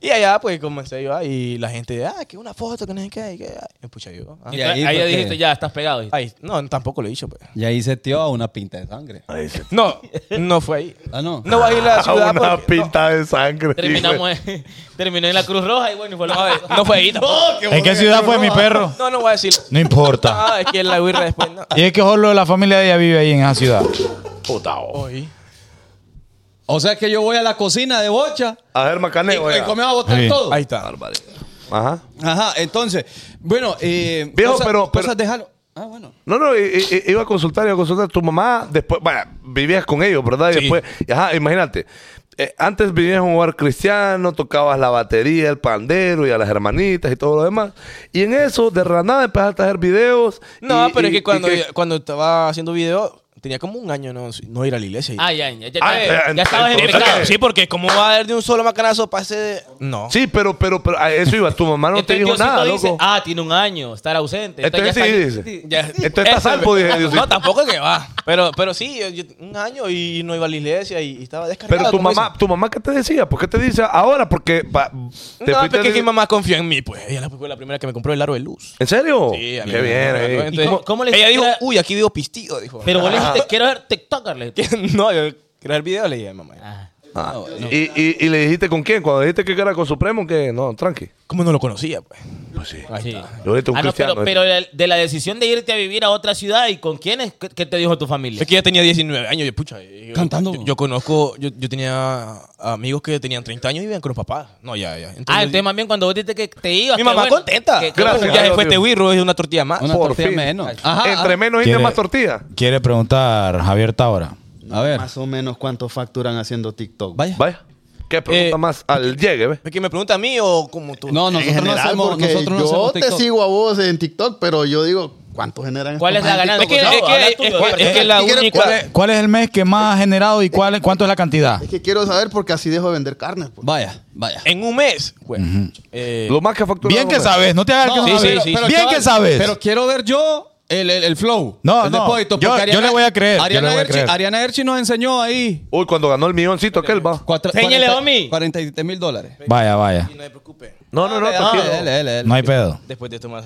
y allá pues comencé yo ah, y la gente, ah, que una foto, que no sé qué, y que, ah, y pucha yo. ah. Y Y ahí, ahí, ya ¿por qué? dijiste, ya estás pegado. dijiste. Ay, no, tampoco lo he dicho pues. Y ahí se te va una pinta de sangre. Ahí se- No, no fue ahí. Ah, no. No va a ir a la ciudad una porque- no. pinta de sangre. Terminamos en, terminó en la Cruz Roja y bueno, y fue lo No, eh, no fue ahí tampoco. ¿En qué ciudad fue mi perro? No, no voy a decir. No importa. Ah, es que la guirra después no. Y es que solo la familia de ella vive ahí en esa ciudad. oh. Oí. O sea que yo voy a la cocina de bocha A ver, y, Macaneo. y oiga. comemos a botar Sí. todo. Ahí está. Ajá. Ajá, entonces, bueno, eh, Viejo, cosas- pero- pero- cosas de Halo- Ah, bueno. No, no, i- i- iba a consultar, iba a consultar. Tu mamá, después, vaya, vivías con ellos, ¿verdad? Y después, ajá, imagínate. eh, antes vivías en un hogar cristiano, tocabas la batería, el pandero y a las hermanitas y todo lo demás. Y en eso, de la nada, empezaste a hacer videos. No, y- pero y- es y que cuando, cuando estaba haciendo video, tenía como un año no, no ir a la iglesia. Ah, ya, ya, ya, Ah, ya- eh, ya ent- estabas en entonces- pecado. Sí, porque ¿cómo va a haber de un solo macanazo pase de... No. Sí, pero, pero, pero, a eso iba. Tu mamá no te Entonces dijo Diosito nada, dice, loco. ah, tiene un año, estar ausente. Entonces ya sí, está- dice. Ya- Entonces está Eso, salvo, dije Diosito. No, tampoco es que va. Pero, pero sí, yo- yo- un año y no iba a la iglesia y, y estaba descargado. Pero tu como mamá, dicen. tu mamá, ¿qué te decía? ¿Por qué te dice ahora? Porque pa- te No, fuiste pero es que de- mi mamá confió en mí, pues. Ella fue la primera que me compró el aro de luz. ¿En serio? a mí Oh, Qué me- bien, eh. ahí. Entonces, ¿Y cómo- cómo le- ella dijo, era- uy, aquí vivo pistido, dijo. Pero vos le dijiste, quiero ver TikTok, Arle. no, yo creé el video, le dije a mi mamá. Ah. Ah, y, y- y le dijiste con quién? Cuando dijiste que era con Supremo, que no, tranqui. ¿Cómo no lo conocía, pues? Pues sí. Sí. Yo ahorita un Ah, no, cristiano. eh. pero, pero de de la decisión de irte a vivir a otra ciudad y con quiénes, ¿qué, qué te dijo tu familia? Es que ya tenía 19 años, yo, pucha. eh, yo- Cantando. Yo, yo conozco, yo, yo tenía amigos que tenían 30 años y vivían con los papás. No, ya, ya. Entonces, ah, entonces más bien cuando vos dijiste que te ibas. Mi qué mamá bueno. contenta. Que- que- Gracias. Ya se fue Dios. este birro, es una tortilla más. Una Por tortilla fin. menos. Ajá, Entre ah, menos indios, ¿Quiere- más tortilla. Quiere preguntar Javier Taura. A ver, Más o menos cuánto facturan haciendo TikTok. vaya. Vaya. ¿Qué pregunta Eh, más al llegue, ve? Es que me pregunta a mí o como tú. No, En nosotros no general, hacemos, porque nosotros no yo hacemos te TikTok. sigo a vos en TikTok, pero yo digo, ¿cuánto generan? ¿Cuál es estos la más en ganancia? Es que, TikTok? es que- Habla es tú, que- Gabriel. es que la ¿Qué quieres- única. ¿Cuál es, Eh, cuál es el mes que más ha generado y cuál, cuánto es la cantidad? Es que quiero saber porque así dejo de vender carne. pues. Vaya, vaya. En un mes. güey, eh, Lo más que facturado. Bien que hombre. sabes, no te hagas que no sí, sabes. sí, sí, sí. Bien chaval, que sabes. Pero quiero ver yo el, el, el flow. No, el no, depósito, yo- porque yo le voy a creer, yo Ariana le voy a Erchi- creer. Ariana Erchi nos enseñó ahí. Uy, cuando ganó el milloncito aquel, va. Cuatro, Señale, homie. 43 mil dólares. Vaya, vaya. No te preocupes. No, no, no, Ah, tranquilo. dale, dale, dale. No hay pedo. Después de esto más.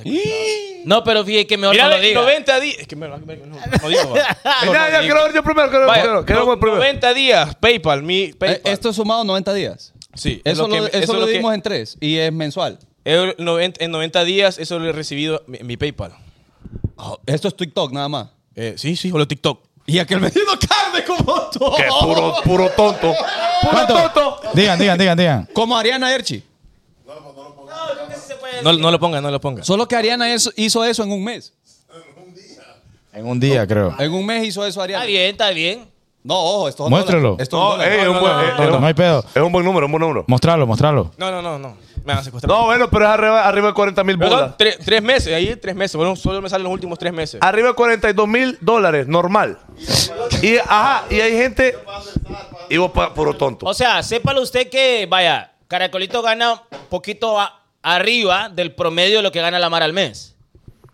No, pero fíjate que mejor Mira, no lo diga. 90 días. Es que me lo me- no, no digo, va. Eh, Ya, ya, quiero ver yo primero, quiero ver Vaya, primero. no- Quiero ver primero. 90 días. PayPal, mi Eh, PayPal. esto es sumado 90 días. sí, es Eso, lo, que- eso es lo que- dimos en tres y es mensual. el 90 en 90 días, eso lo he recibido en mi PayPal. Oh, Esto es TikTok nada más. Eh, sí, sí, o lo TikTok. Y aquel vendiendo carne como tú. Que puro, puro tonto. Puro ¿Cuánto? tonto. Digan, digan, digan, digan. Como Ariana Erchi. No, no lo ponga, no lo ponga. Solo que Ariana es- hizo eso en un mes. En un día, creo. En un mes hizo eso Ariana. Está bien, está bien. No, ojo, esto es Muéstralo. dólar. Esto es No, dólar. ey, es un buen- eh, No, no, no hay eh, pedo. Es un buen número, un buen número. Mostralo, mostralo. No, no, no, no. Me van a secuestrar. No, bueno, pero es arriba, arriba de 40 mil Perdón, bolas. Ah. tre- tres meses, ahí tres meses. Bueno, solo me salen los últimos tres meses. Arriba de 42 mil dólares, normal. Y, ajá, y hay gente. Y vos pa- puro tonto. O sea, sépalo usted que, vaya, Caracolito gana poquito a- arriba del promedio de lo que gana la Mara al mes.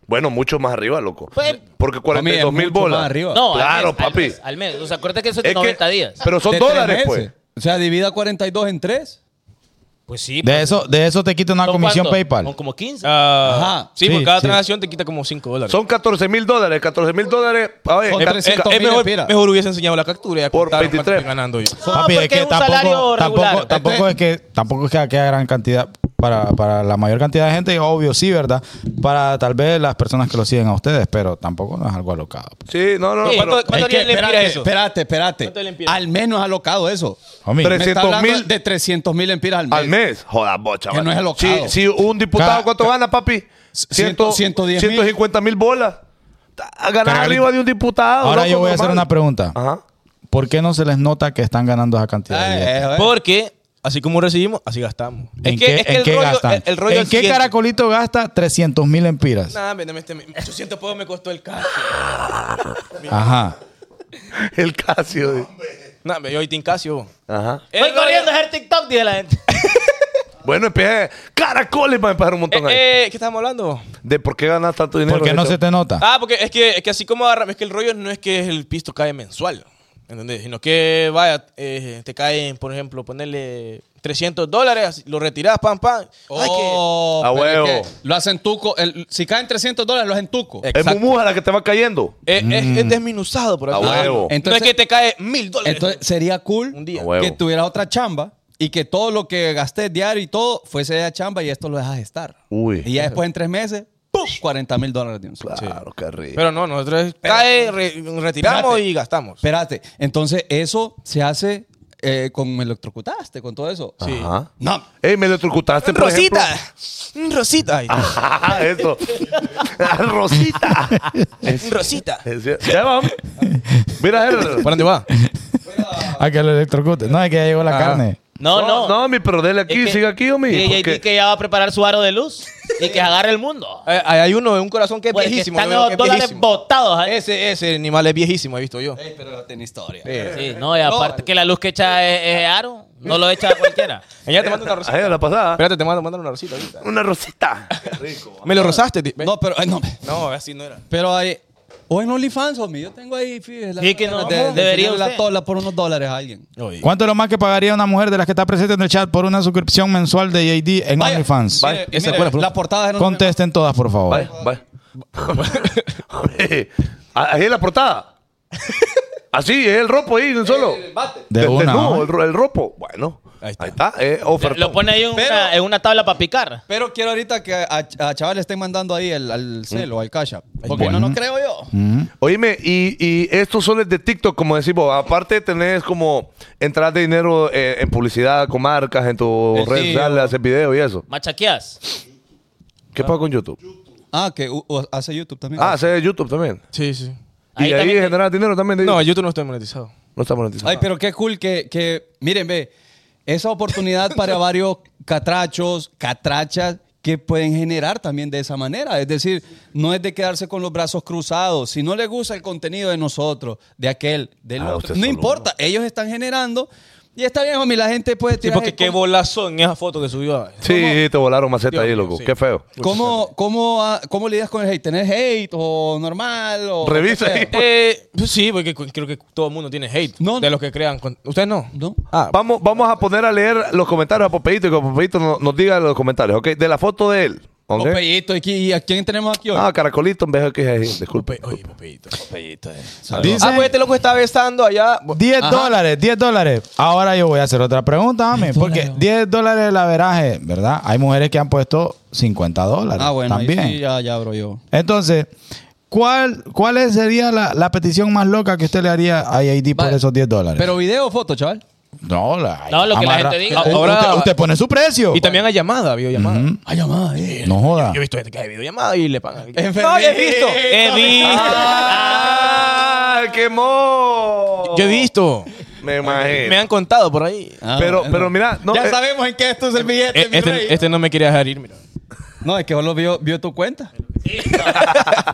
Bueno, mucho más arriba, loco. Pues- Porque Mami, es 42 mil mucho bolas. más arriba. No, al Claro, mes, al papi. mes, Al mes, O sea, acuérdate que eso es Es de que- 90 días. Pero son De tres dólares, pues. meses. O sea, divida 42 en 3. Pues sí. De eso, de eso te quita una ¿Son comisión cuánto? PayPal. Son como 15. Ah, Ajá. Sí, Sí, por cada sí. transacción te quita como 5 dólares. pues. Son 14 mil dólares. 14 mil dólares. A ver, Son ca- eh, 300 ca- es mejor, mira. mejor hubiese enseñado la captura y ya Por contaron cuánto 23. estoy ganando yo. No, porque es un salario regular. tampoco, tampoco es que tampoco es que aquella gran cantidad para, para la mayor cantidad de gente, obvio sí, ¿verdad? Para tal vez las personas que lo siguen a ustedes, pero tampoco no es algo alocado. Sí, no, no. Sí, pero- ¿cuánto- cuánto le empira eso? espérate, espérate. ¿Cuánto le empira? Al menos alocado eso. Homie, Me Tres- está 300 hablando mil. de 300 mil empiras al mes. Al mes. Joda, bocha. Que no es alocado. Si, si un diputado, Ca- ¿cuánto ca- gana, papi? ciento- 110 mil. 150 mil bolas. Ta- Ganar Cagarito. arriba de un diputado. Ahora loco, yo voy a normal. hacer una pregunta. Ajá. ¿Por qué no se les nota que están ganando esa cantidad? de billetes? Eh, eh, Porque así como recibimos, así gastamos. ¿En Es qué, que- es que en el qué rollo- gastan? el- el rollo ¿En es qué siguiente. caracolito gasta 300 mil empiras? Nah, véndeme este. 800 pesos me costó el caso. Ajá. El Casio. de- Nah, yo hoy Team Casio. Ajá. Voy corriendo a hacer TikTok, dice la gente. Bueno, empieza. Caracoles para empezar un montón ahí. Eh, eh, ¿Qué estábamos hablando? ¿De por qué ganas tanto dinero? ¿Por qué no se te nota? Ah, porque es que, es que así como agarra- es que el rollo no es que el pisto cae mensual, ¿entendés? Sino que, vaya, eh, te caen, por ejemplo, ponerle 300 dólares, lo retirás, pam, pam. Ay, que- oh, A pero huevo. es que Lo hacen tuco. el- si caen 300 dólares, lo hacen tuco. Es mumuja la que te va cayendo. es, es- es desminuzado, por A así decirlo. huevo. Ah, Entonces- no es que te cae mil dólares. Entonces sería cool Un día. A huevo. que tuvieras otra chamba y que todo lo que gasté diario y todo fuese de chamba y esto lo dejas estar. Uy. Y ya después en tres meses, ¡pum! 40 mil dólares de un sueldo. Claro, qué rico. Pero no, nosotros cae, re- retiramos Espérate. y gastamos. Espérate, entonces eso se hace eh, con me electrocutaste, con todo Ah. eso. Sí. Ajá. No, Ey, me electrocutaste, por Rosita, ejemplo. Rosita, Ay, Ah, Ajá, eso. Rosita. Rosita. Es cier- Ya vamos. Mira, el... ¿Para dónde va? Ah, que lo electrocute. No, es que ya llegó la carne. No, no. No, mi, pero dele aquí, Es que- sigue aquí, homie. Y JD porque- que ya va a preparar su aro de luz y que agarre el mundo. Eh, Hay, hay uno, un corazón que es Pues, que viejísimo. están yo veo los que es dólares viejísimo. botados. ¿eh? ahí. Ese, ese animal es viejísimo, he visto yo. pero tiene historia. Sí, no, y aparte que la luz que echa es, es aro, no lo echa cualquiera. Ella eh, te manda una Ahí, a rosita. la pasada. Espérate, te mando, mandan una rosita ahorita. Una rosita. Qué rico. Me lo rozaste, tío. No, pero, ay, no, No, así no era. pero hay. O en OnlyFans, homie. Yo tengo ahí, fíjese, la Sí, que no, de- de- debería de- la usted. tola por unos dólares a alguien. ¿Cuánto es lo más que pagaría una mujer de las que está presente en el chat por una suscripción mensual de JD en Vaya, OnlyFans? vaya, Esa es mire, buena pregunta. las portadas eran- Contesten todas, por favor. Bye, bye. Hombre, Ahí es la portada. Así, es el ropo ahí, de un solo. De Desde una, nudo, ¿no? el, ro- el ropo. Bueno, ahí Ahí está. está. eh, ofertón. Lo pone ahí en Pero- una, en una tabla para picar. Pero quiero ahorita que a, a Chaval le estén mandando ahí el, al celo, al cash app. Porque bueno. no lo creo yo. Oíme, y, y estos soles de TikTok, como decimos, aparte tenés como entrar de dinero eh, en publicidad con marcas, en tus El redes tío. sociales, hacer videos y eso. Machaqueas. ¿Qué pasa con YouTube? Ah, que u- u- hace YouTube también. Ah, hacer YouTube también. Sí, sí. y Ahí ahí también- generar dinero también. de- No, no, YouTube no estoy monetizado. está monetizado. Ay, pero qué cool que, que miren, ve, esa oportunidad para varios catrachos, catrachas que pueden generar también de esa manera. Es decir, no es de quedarse con los brazos cruzados. Si no les gusta el contenido de nosotros, de aquel, del Ah, otro, usted no solo importa. Ellos están generando y está bien, mí la gente puede Sí, tirar. porque qué bolazón en esa foto que subió. sí, te volaron maceta Dios ahí, mío, loco. sí. Qué feo. ¿Cómo, cómo, ah, cómo lidias con el hate? ¿Tenés hate o normal? O Revisa qué ahí. pedo? Eh, pues sí, porque cu- creo que todo el mundo tiene hate. No. De los que crean. con- ¿Ustedes no? No. Ah, Vamos, vamos a poner a leer los comentarios a Popeito y que Popeito no- nos diga los comentarios, ¿ok? De la foto de él. ¿ok? Popeyito, ¿y qui- ¿y a quién tenemos aquí hoy? Ah, caracolito, en vez de que es ahí, disculpe. Pope- oye, Popeito. Popeito, eh. Dicen Ah, pues este loco está besando allá. 10 dólares, 10 dólares. Ahora yo voy a hacer otra pregunta, mami. Porque 10 dólares el averaje, ¿verdad? Hay mujeres que han puesto 50 dólares. Ah, bueno, ahí También. sí, ya, ya abro yo. Entonces, ¿cuál, ¿cuál sería la, la petición más loca que usted le haría a JD por Vale. esos 10 dólares? Pero video o foto, chaval. no, la, No, lo que la gente diga. Ahora, Ahora- usted, usted pone su precio. Y también a llamada, videollamada. Ujú. Ay, llamada, eh. No joda. Yo he visto gente que hay videollamada y le pagan. Enfermito. No, he visto. He visto. ¡Ah! ¡Quemó! Yo he visto. Me imagino. Me han contado por ahí. Ah, pero, bueno. pero mira, no, ya eh, sabemos en qué es tu servillete, Eh, mi rey. Este, este no me quería dejar ir, mira. No, es que solo vio, vio tu cuenta.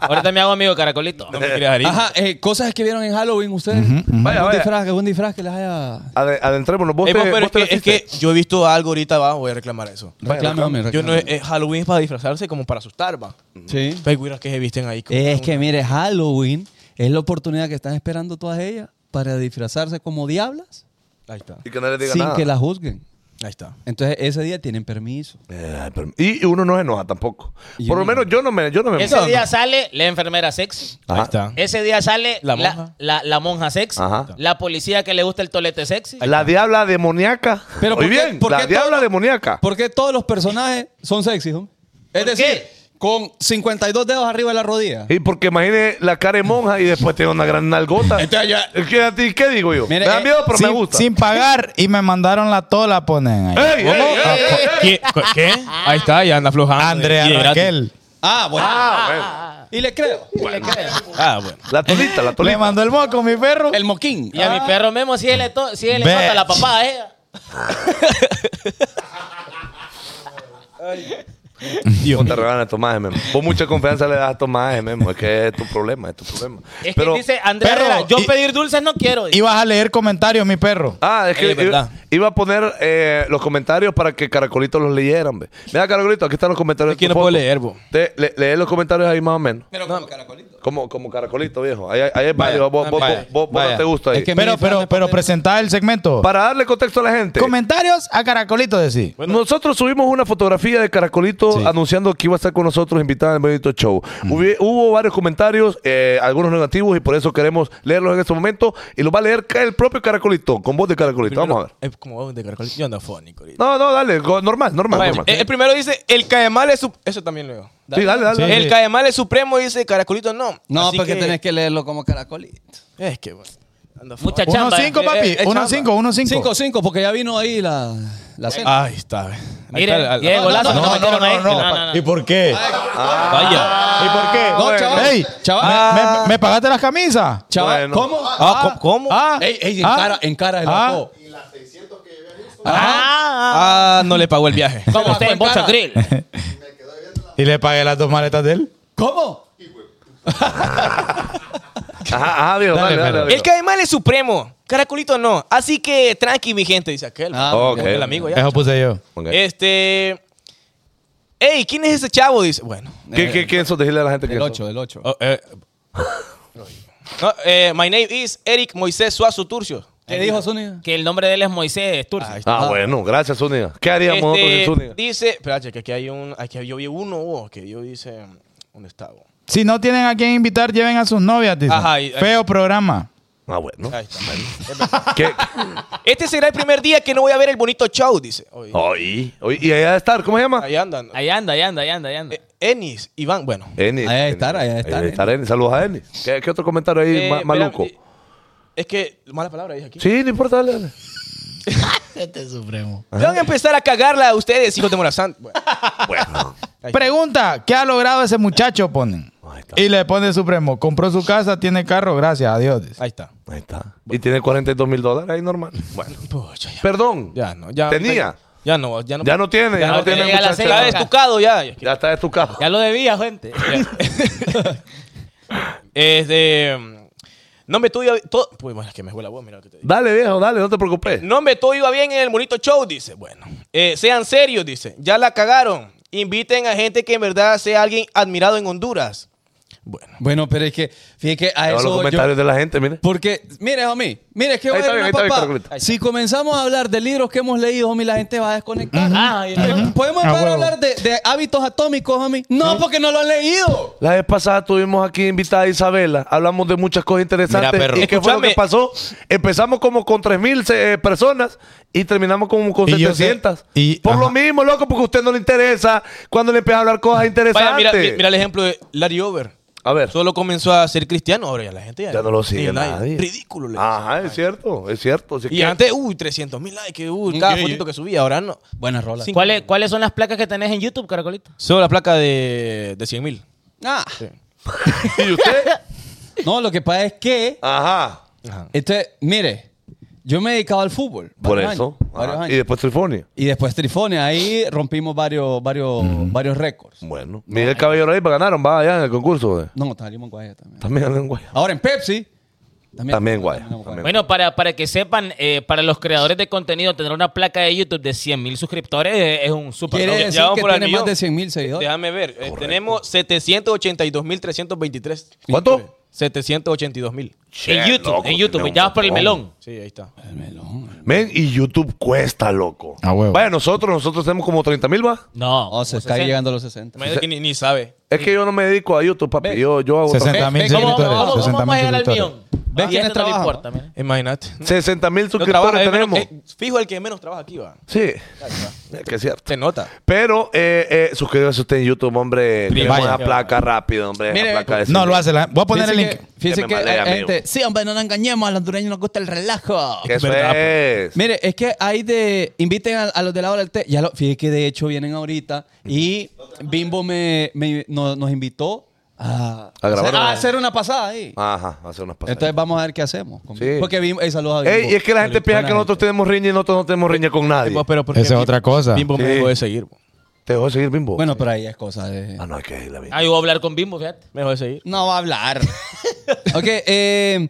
Ahorita me hago amigo caracolito. No me quieres harina. Ajá, eh, cosas que vieron en Halloween ustedes. Vaya, ¿Algún, vaya. disfraz, algún disfraz que les haya... Ade- Adentrémonos. ¿Vos Eh, te, vos, pero vos es te que, lo es que hiciste? yo he visto algo ahorita, va, voy a reclamar eso. Reclame, hombre, Yo no, reclame. eh, Halloween es para disfrazarse como para asustar, va. Sí. Hay güiras que se visten ahí. como- Es que mire, Halloween es la oportunidad que están esperando todas ellas para disfrazarse como diablas Ahí está, Y que nadie diga sin nada. que la juzguen. ahí está. Entonces ese día tienen permiso. Eh, pero- y y uno no se enoja tampoco. Y Por lo uno menos yo no me, yo no me Ese día sale la enfermera sexy. Ajá. Ahí está. Ese día sale la La monja. monja, la, la monja sexy. Ajá. La policía que le gusta el tolete sexy. La diabla demoníaca. Pero Muy ¿por qué- bien, por la qué diabla todo- demoníaca. ¿Por qué todos los personajes son sexys, hombre? Es ¿Por decir, qué? con 52 dedos arriba de la rodilla. Y porque imagine la cara de monja y después tiene una gran nalgota. Entonces ya- Es que a ti, ¿Qué digo yo? Mire, me da eh, miedo, pero sin, me gusta. Eh, sin pagar y me mandaron la tola, ponen ahí. ¡Ey, ey, ey, Ah, ey, po- ey! ¿Qué? ¿Qué? Ahí está, ya anda aflojando. Andrea Y de gratis. Raquel Ah, bueno. Ah, Y le creo. Ah, bueno. bueno. La tolita, la le tolita. mandó el moco, mi perro. El moquín. Y a mi perro mismo sí le, to sí le Bitch. nota la papá, ¿eh? Vos te regalan a Tomás, memo. Vos mucha confianza le das a Tomás, memo. Es que es tu problema, es tu problema. Es Pero- que dice Andrea Perro, Herrera, yo y- pedir dulces no quiero. Ibas a leer comentarios, mi perro. Ah, es que Es verdad. iba, iba a poner eh, los comentarios para que Caracolito los leyeran. ve. Mira, Caracolito, aquí están los comentarios. Es que de tu no puedo foto. leer, bo. Te- le- lee los comentarios ahí más o menos. Pero como caracolito. Como, como Caracolito, viejo. Ahí, ahí es válido. Vaya, Vos, vos- vaya, vos- vos no vaya. te gusta ahí. Es que- Pero, mi pero, disfraz pero de- presentá el segmento. Para darle contexto a la gente. Comentarios a Caracolito, decís. Nosotros subimos una fotografía de Caracolito anunciando que iba a estar con nosotros invitada en el Benito Show. Mm. Hubi- Hubo varios comentarios, eh, algunos negativos, y por eso queremos leerlos en este momento. Y los va a leer el propio Caracolito, con voz de Caracolito. Vamos a ver. Es como vos de caracol. Yo ando fónico ahorita. No, no, dale, go- normal, normal. Vaya, normal. el, el primero dice, el caemal es... sup- Eso también leo. sí, dale, dale. Sí. dale. El caemal es supremo, dice Caracolito, no. No, Así porque tenés que leerlo como caracolito. Es que, bueno. Anda Mucha fónico. chamba. 1-5, Eh, papi. eh, chamba. 1-5, 1-5. 5-5, porque ya vino ahí la, la cena. Ahí está. ve. Ahí Miren, está el- Diego, No, no, Lazo, no, no, no, metieron ahí. no, No, no, no. ¿Y por qué? Vaya. ¿Y por qué? No, chaval. Ey, chaval. ¿me- me, me pagaste las camisas? Chaval, Bueno. ¿cómo? Ah, ¿Cómo? Ah, Ey, ey, en ah, cara, en cara el ah, loco. Ah, Ah, no le pagó el viaje. como usted en Bocha Grill. Y le pagué las dos maletas de él. ¿Cómo? Ajá, ajá, viejo, dale, Dale, dale. Pedro. dale. El caemal es supremo. Caracolito no. Así que tranqui, mi gente, dice aquel. Ah, Ok. el amigo ya. Eso puse yo. Ok. Este. Ey, ¿quién es ese chavo? Dice. Bueno. ¿Qué, qué, ¿Quién sos? Decirle a la gente que El 8, el 8. Oh, eh. No, eh, my name is Eric Moisés Suazo Turcio. ¿Qué dijo Zúñiga? Que el nombre de él es Moisés Turci. Ah, bueno, gracias, Zúñiga. ¿Qué haríamos nosotros Este, sin Zúñiga? dice. Espérate, que aquí hay un. Aquí yo vi uno, oh, que yo dice. ¿Dónde está? oh? Si no tienen a quién invitar, lleven a sus novias, dice. Ajá, y- Feo programa. Ah, bueno. Ahí está. ¿Qué? Este será el primer día que no voy a ver el bonito show, dice. Oye, Oh. Oí, oí. ¿Y allá de estar? ¿Cómo se llama? Ahí andan. Ahí anda, ahí anda, ahí anda, ahí anda. Eh, Enis, Iván, bueno. Enis. Ahí está, ahí está, Ahí está, Enis. Saludos a Enis. ¿Qué, qué otro comentario ahí Eh, ma- espera, maluco? eh, Es que, mala palabra dije aquí. Sí, no importa, dale, dale. Van a empezar a cagarla a ustedes, hijos de Morazán. Bueno. Bueno, Pregunta, ¿qué ha logrado ese muchacho? Ponen. Ahí está. Y le pone Supremo. Compró su casa, tiene carro, gracias a Dios. dice. ahí está. Ahí está. Y tiene 42 mil dólares ahí normal. Bueno. Pucha, ya, Perdón. Ya, ya no, ya. Tenía. Ya no, ya no. no tiene, ya, Ya no, no tiene llega a la muchacha. cena. Está estucado ya. Ya está de tu casa. Ya lo debía, gente. Este. mm, Nombre tuyo. Todo, pues bueno, es que me fue la voz, mira lo que te digo. Dale, viejo, dale, no te preocupes. Nombre todo iba bien en el bonito show, dice. Bueno, eh, sean serios, dice. Ya la cagaron. Inviten a gente que en verdad sea alguien admirado en Honduras. Bueno. Bueno, pero es que, fíjate que a Ahora los eso voy yo. comentarios de la gente, mire. Porque, mire, homie, mire, es que Ahí va a está haber bien, una ahí está bien, papá. Carolita. Si comenzamos a hablar de libros que hemos leído, homie, la gente va a desconectar. Ah, y- Pero, ¿Podemos empezar A a huevo. hablar de, de hábitos atómicos, homie? No, porque no lo han leído. La vez pasada tuvimos aquí invitada a Isabela. Hablamos de muchas cosas interesantes. Mira, perro. ¿Y qué fue lo que Escúchame. pasó? Empezamos como con 3.000 se- eh, personas y terminamos como con Y yo 700. sé- y- Por lo ajá. mismo, loco, porque a usted no le interesa cuando le empieza a hablar cosas interesantes. Vaya, mira, mi- mira el ejemplo de Larry Over. a ver. Solo comenzó a ser cristiano, ahora ya la gente ya, Ya no lo sigue ni nadie. Ridículo. le Ajá, dicen. es cierto, es cierto. Así Y que- antes, uy, 300 mil likes, uy, cada Yeah, fotito que subía, ahora no. Buena rola. Sí. ¿Cuáles, ¿Cuáles son las placas que tenés en YouTube, Caracolito? Solo la placa de, de 100 mil. Ah, ¿Y usted? no, lo que pasa es que... Ajá. Entonces, mire, Yo me dedicaba al fútbol. Por varios eso. años, varios Ajá. años. Y después Trifonia. Y después Trifone, ahí rompimos varios, varios, varios récords. Bueno. Miguel Caballero ahí pues ganaron, va allá en el concurso. eh. No, salimos en Guaya también. También en Guaya. Ahora en Pepsi. También en Guaya. Guaya. También. Bueno, para, para que sepan, eh, para los creadores de contenido, tener una placa de YouTube de 100 mil suscriptores eh, es un super Quiere logro. decir vamos que por el tiene más millón. de 100 mil seguidores. Déjame ver. eh, tenemos 782.323. ¿Cuánto? 782.000. En YouTube, en YouTube, ya vas por el melón. Sí, ahí está. Men, y YouTube cuesta, loco. A huevo. Vaya, nosotros, nosotros tenemos como 30 mil, va. No, Oh, se está 60. llegando a los 60. Imagínate que ni, ni sabe. Es que yo no me dedico a YouTube, papi. Yo, yo hago 60 mil Ve- ve- ¿Cómo, suscriptores. cómo- cómo 60.000 vamos a llegar al suscriptores. millón? ¿Ves este Y quiénes esto no trabajan, importa, mira. Imagínate. 60 mil No trabaja, suscriptores el menos- tenemos. eh, fijo el que menos trabaja aquí, va. sí. Es que es cierto. Se nota. Pero eh, eh, suscríbase usted en YouTube, hombre. Tenemos vaya. esa placa rápido, hombre. esa Mire, placa de No, cine. lo hace. La, voy a poner el link. Que, fíjese Que me que, malea, hay amigo. gente, sí, hombre, no nos engañemos, a los hondureños nos gusta el relajo. Que Eso Verdad, pues. es. Mire, es que hay de. Inviten a, a los de la hora del té. Ya lo, fíjese que de hecho vienen ahorita. Y Bimbo me, me- no- nos invitó a, A grabar hacer, una- a hacer una pasada ahí. Ajá, hace unas pasadas. Entonces vamos a ver qué hacemos. con- Sí. Porque Bimbo. Ey, saludos a Bimbo. Ey, y es que la gente Saludos, piensa buena que nosotros tenemos riña y nosotros no tenemos riña con nadie. Pero porque Esa es Bim- otra cosa. Bimbo me Sí. dejó de seguir. bo. ¿Te dejó seguir, Bimbo? Bueno, pero ahí es cosa de. Ah, no, hay que ir la vida. Ah, yo voy a hablar con Bimbo, fíjate. Me dejó de seguir. No va a hablar. ok, eh,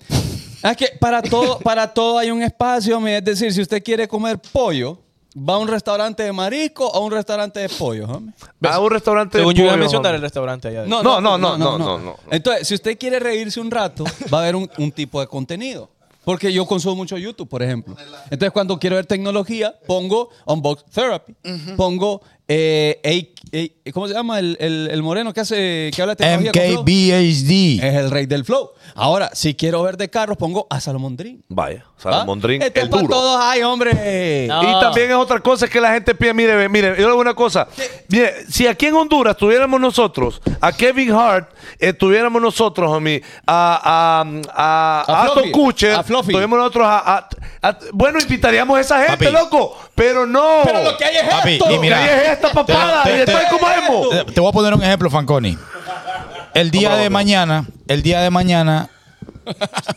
es que para todo, para todo hay un espacio. mire, Es decir, si usted quiere comer pollo, va a un restaurante de marisco o a un restaurante de pollo. hombre. Ah, A un restaurante. Según de yo iba a pollo, mencionar el hombre. restaurante allá. de- No, no, no, no, no, no. Entonces, si usted quiere reírse un rato, va a haber un, un tipo de contenido. Porque yo consumo mucho YouTube, por ejemplo. Entonces, cuando quiero ver tecnología, pongo Unbox Therapy. Pongo. eh, A- A- ¿Cómo se llama el, el- el moreno que hace que habla de tecnología? con Flow? MKBHD. Es el rey del flow. Ahora, si quiero ver de carros, pongo a Salomondrín. Vaya, ¿Ah? ¿va? Salmondrín, Esto Este el pa' duro. todos hay, hombre. No. Y también es otra cosa que la gente pide, mire, ve, mire, yo le digo una cosa. Mire, si aquí en Honduras tuviéramos nosotros a Kevin Hart, eh, tuviéramos nosotros, homie, a, a, a, A a Aston Fluffy, Kutcher, a Fluffy. tuviéramos nosotros a, a- a- Bueno, invitaríamos a esa gente, Papi. loco, pero no. Pero lo que hay es Papi, esto. y mira, ¿Qué es esta papada? te- ¿Y te- después cómo hacemos? Te, te voy a poner un ejemplo, Fanconi. El día de mañana, el día de mañana,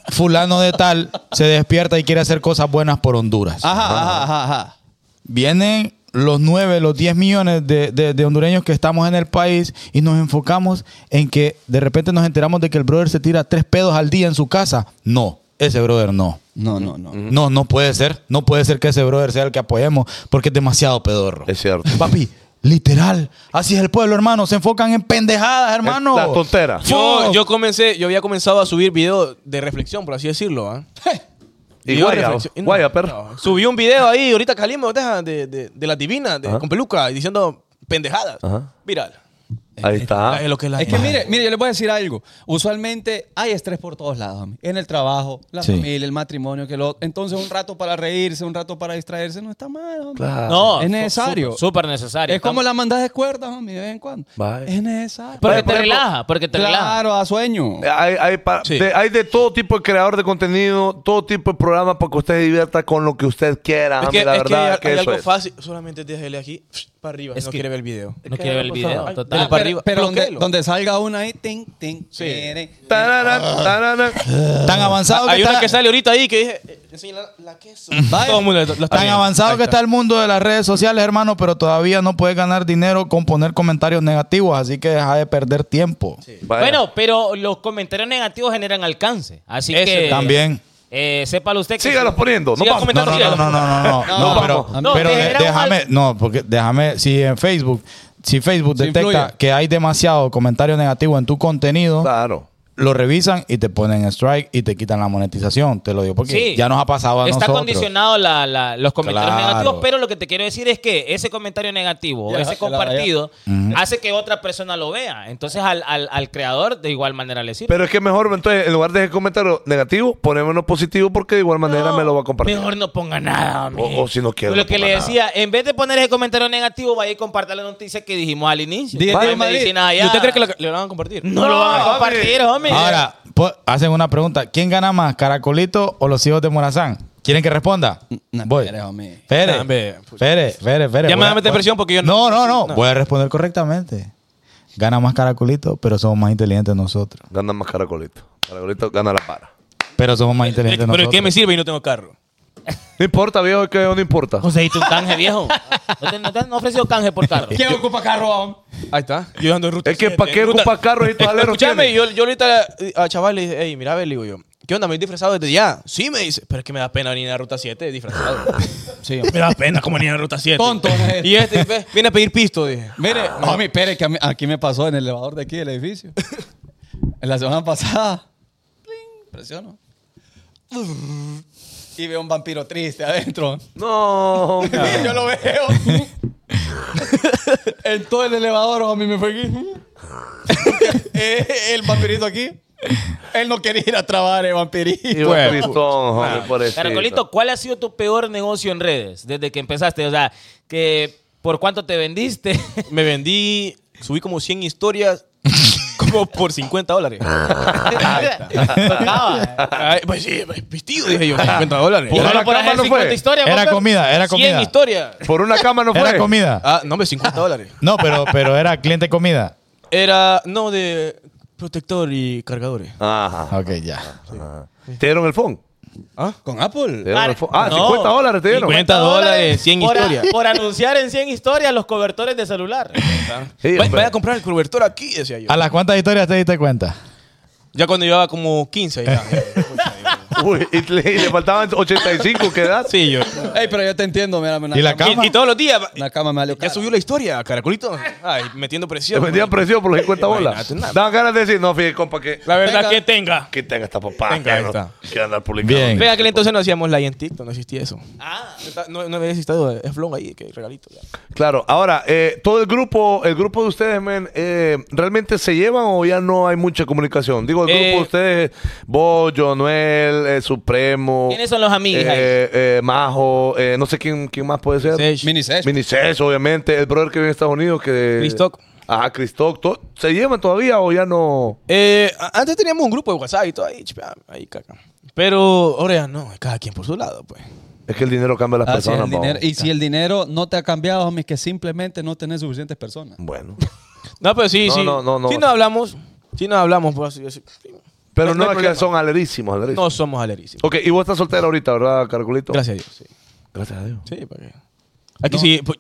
fulano de tal se despierta y quiere hacer cosas buenas por Honduras. Ajá, ajá, ajá, ajá. Vienen los 9, los 10 millones de, de- de hondureños que estamos en el país y nos enfocamos en que de repente nos enteramos de que el brother se tira tres pedos al día en su casa. No, ese brother no. No, no, no. No, no puede ser. No puede ser que ese brother sea el que apoyemos porque es demasiado pedorro. Es cierto. Papi, literal. Así es el pueblo, hermano. Se enfocan en pendejadas, hermano. Las tonteras. Fuck. Yo, yo comencé, yo había comenzado a subir videos de reflexión, por así decirlo. ¿ah? Y Video de guaya, reflexión. Y no, guaya, perro. no. Subí un video ahí, ahorita que salimos, deja, de, de, de la divina, de- con peluca, y diciendo pendejadas. Ajá. Ah. Viral. Ahí está. Es lo que la Es que mire, mire, yo les voy a decir algo. Usualmente hay estrés por todos lados. hombre. En el trabajo, la Sí. familia, el matrimonio, que lo. Entonces, un rato para reírse, un rato para distraerse, no está mal, hombre. Claro. No, Es su- necesario. súper- Súper necesario. Es como la mandada de cuerdas, hombre, de vez en cuando. Vaya. Es necesario. Porque Vaya, por te ejemplo- relaja, porque te relaja. Claro, a sueño. Hay, hay, pa- Sí. de, hay de todo tipo de creador de contenido, todo tipo de programa para que usted se divierta con lo que usted quiera. Es hombre, que, Ah, la es que verdad hay, que hay eso algo es. fácil. Solamente déjele aquí para arriba. Es no que- quiere ver el video. No quiero ver el video, Ay, total. dale Ah, Pero, para arriba. pero donde, Bloquéelo. donde salga una ahí, ting, ting, Sí. tere. Tararán, Ah. tararán. Tan avanzado Hay que una está, que sale ahorita ahí que dije, eh, enseña la, la queso. Vaya. Todo el mundo lo lo está tan viendo. avanzado Ahí que está el mundo de las redes sociales, hermano, pero todavía no puedes ganar dinero con poner comentarios negativos, así que deja de perder tiempo. Vaya. Bueno, pero los comentarios negativos generan alcance. Así Eso que. También. Eh, sépalo usted que. Sígalos poniendo, no Siga vamos. No, comentando, no, no, sígalos. no, no, no, no, No, no, pero, no, pero te de- genera un déjame, al- no, porque déjame, si en Facebook, si Facebook Se detecta influye. que hay demasiado comentario negativo en tu contenido, Claro. lo revisan y te ponen strike y te quitan la monetización. Te lo digo porque Sí. ya nos ha pasado a Está nosotros. condicionado la- la- los comentarios Claro. negativos, pero lo que te quiero decir es que ese comentario negativo, Ya, ese se la- compartido, hace que otra persona lo vea. Entonces al, al- al creador de igual manera le sirve. Pero es que mejor, entonces, en lugar de dejar comentario negativo, ponémonos positivo porque de igual manera me lo va a compartir. Mejor no ponga nada, amigo. O- o si no quiere, Lo no que ponga le nada. decía, en vez de poner ese comentario negativo, vaya y comparta la noticia que dijimos al inicio. Dile, No dile, hay Madrid. medicina ¿Y allá. usted cree que lo, lo van a compartir? no, lo van a No, compartir, homie? Ahora, po- hacen una pregunta. ¿Quién gana más, Caracolito o los hijos de Morazán? ¿Quieren que responda? No, Voy. espere, homie. Espere, No, hombre, espere, espere, espere. Ya me Voy va a meter voy presión porque yo no... no- No, no, no. Voy a responder correctamente. Gana más Caracolito, pero somos más inteligentes nosotros. Gana más caracolito. Caracolito gana la para. Pero somos más Eh, Pero inteligentes ¿de nosotros. ¿qué me sirve y no tengo carro? No importa, viejo, que no importa. Conseguiste un canje, viejo. No te, no te han ofrecido canje por carro. ¿Quién ocupa carro, hombre? Ahí está. Yo ando en ruta. Es que siete. para qué Ruta- ocupa carros y tojaleros. Escúchame, tiene? yo, yo ahorita eh, al chaval le dije, hey, mira, a ver, le digo yo, ¿qué onda? ¿Me he disfrazado desde ya? Sí, me dice, pero es que me da pena venir a la ruta 7 disfrazado. Sí, Me da pena como niña en ruta 7. tonto. ¿no? y este ve, viene a pedir pisto, dije. Mire, no, mi pere, que a mí- aquí me pasó en el elevador de aquí del edificio. En la semana pasada. Pling, presiono. Y veo un vampiro triste adentro. No. Y yo lo veo. en todo el elevador, a mí me fue aquí. Eh, el vampirito aquí. Él no quería ir a trabajar, el vampirito. Y vos, Bueno. Tristón, hombre, pobrecito. Caracolito, ¿cuál ha sido tu peor negocio en redes desde que empezaste? O sea, que ¿por cuánto te vendiste? Me vendí, subí como 100 historias como por 50 dólares. Tocaba. Ay, pues sí, pues, vestido, dije yo, 50 dólares. Por Pero una por cama hacer no 50 fue. historias, Era Bumper, comida, era 100 comida. historias. Por una cama no fue. Era comida. Ah, no, hombre, 50 dólares. No, pero, pero era cliente comida. Era, no, de protector y cargadores. Ajá. Ok, ya. ¿Te dieron el phone? Con Apple. ¿Te dieron Ah, el phone? Ah, no. 50 dólares te dieron. 50 dólares, 100 por a- historias. Por anunciar en 100 historias los cobertores de celular. Sí, Va- hombre. vaya a comprar el cobertor aquí, decía yo. ¿A las cuántas historias te diste cuenta? Ya cuando llevaba como 15. Ya. Uy, y le, y le faltaban 85, ¿qué edad? sí, yo. Ey, pero yo te entiendo, mira, una ¿Y la Y, cama? y todos los días. Una cama me valió Ya cara. subió la historia, caracolito. Ay, metiendo Te presión. vendían precio por los 50 bolas. Imagínate, nada. Daban ganas de decir, no, fíjate, compa, que, La verdad Venga. que tenga. que tenga esta papá. Venga, que ahí no- está. Que andar publicando. Bien. Vea que entonces no hacíamos la en TikTok, no existía eso. Ah. No, no había existido el flon ahí, que regalito. ya. Claro, ahora, eh, todo el grupo, el grupo de ustedes, men, eh, ¿realmente se llevan o ya no hay mucha comunicación? Digo, el Eh, grupo de ustedes, vos, Jonuel, eh, Supremo. ¿Quiénes son los amigos ahí? Eh, eh, Majo, eh, no sé quién, quién más puede ser. Sech. Mini sesh. Minices, obviamente. El brother que vive en Estados Unidos que... Cristoc. Ajá, Cristoc. To- ¿Se llevan todavía o ya no...? Eh, a- antes teníamos un grupo de WhatsApp y todo ahí, chipea, ahí caca. Pero ahora ya no, cada quien por su lado, pues. Es que el dinero cambia a las Ah, sí, el personas, vamos. dinero- y si el dinero no te ha cambiado, homie, que simplemente no tenés suficientes personas. Bueno. No, pero sí, No, sí. no, no, no. Sí nos hablamos, sí nos hablamos, pues así, así. Pero no, es hay que problema. son alerísimos, alerísimos. No somos alerísimos. Ok, y vos estás soltero ahorita, ¿verdad, Caracolito? Gracias a Dios, sí. Gracias a Dios. Sí, ¿para qué? Aquí sí. pues,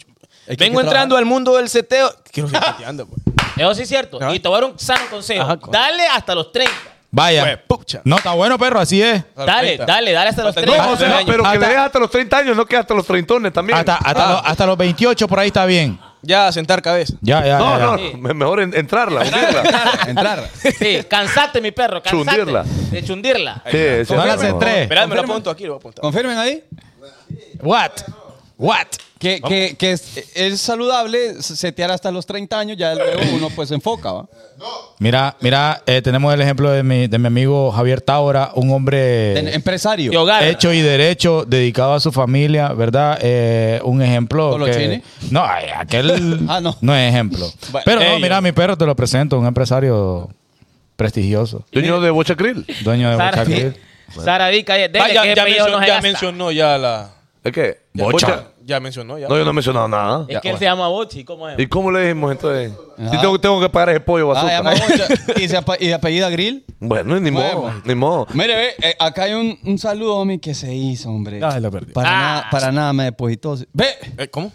hay que vengo entrando trabajar. al mundo del seteo. Quiero seguir seteando, pues. Eso sí es cierto. Ajá. Y te voy a dar un sano consejo. Ajá. Dale hasta los 30. Pues, Vaya. pucha. No, está bueno, perro, así es. Dale, dale, dale hasta los Hasta 30. O sea, Hasta- pero que le hasta- dejes hasta los 30 años, no que hasta los 30 también. Hasta, Ah. hasta, los, hasta los 28 por ahí está bien. Ya, sentar cabeza. Ya, ya. no, Ah, ya, ya. no, me- mejor en- entrarla, hundirla. Entrar. Sí, cansate, mi perro, cansate. Chundirla. De chundirla. sí, sí, No las mejor. entré. Esperad, me lo apunto aquí, lo voy a apuntar. Confirmen ahí What? What? que, que, que es, es saludable setear hasta los 30 años, ya luego uno pues se enfoca, ¿va? Mira, mira, eh, tenemos el ejemplo de mi, de mi amigo Javier Taura, un Ten- hombre empresario. Y hogar. hecho Eh. y derecho, dedicado a su familia, ¿verdad? Eh, un ejemplo. ¿Colochini? Que, no, ay, aquel Ah, no. no. es ejemplo. Bueno, Pero no, ellos. mira, mi perro te lo presento, un empresario prestigioso, Dueño de Bocha Krill. dueño de Sara, Bochacril. Sara Dica, dele Ah, ya, que ya ese apellido mencionó, no se ya gasta. mencionó ya la. ¿Es qué? Bocha. Ya mencionó ya. No, yo no he mencionado nada. Es que Ah. él se llama Bochi, ¿cómo es? ¿Y cómo le dijimos entonces? Si tengo, tengo que pagar ese pollo Ah, bazooka. llama Bocha. y, se apa- y de apellida Grill. bueno, ni modo, Bueno. ni modo. Mire, ve, eh, acá hay un, un saludo, homie, que se hizo, hombre. Ah, lo perdí. Para, Ah. nada, para nada me depositó. Ve, Eh, ¿Cómo?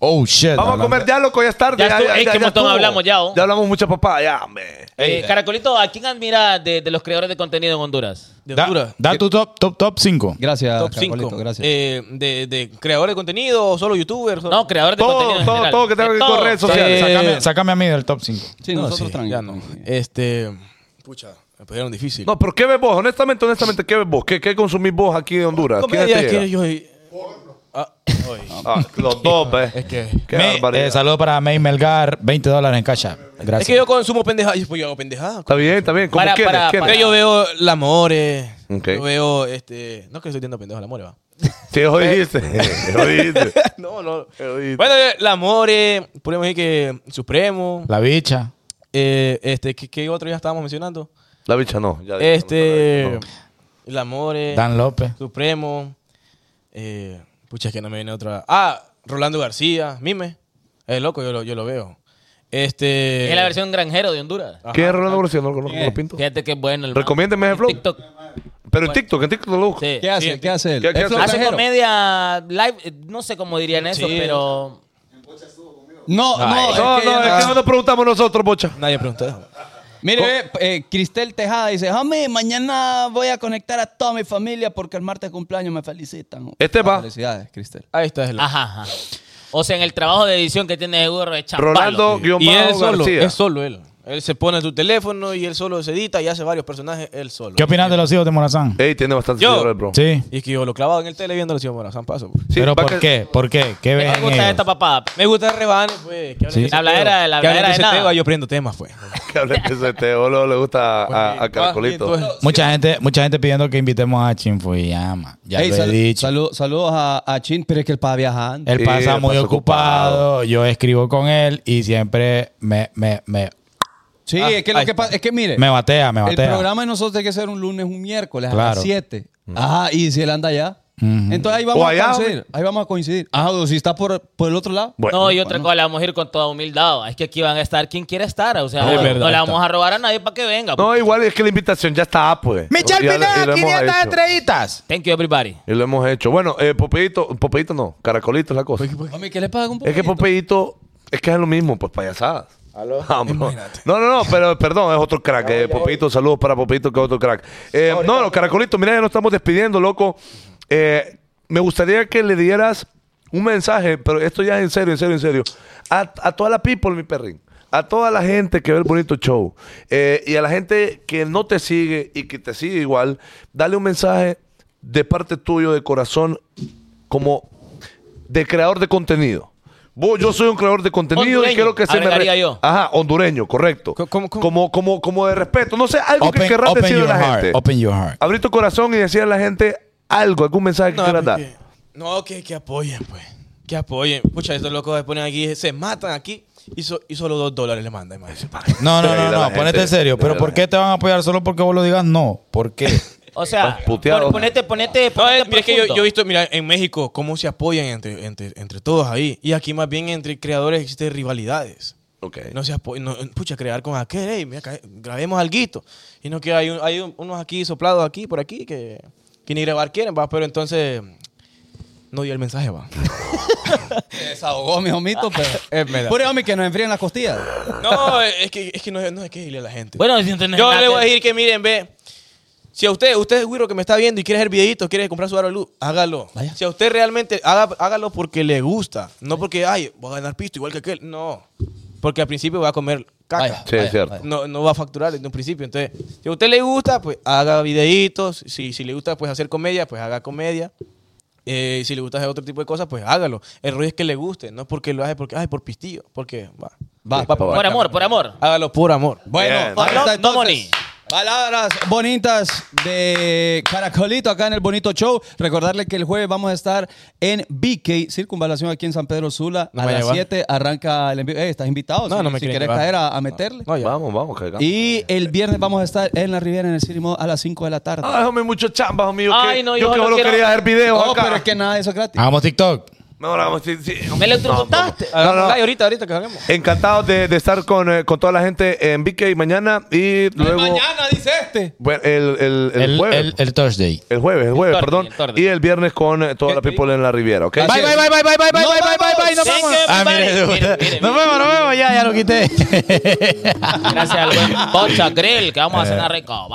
Oh, shit. Vamos a comer ya, loco, ya es tarde. Ya estuvo, ey, qué montón estuvo. hablamos ya, oh. Ya hablamos mucha papá, ya, hombre. Eh, Caracolito, ¿a quién admira de, de los creadores de contenido en Honduras? De Da, Honduras. da tu top, top, top 5. gracias, top Eh, Caracolito, 5. gracias. de, de creador de contenido, solo youtuber. solo- No, creadores de Todo, contenido en todo, general. todo que tenga De que ver con todo. redes sociales. Eh, Sácame, sácame a mí del top 5. sí, No, nosotros sí, tranquilos. Ya no. Este. Pucha, me pusieron difícil. No, pero ¿qué ves vos? Honestamente, honestamente, ¿qué ves vos? ¿Qué, qué consumís vos aquí de Honduras? ¿Cómo ¿Quién ya te que llega? yo. Ah, oye. Ah, los dos, ve. Es que. Qué Me- barbaridad. eh, saludo para May Melgar, 20 dólares en cash. app. Gracias. Es que yo consumo pendejadas. Yo pues, yo hago pendejadas. Está bien, está bien. ¿Cómo Para, quieres? para, ¿Quieres? para. Yo veo el amore. Ok. Yo veo este. No es que estoy viendo pendejos el amore, va. Te jodiste. Te jodiste. no, no. Te jodiste. Bueno, eh, el amore. Podemos decir que Supremo. La bicha. Eh, este, ¿qué, qué otro ya estábamos mencionando? La bicha no. ya dejamos la Este. bicha, El Amore. Dan López. Supremo. eh, pucha, es que no me viene otra. Ah, Rolando García. Mime. Es loco, yo lo, yo lo veo. Este. Es la versión granjero de Honduras. no. ¿Quién es Rolando García? No lo conozco, no lo pinto. Fíjate que es bueno el man. Recomiéndeme ese flow. TikTok. Pero en TikTok, en TikTok lo busco. Sí. ¿Qué hace? ¿Qué hace él? ¿Qué- qué ¿Es hace? Hace flojero? comedia live, eh, no sé cómo dirían eso, pero No, no, es No, que- no, es que no nos preguntamos nosotros, bocha. Nadie preguntó eso. Mire, ve, eh, Cristel Tejada dice, Jame, mañana voy a conectar a toda mi familia porque el martes cumpleaños me felicitan. Ah, Este va. Felicidades, Cristel. Ahí está. Es ajá, ajá. O sea, en el trabajo de edición que tiene seguro de champalo. Rolando guión Y él bajo solo, García. es solo él. Él se pone su teléfono y él solo se edita y hace varios personajes él solo. ¿Qué opinas de los hijos de Morazán? Ey, tiene bastante Yo. seguidores, bro. Sí. Y es que yo lo clavado en el tele viendo los Morazán San Paso. pues. Sí, ¿Pero va por que- qué? ¿Por qué? ¿Qué ven Me gusta eh, ellos? esta papada. Me gusta Rebane, pues. que hablen Sí. de ese La habladera, la tema. Que hablen habladera de ese nada. tema, yo aprendo temas, pues. Que hablen de ese teo, luego le gusta a, a Carcolito. Ah, y entonces- Mucha gente, mucha gente pidiendo que invitemos a Chinfuyama. Ya Ey, lo he sal- dicho. salu- saludos a, a Chin, pero es que él va viajando. Él Sí, pasa él muy pasa ocupado. ocupado. Yo escribo con él y siempre me, me, me, sí, Ah, es que lo ahí que está. pasa, es que mire, me batea, me el batea. programa de nosotros tiene que ser un lunes, un miércoles, a Claro. las 7. Ajá, y si él anda allá. Entonces ahí vamos O allá, a coincidir. Ahí vamos a coincidir. Ajá, o si está por, por el otro lado. Bueno, no, y otra cosa, le vamos a ir con toda humildad. Es que aquí van a estar quien quiera estar. O sea, Es no, verdad, no le está. vamos a rogar a nadie para que venga. no, igual es que la invitación ya está, pues. Michelle Ya le- y lo Pineda, hemos 500 hecho. estrellitas. Thank you, everybody. Y lo hemos hecho. Bueno, eh, Popeito, Popeito no, Caracolito es la cosa. Homie, ¿qué le paga un poco? Es que Popeito, es que es lo mismo, pues payasadas. Ah, bro. no, no, no, pero perdón, es otro crack. eh, Popeito, saludos para Popeito, que es otro crack. Eh, no, no, Caracolito, mira, ya nos estamos despidiendo, loco. Eh, me gustaría que le dieras un mensaje, pero esto ya es en serio, en serio, en serio. A, a toda la people, mi perrín. A toda la gente que ve el bonito show eh, y a la gente que no te sigue y que te sigue igual, dale un mensaje de parte tuyo, de corazón, como de creador de contenido. Vos, yo soy un creador de contenido y Hondureño, quiero que se me. agregaría yo. Ajá, hondureño, correcto. Co- como- como- Como, como, como de respeto. No sé, algo que Open, querrás open decir a your la heart. gente. Open your heart. Abrir tu corazón y decir a la gente algo, algún mensaje que quieras No, dar. porque- no, que, que apoyen, pues. Que apoyen. Pucha, estos locos se ponen aquí, se matan aquí y, so- y solo dos dólares le mandan. man. No, no, Sí, no, la no, gente, ponete en serio. la Pero la ¿por qué te van a apoyar solo porque vos lo digas? No, ¿por qué? O sea, puteado. pon- ponete, ponete, No, es, ponete mira, es que yo, profundo. yo he visto, mira, en México, cómo se apoyan entre, entre, entre todos ahí. Y aquí más bien entre creadores existen rivalidades. Ok. eh, No se apo- no, pucha, crear con aquel, hey, mira, ca- grabemos alguito. Y no que hay, un- hay un- unos aquí soplados aquí, por aquí, que, que ni grabar quieren, va, pero entonces no dio el mensaje, va. Desahogó, mi homito, pero. Es verdad. Pure, homie, que nos enfríen las costillas. No, es que, es que no, no es que irle a la gente. Bueno, si no tenés yo nada le voy a que- decir que miren, ve. Si a usted, usted es güiro que me está viendo y quiere hacer videitos, quiere comprar su aro de luz, hágalo. Vaya. Si a usted realmente, haga- hágalo porque le gusta. No porque, ay, voy a ganar pisto igual que aquel. No. Porque al principio va a comer caca. Vaya, Sí, es vaya, cierto. vaya. No, no va a facturar desde un principio. Entonces, si a usted le gusta, pues haga videitos. Si, si le gusta pues, hacer comedia, pues haga comedia. Eh, si le gusta hacer otro tipo de cosas, pues hágalo. El rollo es que le guste, no porque lo hace porque, ay, por pistillo. Porque va. Va, por Por amor, por amor. Hágalo por amor. Bueno, Bien. ahí No, está, no entonces. money. Palabras bonitas de Caracolito acá en el Bonito Show. Recordarle que el jueves vamos a estar en BK, circunvalación aquí en San Pedro Sula. No a me las lleva. 7 arranca el envío. Eh, estás invitado. No, si, no me si quieren querés llevar. caer a, a meterle. No, ya. Vamos, vamos, cargamos. Y el viernes vamos a estar en la Riviera, en el City Mall, a las 5 de la tarde. Ah, Ay, homie, mucho chamba, homie. Yo Ay, que, no, yo yo que no solo quiero- quería hacer videos no, acá. Oh, pero es que nada de eso es gratis. Ah. Hagamos TikTok. No, no, sí, sí. Me electrocutaste. No, no, no. Ay, ahorita, ahorita que hagamos. Encantados de, de estar con, eh, con toda la gente en BK mañana y luego... dice este. Bueno, el, el, el El, jueves. el, el Thursday. El jueves, el jueves, torne, perdón. el torne. y el viernes con eh, toda la people en la Riviera, ¿ok? Así Bye, bye, bye, bye, bye, bye, bye, No, bye, bye, bye, bye, nos Thank vamos. you, Ah, mire, everybody. Mire, mire, nos mire. vemos, nos vemos, ya, ya lo quité. Gracias al buen Bocha Grill, que vamos a cenar rico.